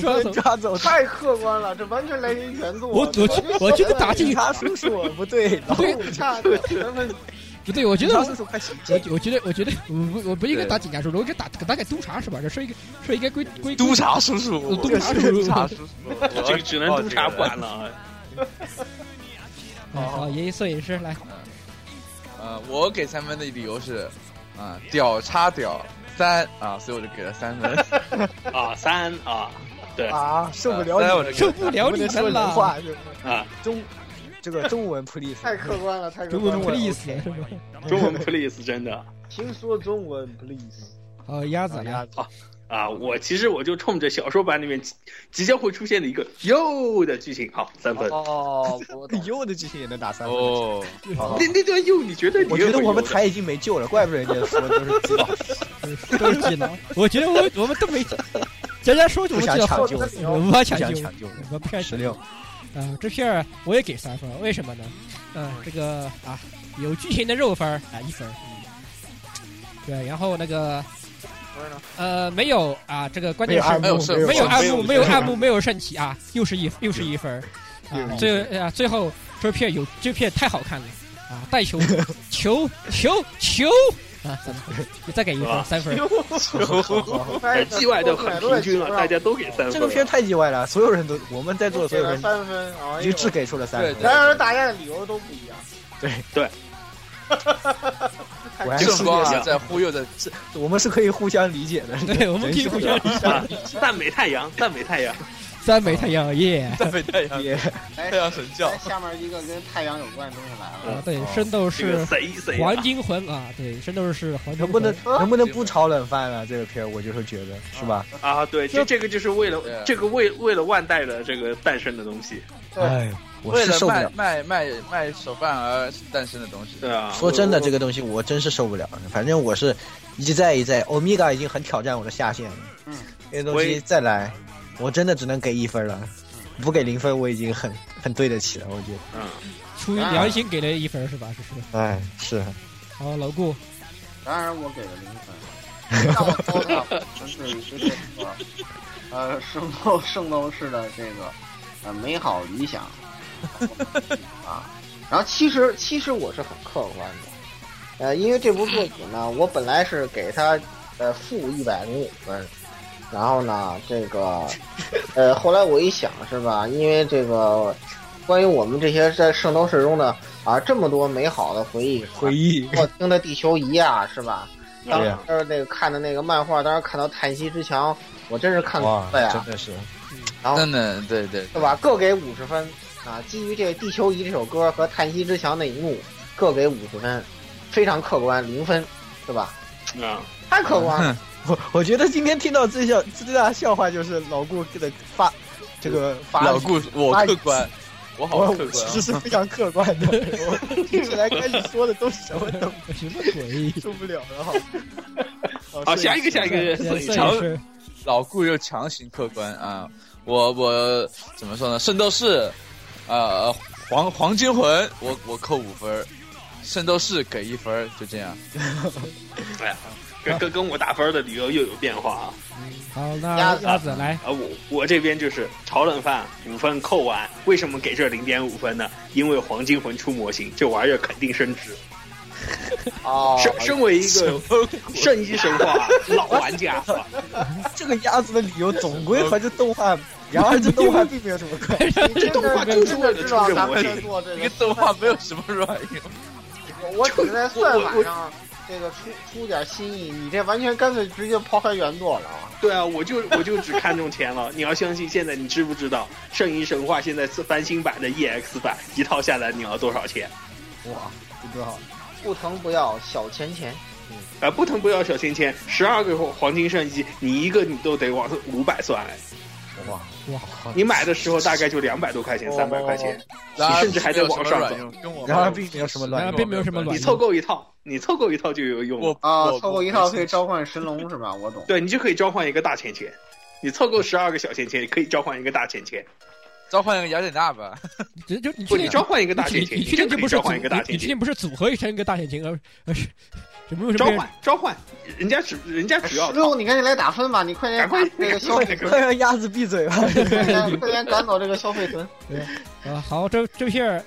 C: 抓走
D: 能不能抓走他。
E: 太客观了，这完全来源于原作。啊
C: 我我去我觉得打这
D: 警
C: 个
D: 察叔叔不对，老
C: 对
D: 警
E: 差的三分，
C: 不对，我觉得
D: 察
C: 我
D: 叔叔快醒
C: 我
D: 醒！
C: 我觉得我觉得我不我不应该
B: 对
C: 打警察叔叔，我应该打打给督察是吧？这是一个是应该归归
B: 督察叔叔，
C: 呃督察叔
B: 督
C: 叔
B: 察叔叔，我
F: 这个只能督察管了啊。
C: 啊好爷爷摄影师来，
B: 呃，我给三分的理由是，啊、屌叉屌三啊，所以我就给了三分。
F: 啊，三啊，对啊
D: 啊， 受不
B: 三
D: 了
B: 哎我
D: 你
B: 就
D: 了，
B: 给
C: 受
B: 了
C: 不了
D: 能不
C: 你
D: 能说
C: 们
D: 人话
C: 了，
D: 是吧？中这个中文 please，
E: 太客观了，太客
C: 中
E: 观
C: 文
E: 了。
C: please 是吧？
F: 中文 please 真的
E: 请说中文，please。
C: 好鸭子来，
F: 啊，我其实我就冲着小说版里面即即将会出现的一个哟的剧情，好三分。
E: 哦，我 懂
D: 优的剧情也能打三分。
B: 哦，
E: 好
F: 那那段哟，你觉得你
D: 我觉
F: 又
D: 得
F: 会
D: 我
F: 有
D: 们
F: 的
D: 台已经没救了，怪不得人家说都是基佬，
C: 都是技能，我觉得我我们都 没，人家说我
D: 不
C: 们
D: 想
C: 技
D: 抢
C: 能，
D: 救，
C: 我无法
D: 不
C: 抢
D: 想
C: 救，
D: 抢救。
C: 我不敢
D: 十六，
C: 啊，这片儿我也给三分，为什么呢？嗯、这个啊，有剧情的肉分儿啊一分儿，
D: 嗯
C: 对，然后那个呃没有啊，这个关键是
B: 没有
D: 是
B: 是
C: 没有暗幕，没有暗
D: 幕，
C: 幕，没有圣骑啊，又是一又是一分儿啊，最啊最后这片有这片太好看了啊，带 球球球球啊，三分，再给一分
F: 哇
C: 三分，
F: 哎，G Y 都很平均了，啊大家都给三分。
D: 这个片太意外了，所有人都我们在座的
E: 都
D: 所
E: 给
D: 有
E: 了
D: 人
E: 三分，啊，
D: 一致给出了三分。
B: 对
E: 然而大家的理由都不一样。
D: 我还
B: 正
D: 是
B: 光
F: 是
B: 啊，
F: 的
B: 在忽悠的
D: 我们是可以互相理解 的。
C: 对，我们可以互相
F: 啊，赞美太阳，赞美太阳。
C: 赞美太阳耶。
B: 在被 太阳
D: 也
E: 哎
B: 太，阳神教
E: 来，下面一个跟太阳有关的东西来了。
C: 啊，对，深斗
F: 这个
C: 是
F: 谁谁啊
C: 黄金魂啊，对，圣斗士是黄金
D: 能
C: 魂。
D: 不能能不能不炒冷饭了？这个片儿我就是觉得是吧？
F: 啊？对，这这个就是为了
B: 对
F: 这个为为了万代的这个诞生的东西，
E: 对
D: 哎，我
B: 为
D: 是
B: 了
D: 受不
B: 卖
D: 了。
B: 卖卖卖手办而诞生的东西。
F: 对啊。
D: 说真的，这
F: 个
D: 个东西我真是受不了。反正我是一再一再，欧米伽已经很挑战我的下限了。
E: 嗯，
D: 这个东西再来，我真的只能给一分了，不给零分我已经很很对得起了。我觉得，
C: 出于良心给了一分是吧？这是。
D: 哎，是
C: 好，老顾，
E: 当然我给了零分，让我高的纯粹是这个呃圣斗圣斗士的这个呃美好理想啊。然后其实其实我是很客观的，呃，因为这部作品呢，我本来是给它呃负一百零五分。然后呢，这个，呃，后来我一想是吧，因为这个，关于我们这些在圣斗士中的啊这么多美好的回忆，啊
D: 回忆。
E: 我哦听的《地球仪》啊，是吧？当
D: 对
E: 时
D: 哎呀
E: 那个看的那个漫画，当时看到《叹息之墙》，我真是看
D: 哇
E: 哭了，
D: 真
E: 呀，
D: 的是
E: 然后
B: 真的，嗯对对，
E: 对吧？各给五十分啊！基于这《地球仪》这首歌和《叹息之墙》那一幕，各给五十分，非常客观，零分，对吧？
F: 啊，
E: 太 客观了，
D: 我，我觉得今天听到最笑最大的笑话就是老顾的发这个发
B: 老顾，我客观，我
D: 我
B: 好客观
D: 其
B: 啊。
D: 实哦是非常客观的，我听起来开始说的都是什么都
C: 什么鬼？
D: 受不了了， 好。好
F: 好，啊下一个，下一个，
C: 摄
F: 摄
C: 影
F: 影长
C: 师
B: 老顾又强行客观啊！我我怎么说呢？圣斗士，呃，黄黄金魂，我我扣五分儿，圣斗士给一分儿，就这样。
F: 哎呀，跟跟跟我打分的理由又有变化啊！
C: 好，那
E: 鸭子
C: 鸭子来，
F: 啊，我我这边就是炒冷饭五分扣完，为什么给这零点五分呢？因为黄金魂出模型，这玩意儿肯定升值。
E: 哦，
F: 身身为一个圣衣神话老玩家，啊
D: 这个鸭子的理由总归和这动 画，然而这动画并没有什么关系。
E: 你真的你真的知道咱们在做这
B: 这个
E: 个
B: 动画没有什么软硬，
E: 我我只是在算法上这个出出点新意，你这完全干脆直接抛开原作了啊！
F: 对啊，我就我就只看重钱了。你要相信，现在你知不知道《圣衣神话》现在是翻新版的 EX 版，一套下来你要多少钱？
D: 哇，这多好！
E: 不疼不要小钱钱，
F: 啊，不疼不要小钱钱，十二个黄金圣衣，你一个你都得往五百算，
D: 哇
C: 哇
D: 好！
F: 你买的时候大概就两百多块钱，三百块钱，
B: 然而
F: 甚至还在
B: 没有什
F: 往
B: 么
F: 上
B: 软
F: 走
B: 硬，跟我
D: 然而并没有什么
C: 然
D: 卵
C: 而
D: 用。
C: 并没有什么
B: 我
C: 卵
F: 你
C: 用
F: 凑够一套，你凑够一套就有用了
B: 我
E: 啊，
B: 我
E: 凑够一套可以召唤神龙是吧？我懂。
F: 对你就可以召唤一个大钱钱，你凑够十二个小钱钱，可以召唤一个大钱钱。
B: 召唤一个雅典娜吧，
C: 这就你
F: 不，
C: 确
F: 你
C: 定
F: 召唤一个大
C: 你
F: 钱钱，
C: 你确定
F: 真
C: 这
F: 可
C: 不
F: 以
C: 是
F: 召
C: 组
F: 唤一个大
C: 你
F: 钱
C: 确
F: 钱
C: 定不是组合成一个大铁琴，而而是有没有什
F: 召
C: 么人
F: 唤召唤，人家只人家只
D: 哎
F: 要
E: 石头，你赶紧来打分吧，你快点
F: 赶
E: 把
F: 快
E: 这个
F: 赶
E: 消
F: 快
E: 费
F: 赶
E: 群，
F: 快，
D: 鸭子闭嘴吧！
E: 快 点快点赶走这个消费群。
C: 啊？好，这这片儿，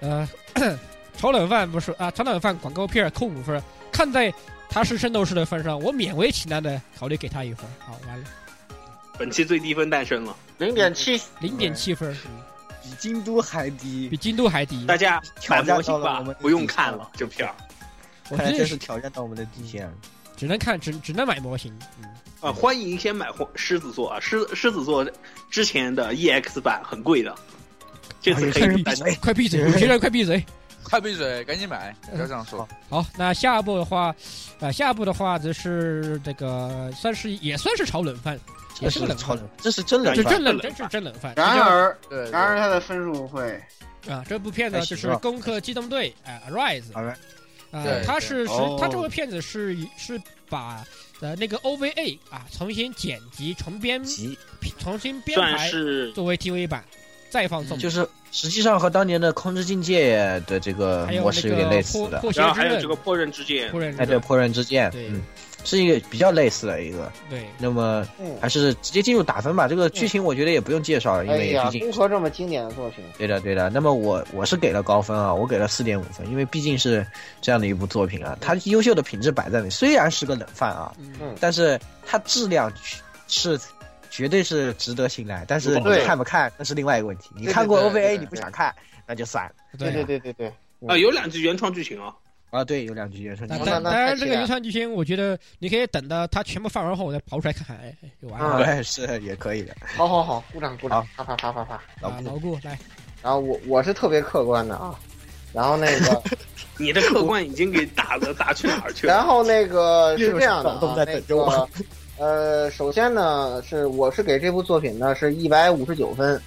C: 呃， 炒冷饭不是啊？炒冷饭广告片儿扣五分儿，看在他是圣斗士的份上，我勉为其难的考虑给他一分儿。好，完了，
F: 本期最低分诞生了。
E: 零点七，
C: 零点七分儿，嗯
D: 比京都还低，
C: 比京都还低。
F: 大家买模
D: 挑
F: 型
D: 战嗯到了
F: 吧
D: 我们，
F: 不用看了，这片儿
C: 我
D: 看来
C: 真
D: 真
C: 的
D: 是
C: 哎是
D: 挑战到我们的底线了。
C: 只能看，只只能买模型。
F: 啊，欢迎先买黄狮子座啊，狮狮子座之前的 EX 版很贵的，这
D: 啊
F: 次可
C: 哎
F: 以
C: 闭
F: 诞生
C: 嘴，快闭 嘴！我觉得快闭嘴。
B: 快闭嘴，赶紧买，不要这样 说。
C: 好，那下一步的话，啊，下一步的话就是这个算是也算是炒冷饭，也
D: 这
C: 是个
D: 是
C: 冷
D: 超
C: 饭，
D: 冷，这是真冷
C: 就
F: 这
C: 真
D: 饭。
C: 冷，
F: 冷
C: 真是真冷饭。
E: 然而
B: 对，对
E: 然而他的分数会
C: 啊，这部片呢
D: 哎
C: 就是
D: 行
C: 《
D: 了
C: 攻克机动队》哎，Arise，
D: Alright
C: 啊
B: 对，
C: 它
B: 对
C: 是是
F: 哦
C: 它这部片子是是把呃那个 OVA 啊重新剪辑、重编、
D: 急，
C: 重新编
F: 算
C: 排
F: 是
C: 作为 TV 版再放送，
D: 就是实际上和当年的《空之境界》的这个
C: 还有
D: 模
C: 那
D: 式有点
C: 个
D: 类
C: 破
D: 似的。
C: 破鞋
F: 然后
C: 之
F: 还有
C: 刃
F: 这个破刃之剑
C: 破，刃之
D: 哎，对，
C: 刃
D: 《破刃之剑》
C: 对
D: 嗯，是一个比较类似的一个。
C: 对
D: 那么
E: 嗯
D: 还是直接进入打分吧。这个剧情我觉得也不用介绍了，因
E: 哎
D: 为
E: 呀
D: 毕，竟
E: 综合这么经典的作品，
D: 对的，对的。那么我我是给了高分啊，我给了四点五分，因为毕竟是这样的一部作品啊，它优秀的品质摆在那里，虽然是个冷饭啊，
C: 嗯
D: 但是它质量是绝对是值得信赖。但是你
E: 对
D: 看不看那是另外一个问题。你
E: 对
D: 看过
B: 对对
D: OVA
B: 对
D: 你不想看，那就算了
E: 对
C: 对
E: 对。对对对，
F: 啊，有两句原创剧情啊，
D: 啊。对，有两句原声
C: 那
E: 哦
C: 当
E: 那
C: 当然，
E: 太
C: 这
E: 期
C: 个
E: 待
C: 原创剧情，我觉得你可以等到它全部放完后，我再刨出来看看。哎，哎就完了。
D: 对，是也可以的。
E: 好好好，鼓掌鼓掌
D: 好，
E: 啪啪啪啪啪。
D: 老
C: 啊，
D: 顾
C: 老顾来，
E: 然后我我是特别客观的啊，然后那个，
F: 你的客观已经给打的打去哪儿去了？
E: 然后那个是这样的
D: 都
E: 啊，
D: 在
E: 那
D: 等着我
E: 个呃，首先呢是我是给这部作品呢是一百五十九分，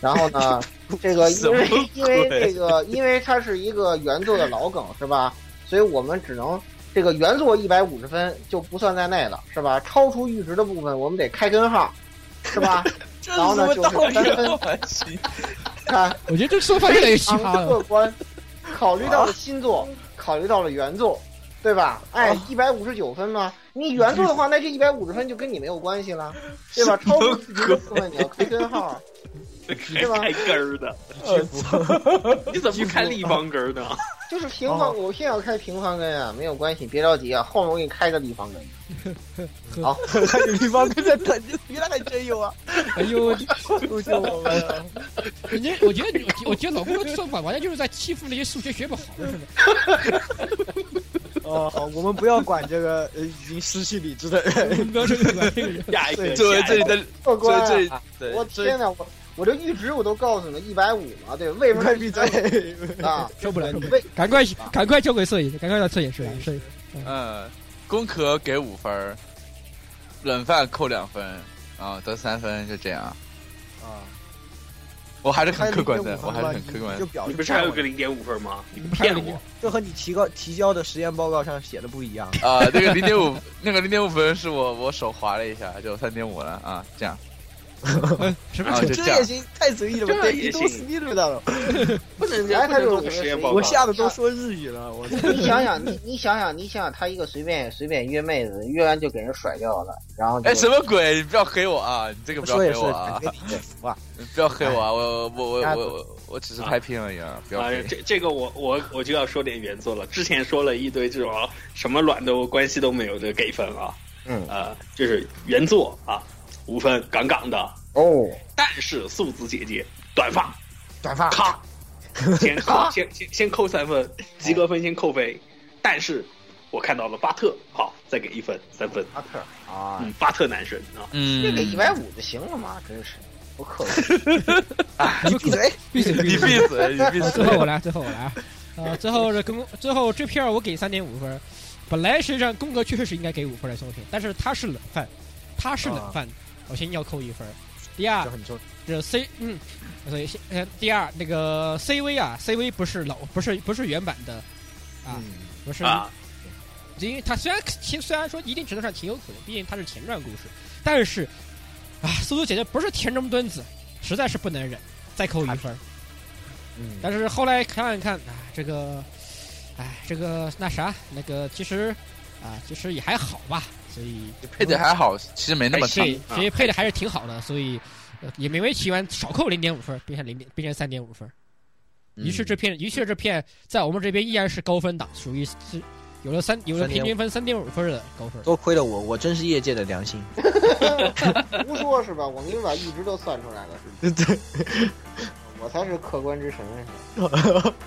E: 然后呢这个因为
F: 什么鬼
E: 因为这个因为它是一个原作的老梗是吧，所以我们只能。这个原作一百五十分就不算在内了，是吧？超出阈值的部分，我们得开根号，是吧？
D: 这
E: 然后呢，就是三分，看
C: 我觉得这说 法越来越
D: 啊
C: 奇
E: 非常
C: 葩了。
E: 客观，考虑到了新作，
B: 哦
E: 考虑到了原作，对吧？哎，一百五十九分吗？你原作的
B: 嗯
E: 话，那这一百五十分就跟你没有关系 了，对吧？超过自己的部分你要开根号，
F: 开
E: 吧
F: 开根儿的，你怎么不开立方根儿呢？
E: 就是平
B: 哦
E: 方，我现在要开平方根啊，没有关系，别着急啊，后面我给你开个立方根。
D: 还有地方在等， 原来还真有啊！
C: 哎呦，
D: 救救我们！
C: 人家我觉得你，我觉得老顾这个说法完全就是在欺负那些数学学不好的人。
D: 哦，好我们不要管这个呃已经失去理智的 人。
C: 不要这个吧，这个人
F: 下一个，
B: 作为
F: 下
B: 这
F: 一
B: 里
F: 个
B: 的，
E: 客
B: 作
E: 观
B: 为这里
E: 啊，
B: 对，
E: 我
B: 这
E: 天哪，我我这阈值我都告诉你一百五了，对吧，为什么
D: 快闭嘴！
E: 啊？
C: 受不了，受不了
E: 为
C: 赶快赶快交给摄影，赶快让摄影师来。摄影
B: 嗯，工壳给五分儿，冷饭扣两分，啊，得三分，就这样。啊，我还是很客观的，我还是很客观
D: 就
B: 的。
D: 表
F: 你
D: 示
F: 不是还有个零点五分吗？你
C: 还有
F: 骗
C: 个
F: 我！
D: 这和你提高提交的实验报告上写的不一样。
B: 啊、那个零点五，那个零点五分是我我手滑了一下，就三点五了啊，这样。
C: 嗯，什么
B: 啊？就
D: 这
B: 样
D: 也行，太随意了吧？
F: 这
D: 对，
F: 也
D: 你都
F: 行
D: 死定了！
F: 不能
E: 哎
F: 不
E: 他
F: 能
E: 就
F: 做个实验报
D: 我
F: 告。
D: 吓得都说日语了，我
E: 你想想，你你想想，你想想，他一个随便随便约妹子，约完就给人甩掉了，然后就
B: 哎，什么鬼？你不要黑我啊！你这个
D: 不
B: 不要
D: 说也
B: 黑
D: 是
B: 我啊
D: 感！觉 你也服啊。
B: 你不要黑我啊！我我我
E: 哎
B: 我我我只是拍片而已啊！不要
F: 啊
B: 黑，。
F: 这这个我我我就要说点原作了。之前说了一堆这种什么卵都关系都没有的给分啊，
E: 嗯
F: 呃，就是原作啊，五分杠杠的，
E: 哦，
F: 但是素子姐姐短发，
D: 短发
F: 咔， 先扣先先先扣三分，及格分先扣飞，但是我看到了巴特，好，再给一分三分，
E: 阿特 啊，
F: 嗯，巴特男神啊，
E: 这个
B: 嗯
E: 一，百五就行了嘛，真是不客气。
D: 你闭嘴！
C: 闭嘴！
B: 你
C: 闭嘴！
B: 闭嘴，你闭
C: 最后我
B: 嘴。
C: 来，最后我来啊！啊，最后这跟最后这片儿我给三点五分儿。本来实际上宫格确实是应该给五分儿的作品，但是它是冷饭，它是冷饭，我先要扣一分儿。第二
D: 这，很重要。
C: 这 C 嗯，所以先呃第二那个 CV 啊，CV 不是老不是不是原版的啊，
D: 嗯
C: 不是
F: 啊，
C: 因为它虽然其虽然说一定程度上情有可原，毕竟它是前传故事，但是啊，苏苏姐姐不是田中敦子，实在是不能忍，再扣一分儿。
D: 嗯，
C: 但是后来看了看啊，这个哎，这个那啥，那个其实啊，其实也还好吧，所以嗯
B: 配的哎还好，其实没那么差。
C: 对，
F: 啊
C: 其实配的还是挺好的，所以呃也勉为其难少扣零点五分，变成零点变成三点五分。
D: 嗯
C: 于是这片，于是这片在我们这边依然是高分档，属于是有了三有了平均分三点五分的高分。
D: 多亏了我，我真是业界的良心。
E: 胡说是吧？我给你把阈值都算出来了，
D: 对，
E: 我才是客观之神。
D: 我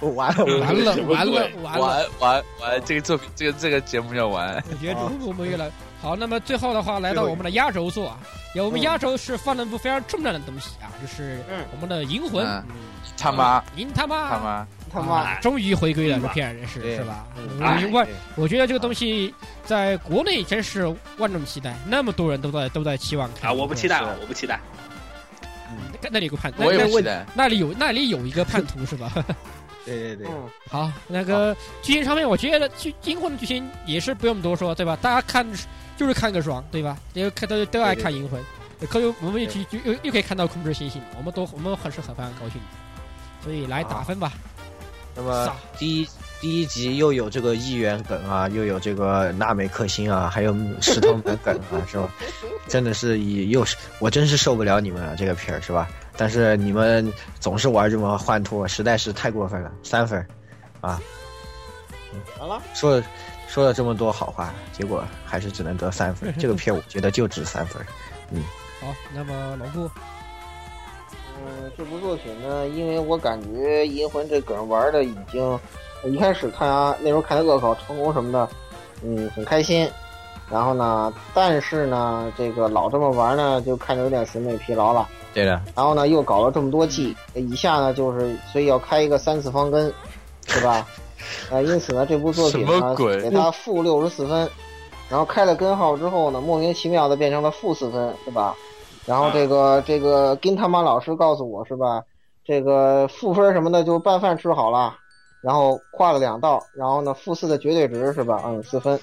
D: 哦完了，我
C: 完了
F: 什么鬼
C: 完了完了！
B: 玩玩玩，这个作品，这个这个节目要玩。
C: 我觉得这不没有了。好，那么最后的话，来到我们的压轴作啊，也我们压轴是放了一部非常重要的东西啊，就是
E: 嗯
C: 我们的《银魂》
B: 嗯
C: 嗯，
B: 他妈，
C: 您他妈
B: 他妈，
E: 他妈
C: 啊，终于回归了
F: 嗯
C: 这片人是
D: 对
C: 是吧？
F: 哎
C: 我我我觉得这个东西在国内真是万众期待，那么多人都在都在期望看
F: 啊，我不期待
D: 是
F: 啊，我不期待。
C: 那那里有个叛，那
B: 我也
C: 那
B: 不期待。
C: 那里有那里有一个叛徒是吧？
D: 对对对，
E: 嗯，
C: 好，那个剧情上面，我觉得剧《金魂》的剧情也是不用多说，对吧？大家看就是看个爽，对吧？因为看都都爱看《银魂》，可又我们又去又又可以看到空之星星，我们都我们很是很非常高兴的，所以来打分吧。
D: 那么
C: 撒
D: 第一第一集又有这个议员梗啊，又有这个纳美克星啊，还有石头门梗啊， 是吧？真的是以又是我真是受不了你们了这个片儿是吧？但是你们总是玩这么换托，实在是太过分了，三分儿啊！
E: 完了，
D: 说了说了这么多好话，结果还是只能得三 分儿。这个片儿我觉得就值三分儿。
C: 好，那么老顾，
E: 嗯，这部作品呢，因为我感觉《银魂》这梗玩的已经，我一开始看啊，那时候看他恶搞成功什么的，嗯，很开心。然后呢，但是呢，这个老这么玩呢，就看着有点审美疲劳了。
D: 对的，
E: 然后呢，又搞了这么多季，以下呢就是，所以要开一个三次方根，对 吧？呃，因此呢，这部作品
B: 什
E: 呢
B: 么鬼
E: 给它负六十四分，然后开了根号之后呢，莫名其妙的变成了负四分，对吧？然后这个
B: 啊
E: 这个跟他妈老师告诉我是吧？这个负分什么的就拌饭吃好了，然后跨了两道，然后呢负四的绝对值是吧？嗯，四分，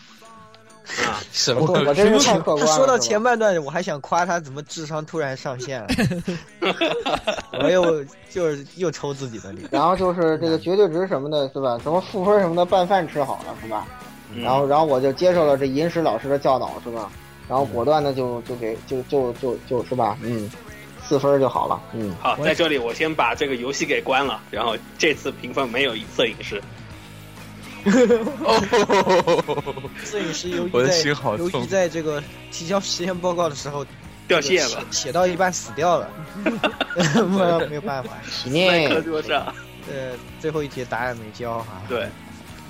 B: 什
E: 我
B: 么？
E: 我真是太客
D: 他
E: 观了。
D: 说到
E: 是吧
D: 前半段，我还想夸他怎么智商突然上 线了，我又就是又抽自己的脸。
E: 然后就是这个绝对值什么的，是吧？什么负分什么的，拌饭吃好了，是吧？
F: 嗯
E: 然后，然后我就接受了这银石老师的教导，是吧？然后果断的就就给就就就就是吧，嗯，四分就好了，嗯，
F: 好，
C: 我也
F: 在这里我先把这个游戏给关了，然后这次评分没有一次影视。
B: 哦，
D: 摄影师由于
B: 我的
D: 在
B: 心好
D: 由于
B: 痛。
D: 在这个提交实验报告的时候
F: 掉线
D: 写
F: 了，
D: 写到一半死掉了，没有没有办法，
E: 起
F: 麦
E: 念
F: 克多少？
D: 呃，最后一题答案没交哈。
F: 啊对，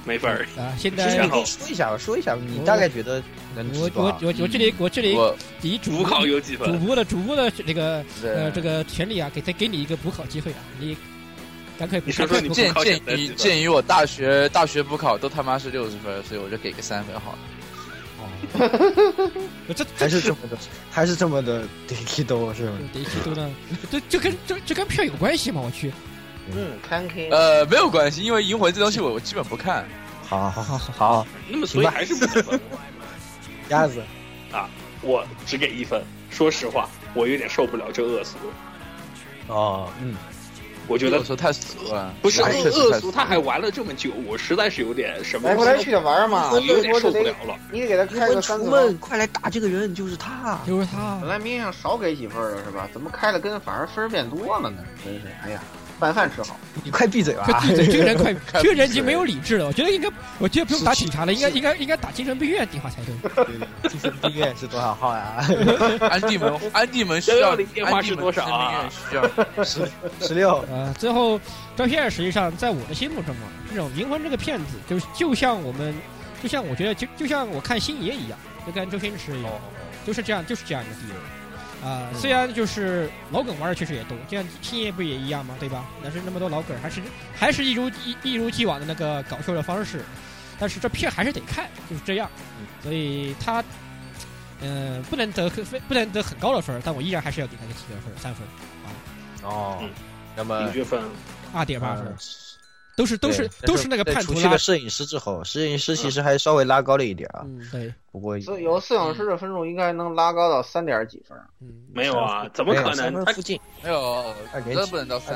F: 没分儿。
C: 啊，现
D: 其实
C: 在
D: 你可以说一下吧，说一下吧，你大概觉得能
C: 我
D: 值多
C: 我
D: 少？
C: 我我这里我这里
B: 我
C: 以主
F: 补考有几
C: 主
F: 分？
C: 播的主播的这个呃
B: 对
C: 这个权利啊，给再给你一个补考机会啊，你赶快补
F: 你说
C: 赶
F: 说
C: 快
F: 你
C: 补
F: 不考
C: 考。
B: 鉴鉴
F: 选择
B: 于
F: 几
B: 鉴于我大学大学补考都他妈是六十分，所以我就给个三分好了。
C: 这这
D: 哦还是这么的，还是这么的得一兜是吗？
C: 得去读呢，这这跟这这跟票有关系吗？我去，
E: 嗯，Kanki，
B: 呃，没有关系，因为《银魂》这东西我基本不看。
D: 好好好好，
F: 那么所以还是不及分。
D: 鸭子，
F: 我只给一分。说实话，我有点受不了这恶俗。
D: 哦，嗯，
F: 我觉
B: 我
F: 得
B: 说太俗了，
F: 不是
B: 哎确实
F: 恶
B: 太
F: 俗，
B: 俗
F: 他还玩了这么久，我实在是有点什么
E: 来，不来去的玩嘛，所
F: 有
E: 以
F: 点
E: 说
F: 受
E: 就
F: 不
E: 得
F: 了了。
E: 你得给他
D: 灵
E: 开
D: 魂
E: 个三
D: 出
E: 次方。
D: 梦，快来打这个人，就 是他。
C: 就是他
E: 本。来明上少给几分了是吧？怎么开了根反而分儿变多了呢？真是，哎呀，拌饭吃好，
D: 你快闭嘴吧！
C: 快闭 嘴！这个人快，
B: 看
C: 这个人已
B: 不
C: 经
B: 出
C: 没有
B: 来
C: 理智了。我觉得应该，我觉得不用打警察了，应该应该应该打精神病院电话才对。
D: 精神病院是多少号呀？
B: 安地门，安地门需要
F: 110电话是多少啊
B: 安地门生命院需要是
D: 十六，
C: 呃，最后照片实际上在我的心目中啊，这种银魂这个片子，就是就像我们，就像我觉得就就像我看星爷一样，就跟周星驰一样，就是这样就是这样一个地位。啊、虽然就是老梗玩的确实也多，就像星爷不也一样吗？对吧？但是那么多老梗，还是还是一如一一如既往的那个搞笑的方式，但是这片还是得看，就是这样。所以他，嗯、不能得很不能得很高的分儿，但我依然还是要给他个及格分儿，三分，
D: 哦
F: 嗯，
D: 那
F: 平
D: 么
F: 均分
C: 二啊点八分。
D: 呃
C: 都是都是
D: 对
C: 都是那个
D: 在
C: 叛
D: 除
C: 徒
D: 去
C: 拉
D: 了，摄影师之后，摄影师其实还稍微拉高了一点啊，
C: 嗯，对，
D: 不过
E: 所以有摄影师的分数应该能拉高到三点几分。
C: 嗯，
F: 没有啊？怎么可
D: 没有三
F: 能？
D: 分
F: 他
D: 附近
B: 没有，
D: 二点几
B: 真不能到三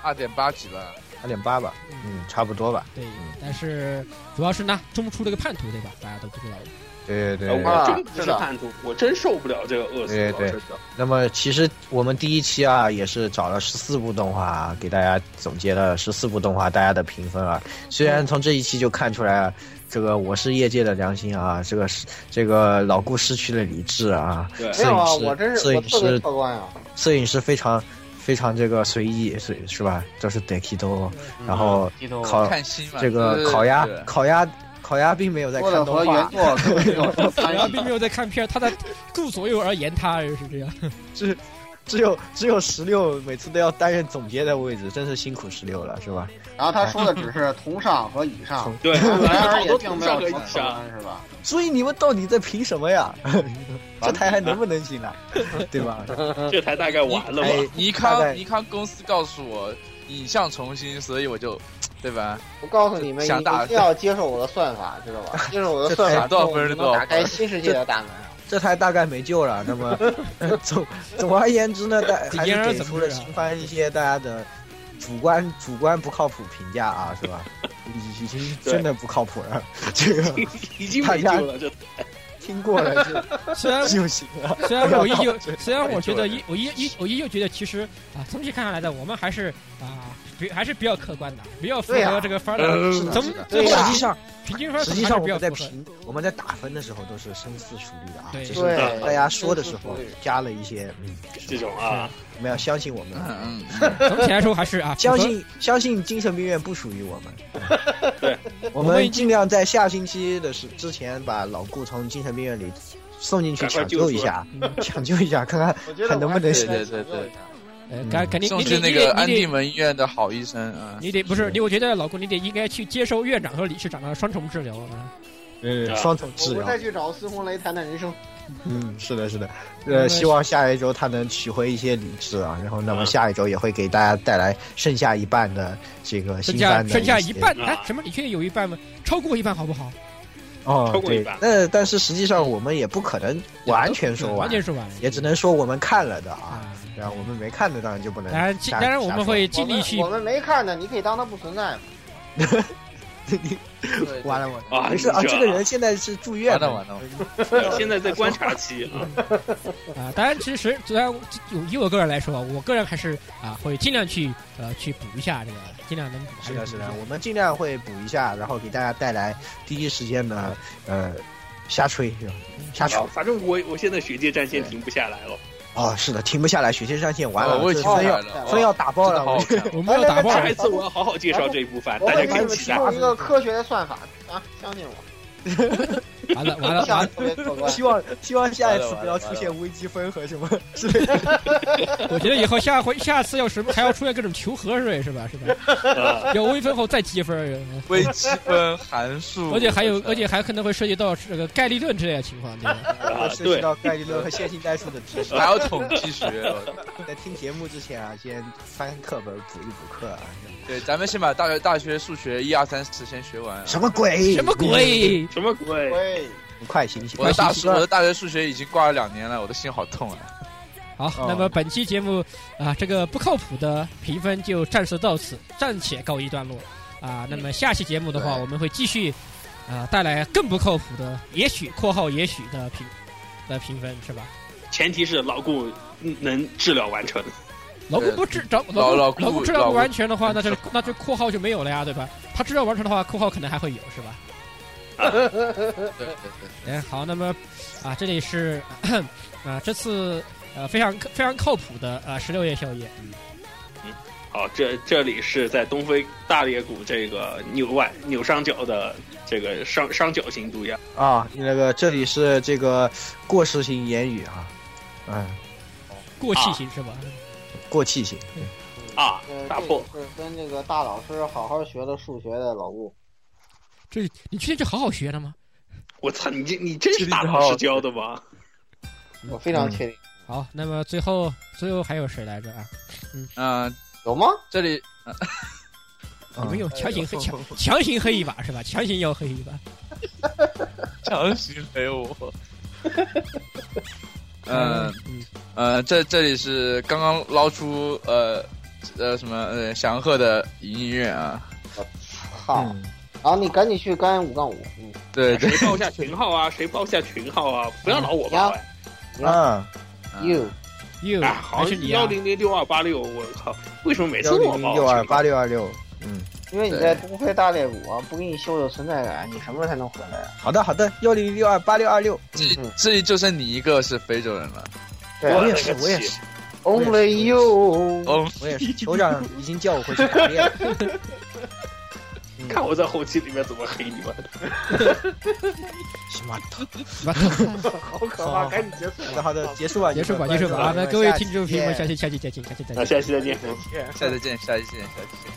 B: 二点八几了。
D: 二点八吧，嗯，差不多吧。
C: 对，但是主要是呢，中不出这个叛徒，对吧？大家都不知道。
D: 对对对。
F: 我真不是叛徒，我真受不了这个恶俗
D: 对
F: 啊，
D: 对
F: 真的。
D: 那么其实我们第一期啊，也是找了十四部动画啊给大家总结了十四部动画大家的评分啊。虽然从这一期就看出来啊，这个我是业界的良心啊，这个是这个老顾失去了理智啊，
F: 对
E: 没
D: 摄
E: 有
D: 影
E: 啊，
D: 师
E: 我真
D: 摄
E: 是我
D: 影
E: 特别
D: 师
E: 客观啊。
D: 摄影师非常非常这个随意随是吧？都是 d e k i d o 然后烤
B: 看心嘛，
D: 这
B: 啊对
D: 个
B: 对
D: 烤鸭
B: 对
D: 烤鸭烤鸭并没有在
E: 说
D: 看
E: 的
D: 动
E: 和
D: 画
E: 原作根本没有什么
C: 大家
E: 关系
C: 并没有在看片儿，他在顾左右而言他，是这 样。
D: 只有只有十六每次都要担任总监的位置，真是辛苦十六了，是吧？
E: 然后他说的只是同上和以上，
F: 对，
E: 然而
F: 好
E: 也
F: 多
E: 并
F: 同
E: 没有
F: 上和
E: 什
F: 以
E: 么客
F: 上，
E: 观，是吧？
D: 所以你们到底在凭什么呀？ 这台还能不能行了？对吧？
F: 这台大概完了吧？
D: 哎
B: 尼
D: 大概
B: 康尼康公司告诉我影像重新，所以我就对吧？
E: 我告诉你们，你
B: 想打
E: 一定要接受我的算法，知道吧？接 受我的算法之后，你能打开新世界的大门。
D: 这台大概没救了。那么呃总总而言之呢，大还
C: 言
D: 是
C: 而
D: 给
C: 总
D: 出
C: 之
D: 了
C: 啊
D: 新番一些大家的主观主观不靠谱评价啊，是吧？已已经
F: 对
D: 真的不靠谱了，这个
F: 已经没救了，这
D: 听过了就
C: 虽然
D: 就行了。
C: 虽然我依旧，
D: 这
C: 虽然我觉得依我依依我依旧觉得，其实啊，总体看下来的，我们还是啊，比还是比较客观的，比较符
E: 对
C: 合
E: 啊
C: 这个分儿的。
B: 呃
D: 是的
C: 从
D: 是的
C: 最
E: 后
D: 实际上，
C: 平均分儿
D: 实际上
C: 还
D: 我
C: 是比较
D: 们在
C: 符合
D: 评我们在打分的时候都是深思熟虑的啊，
C: 对
D: 只是
E: 对，
D: 大家说的时候
E: 真是
D: 加了一些，嗯，
F: 这种啊，
D: 我们要相信我们啊。
B: 嗯嗯，
C: 总体来说还是 啊，符合
D: 相信相信精神病院不属于我 们，嗯
F: 对，
C: 我
D: 我
C: 们已
D: 们
C: 经
D: 尽量在下星期的时之前把老顾从精神病院里送进去
F: 赶快
D: 抢救一
F: 救出
D: 下， 抢救一下，看看
E: 我觉得
D: 还能不能
E: 我还是
B: 对对对
C: 呃，肯肯定
B: 送
C: 你
B: 去
C: 得
B: 嗯那
C: 你
B: 个
C: 得
B: 安
C: 你
B: 定
C: 得
B: 门医院的好医生啊。嗯
C: 你得不是你，我觉得老顾你得应该去接受院长和理事长的双重治疗啊。
F: 对啊
D: 双重治
E: 我
D: 疗
E: 不。再去找司红雷谈谈人生。
D: 嗯，是的，是的，
C: 那么
D: 呃，希望下一周他能取回一些理智啊，然后那么
F: 嗯
D: 下一周也会给大家带来剩下一半的这个
C: 剩
D: 新
C: 下
D: 番的
C: 剩下
D: 些
C: 一半，
F: 啊
C: 哎，什么？你确定有一半吗？超过一半好不好？
D: 哦，
F: 超过一
D: 对
F: 半
D: 那但是实际上我们也不可能完全说
C: 完
D: 完，
C: 全说完，
D: 也只能说我们看了的啊，
C: 啊。
D: 然后我们没看的当然就不能
C: 当然，
D: 瞎。
C: 当然我
D: 瞎
C: 们
D: 说
C: 会尽力去
E: 我们我们没看的，你可以当它不存在嘛。
D: 完了完了
F: 啊
D: 没事啊，
F: 你这
D: 这个人现在是住院
B: 完
D: 的
B: 了完了，
F: 现在在观察期啊，
C: 啊，当然，其实虽然有以我个人来说，我个人还是啊会尽量去呃去补一下这个，尽量能补。
D: 是的，是的
C: 还，
D: 我们尽量会补一下，然后给大家带来第一时间的呃瞎吹，是吧瞎吹
F: 啊反正我我现在学界战线停不下来了，
D: 哦，是的，停不下来，雪线上线完了，
B: 我已
D: 这
B: 经
E: 哦
D: 分
B: 看
D: 要
B: 了，
E: 要
D: 分要打爆
B: 真的
D: 了，
B: 好 好看。
C: 我们
D: 哎
C: 要打爆
F: 下
C: 了
F: 一次我要好好介绍这一部番，
E: 我
F: 大家
E: 会
F: 可
E: 给
F: 以
E: 你们
F: 期
E: 提
F: 待。
E: 供一个科学的算法啊，相信我，
C: 完了完了
E: 相
C: 完
E: 信特别客 观。
D: 希望希望下一次
B: 完了
D: 不要
B: 完了
D: 出现微积分和什么之类的。
C: 了！我觉得以后下回下次要什么还要出现各种求和水是吧？是吧？
F: 啊
C: 有微分后再积分儿，嗯
B: 微积分、函数，
C: 而且还有
B: 我操
C: 而且还可能会涉及到这个概率论之类的情况，对吧？
F: 啊
D: 涉及到概率论和线性代数的知识
B: 还，有统计学。我操
D: 在听节目之前啊，先翻课本补一补课啊。是吧
B: 对，咱们先把大学大学数学一二三四先学完啊。
D: 什么鬼？
C: 什么？鬼？
F: 什么鬼？
E: 喂，
D: 快醒醒！
B: 我的大
D: 希
B: 我
D: 望
B: 的大学数学已经挂了两年了，我的心好痛啊！
C: 好，那么本期节目啊，这个不靠谱的评分就暂时到此，暂且告一段落
B: 嗯
C: 啊。那么下期节目的话，
D: 对
C: 我们会继续啊带来更不靠谱的，也许（括号也许）的评的评分是吧？
F: 前提是老顾能治疗完成。
C: 老顾不治找
B: 老
C: 老
B: 老
C: 顾
B: 顾
C: 老顾治疗
B: 老
C: 不
B: 顾
C: 完全的话，那这那这括号就没有了呀，对吧？他治疗完成的话，括号可能还会有是吧？
B: 对对对，
C: 哎，好，那么啊，这里是 啊这次呃非常非常靠谱的啊十六夜宵夜，
F: 好，这这里是在东非大裂谷这个扭腕扭伤脚的这个伤伤脚型毒药。
D: 啊，那个这里是这个过失型言语啊，嗯，
C: 过气
B: 啊
C: 型是吧？
D: 过气型。
F: 啊
E: 呃，
F: 大破！
E: 这个是跟这个大老师好好学了数学的老顾。
C: 这你确定这好好学的吗？
F: 我操，你这你真是大老师教的吗？
D: 嗯
E: 我非常确定。
C: 好，那么最后最后还有谁来着啊？
B: 嗯，
E: 有吗？
B: 这里
C: 你们
D: 嗯
C: 有
F: 哎
C: 强行 黑强强行黑一把是吧？强行要黑一把。
B: 强行陪我。嗯
C: 嗯，
B: 呃，这这里是刚刚捞出呃呃什么呃祥鹤的银音乐啊，
E: 好，
D: 嗯
E: 然后你赶紧去干五杠五，嗯，
B: 对对
F: 谁报一下群号啊？谁报一下群号啊？不要老我报
D: 嗯
F: 哎！
D: 啊，
B: 嗯
E: you
C: ，you
F: 啊，好
C: 还是
F: 像
C: 你
F: 幺
C: 啊？
F: 零零六二八六，我靠，为什么每次
D: 幺
F: 都
D: 零
F: 我
D: 零
F: 报
D: 六二八六二六。嗯
E: 因为你在东非大裂谷啊，不给你秀秀存在感，你什么时候才能回来啊？
D: 好的好的，幺零零六二八六二六。
B: 这这里就剩你一个是非洲人了。
E: 对
F: 我
E: 啊
D: 我
F: 勒
D: 也
F: 个
D: 是，我也
F: 去
D: 是，
E: ，Only you，
B: 哦，
D: 我也是。酋长已经叫我回去排练了。
F: 看我在后期里面怎么黑你们！
D: 什么？
F: 好可怕，
D: 好
F: 赶紧结束吧
D: 好的！好的，结束吧，啊
C: 结
D: 哎
C: 束吧，结束吧，啊！那各位听众朋友们，下期下期再见，下期再
F: 那
C: 见。
F: 下期再见。
B: 下次见，下期见，下期见。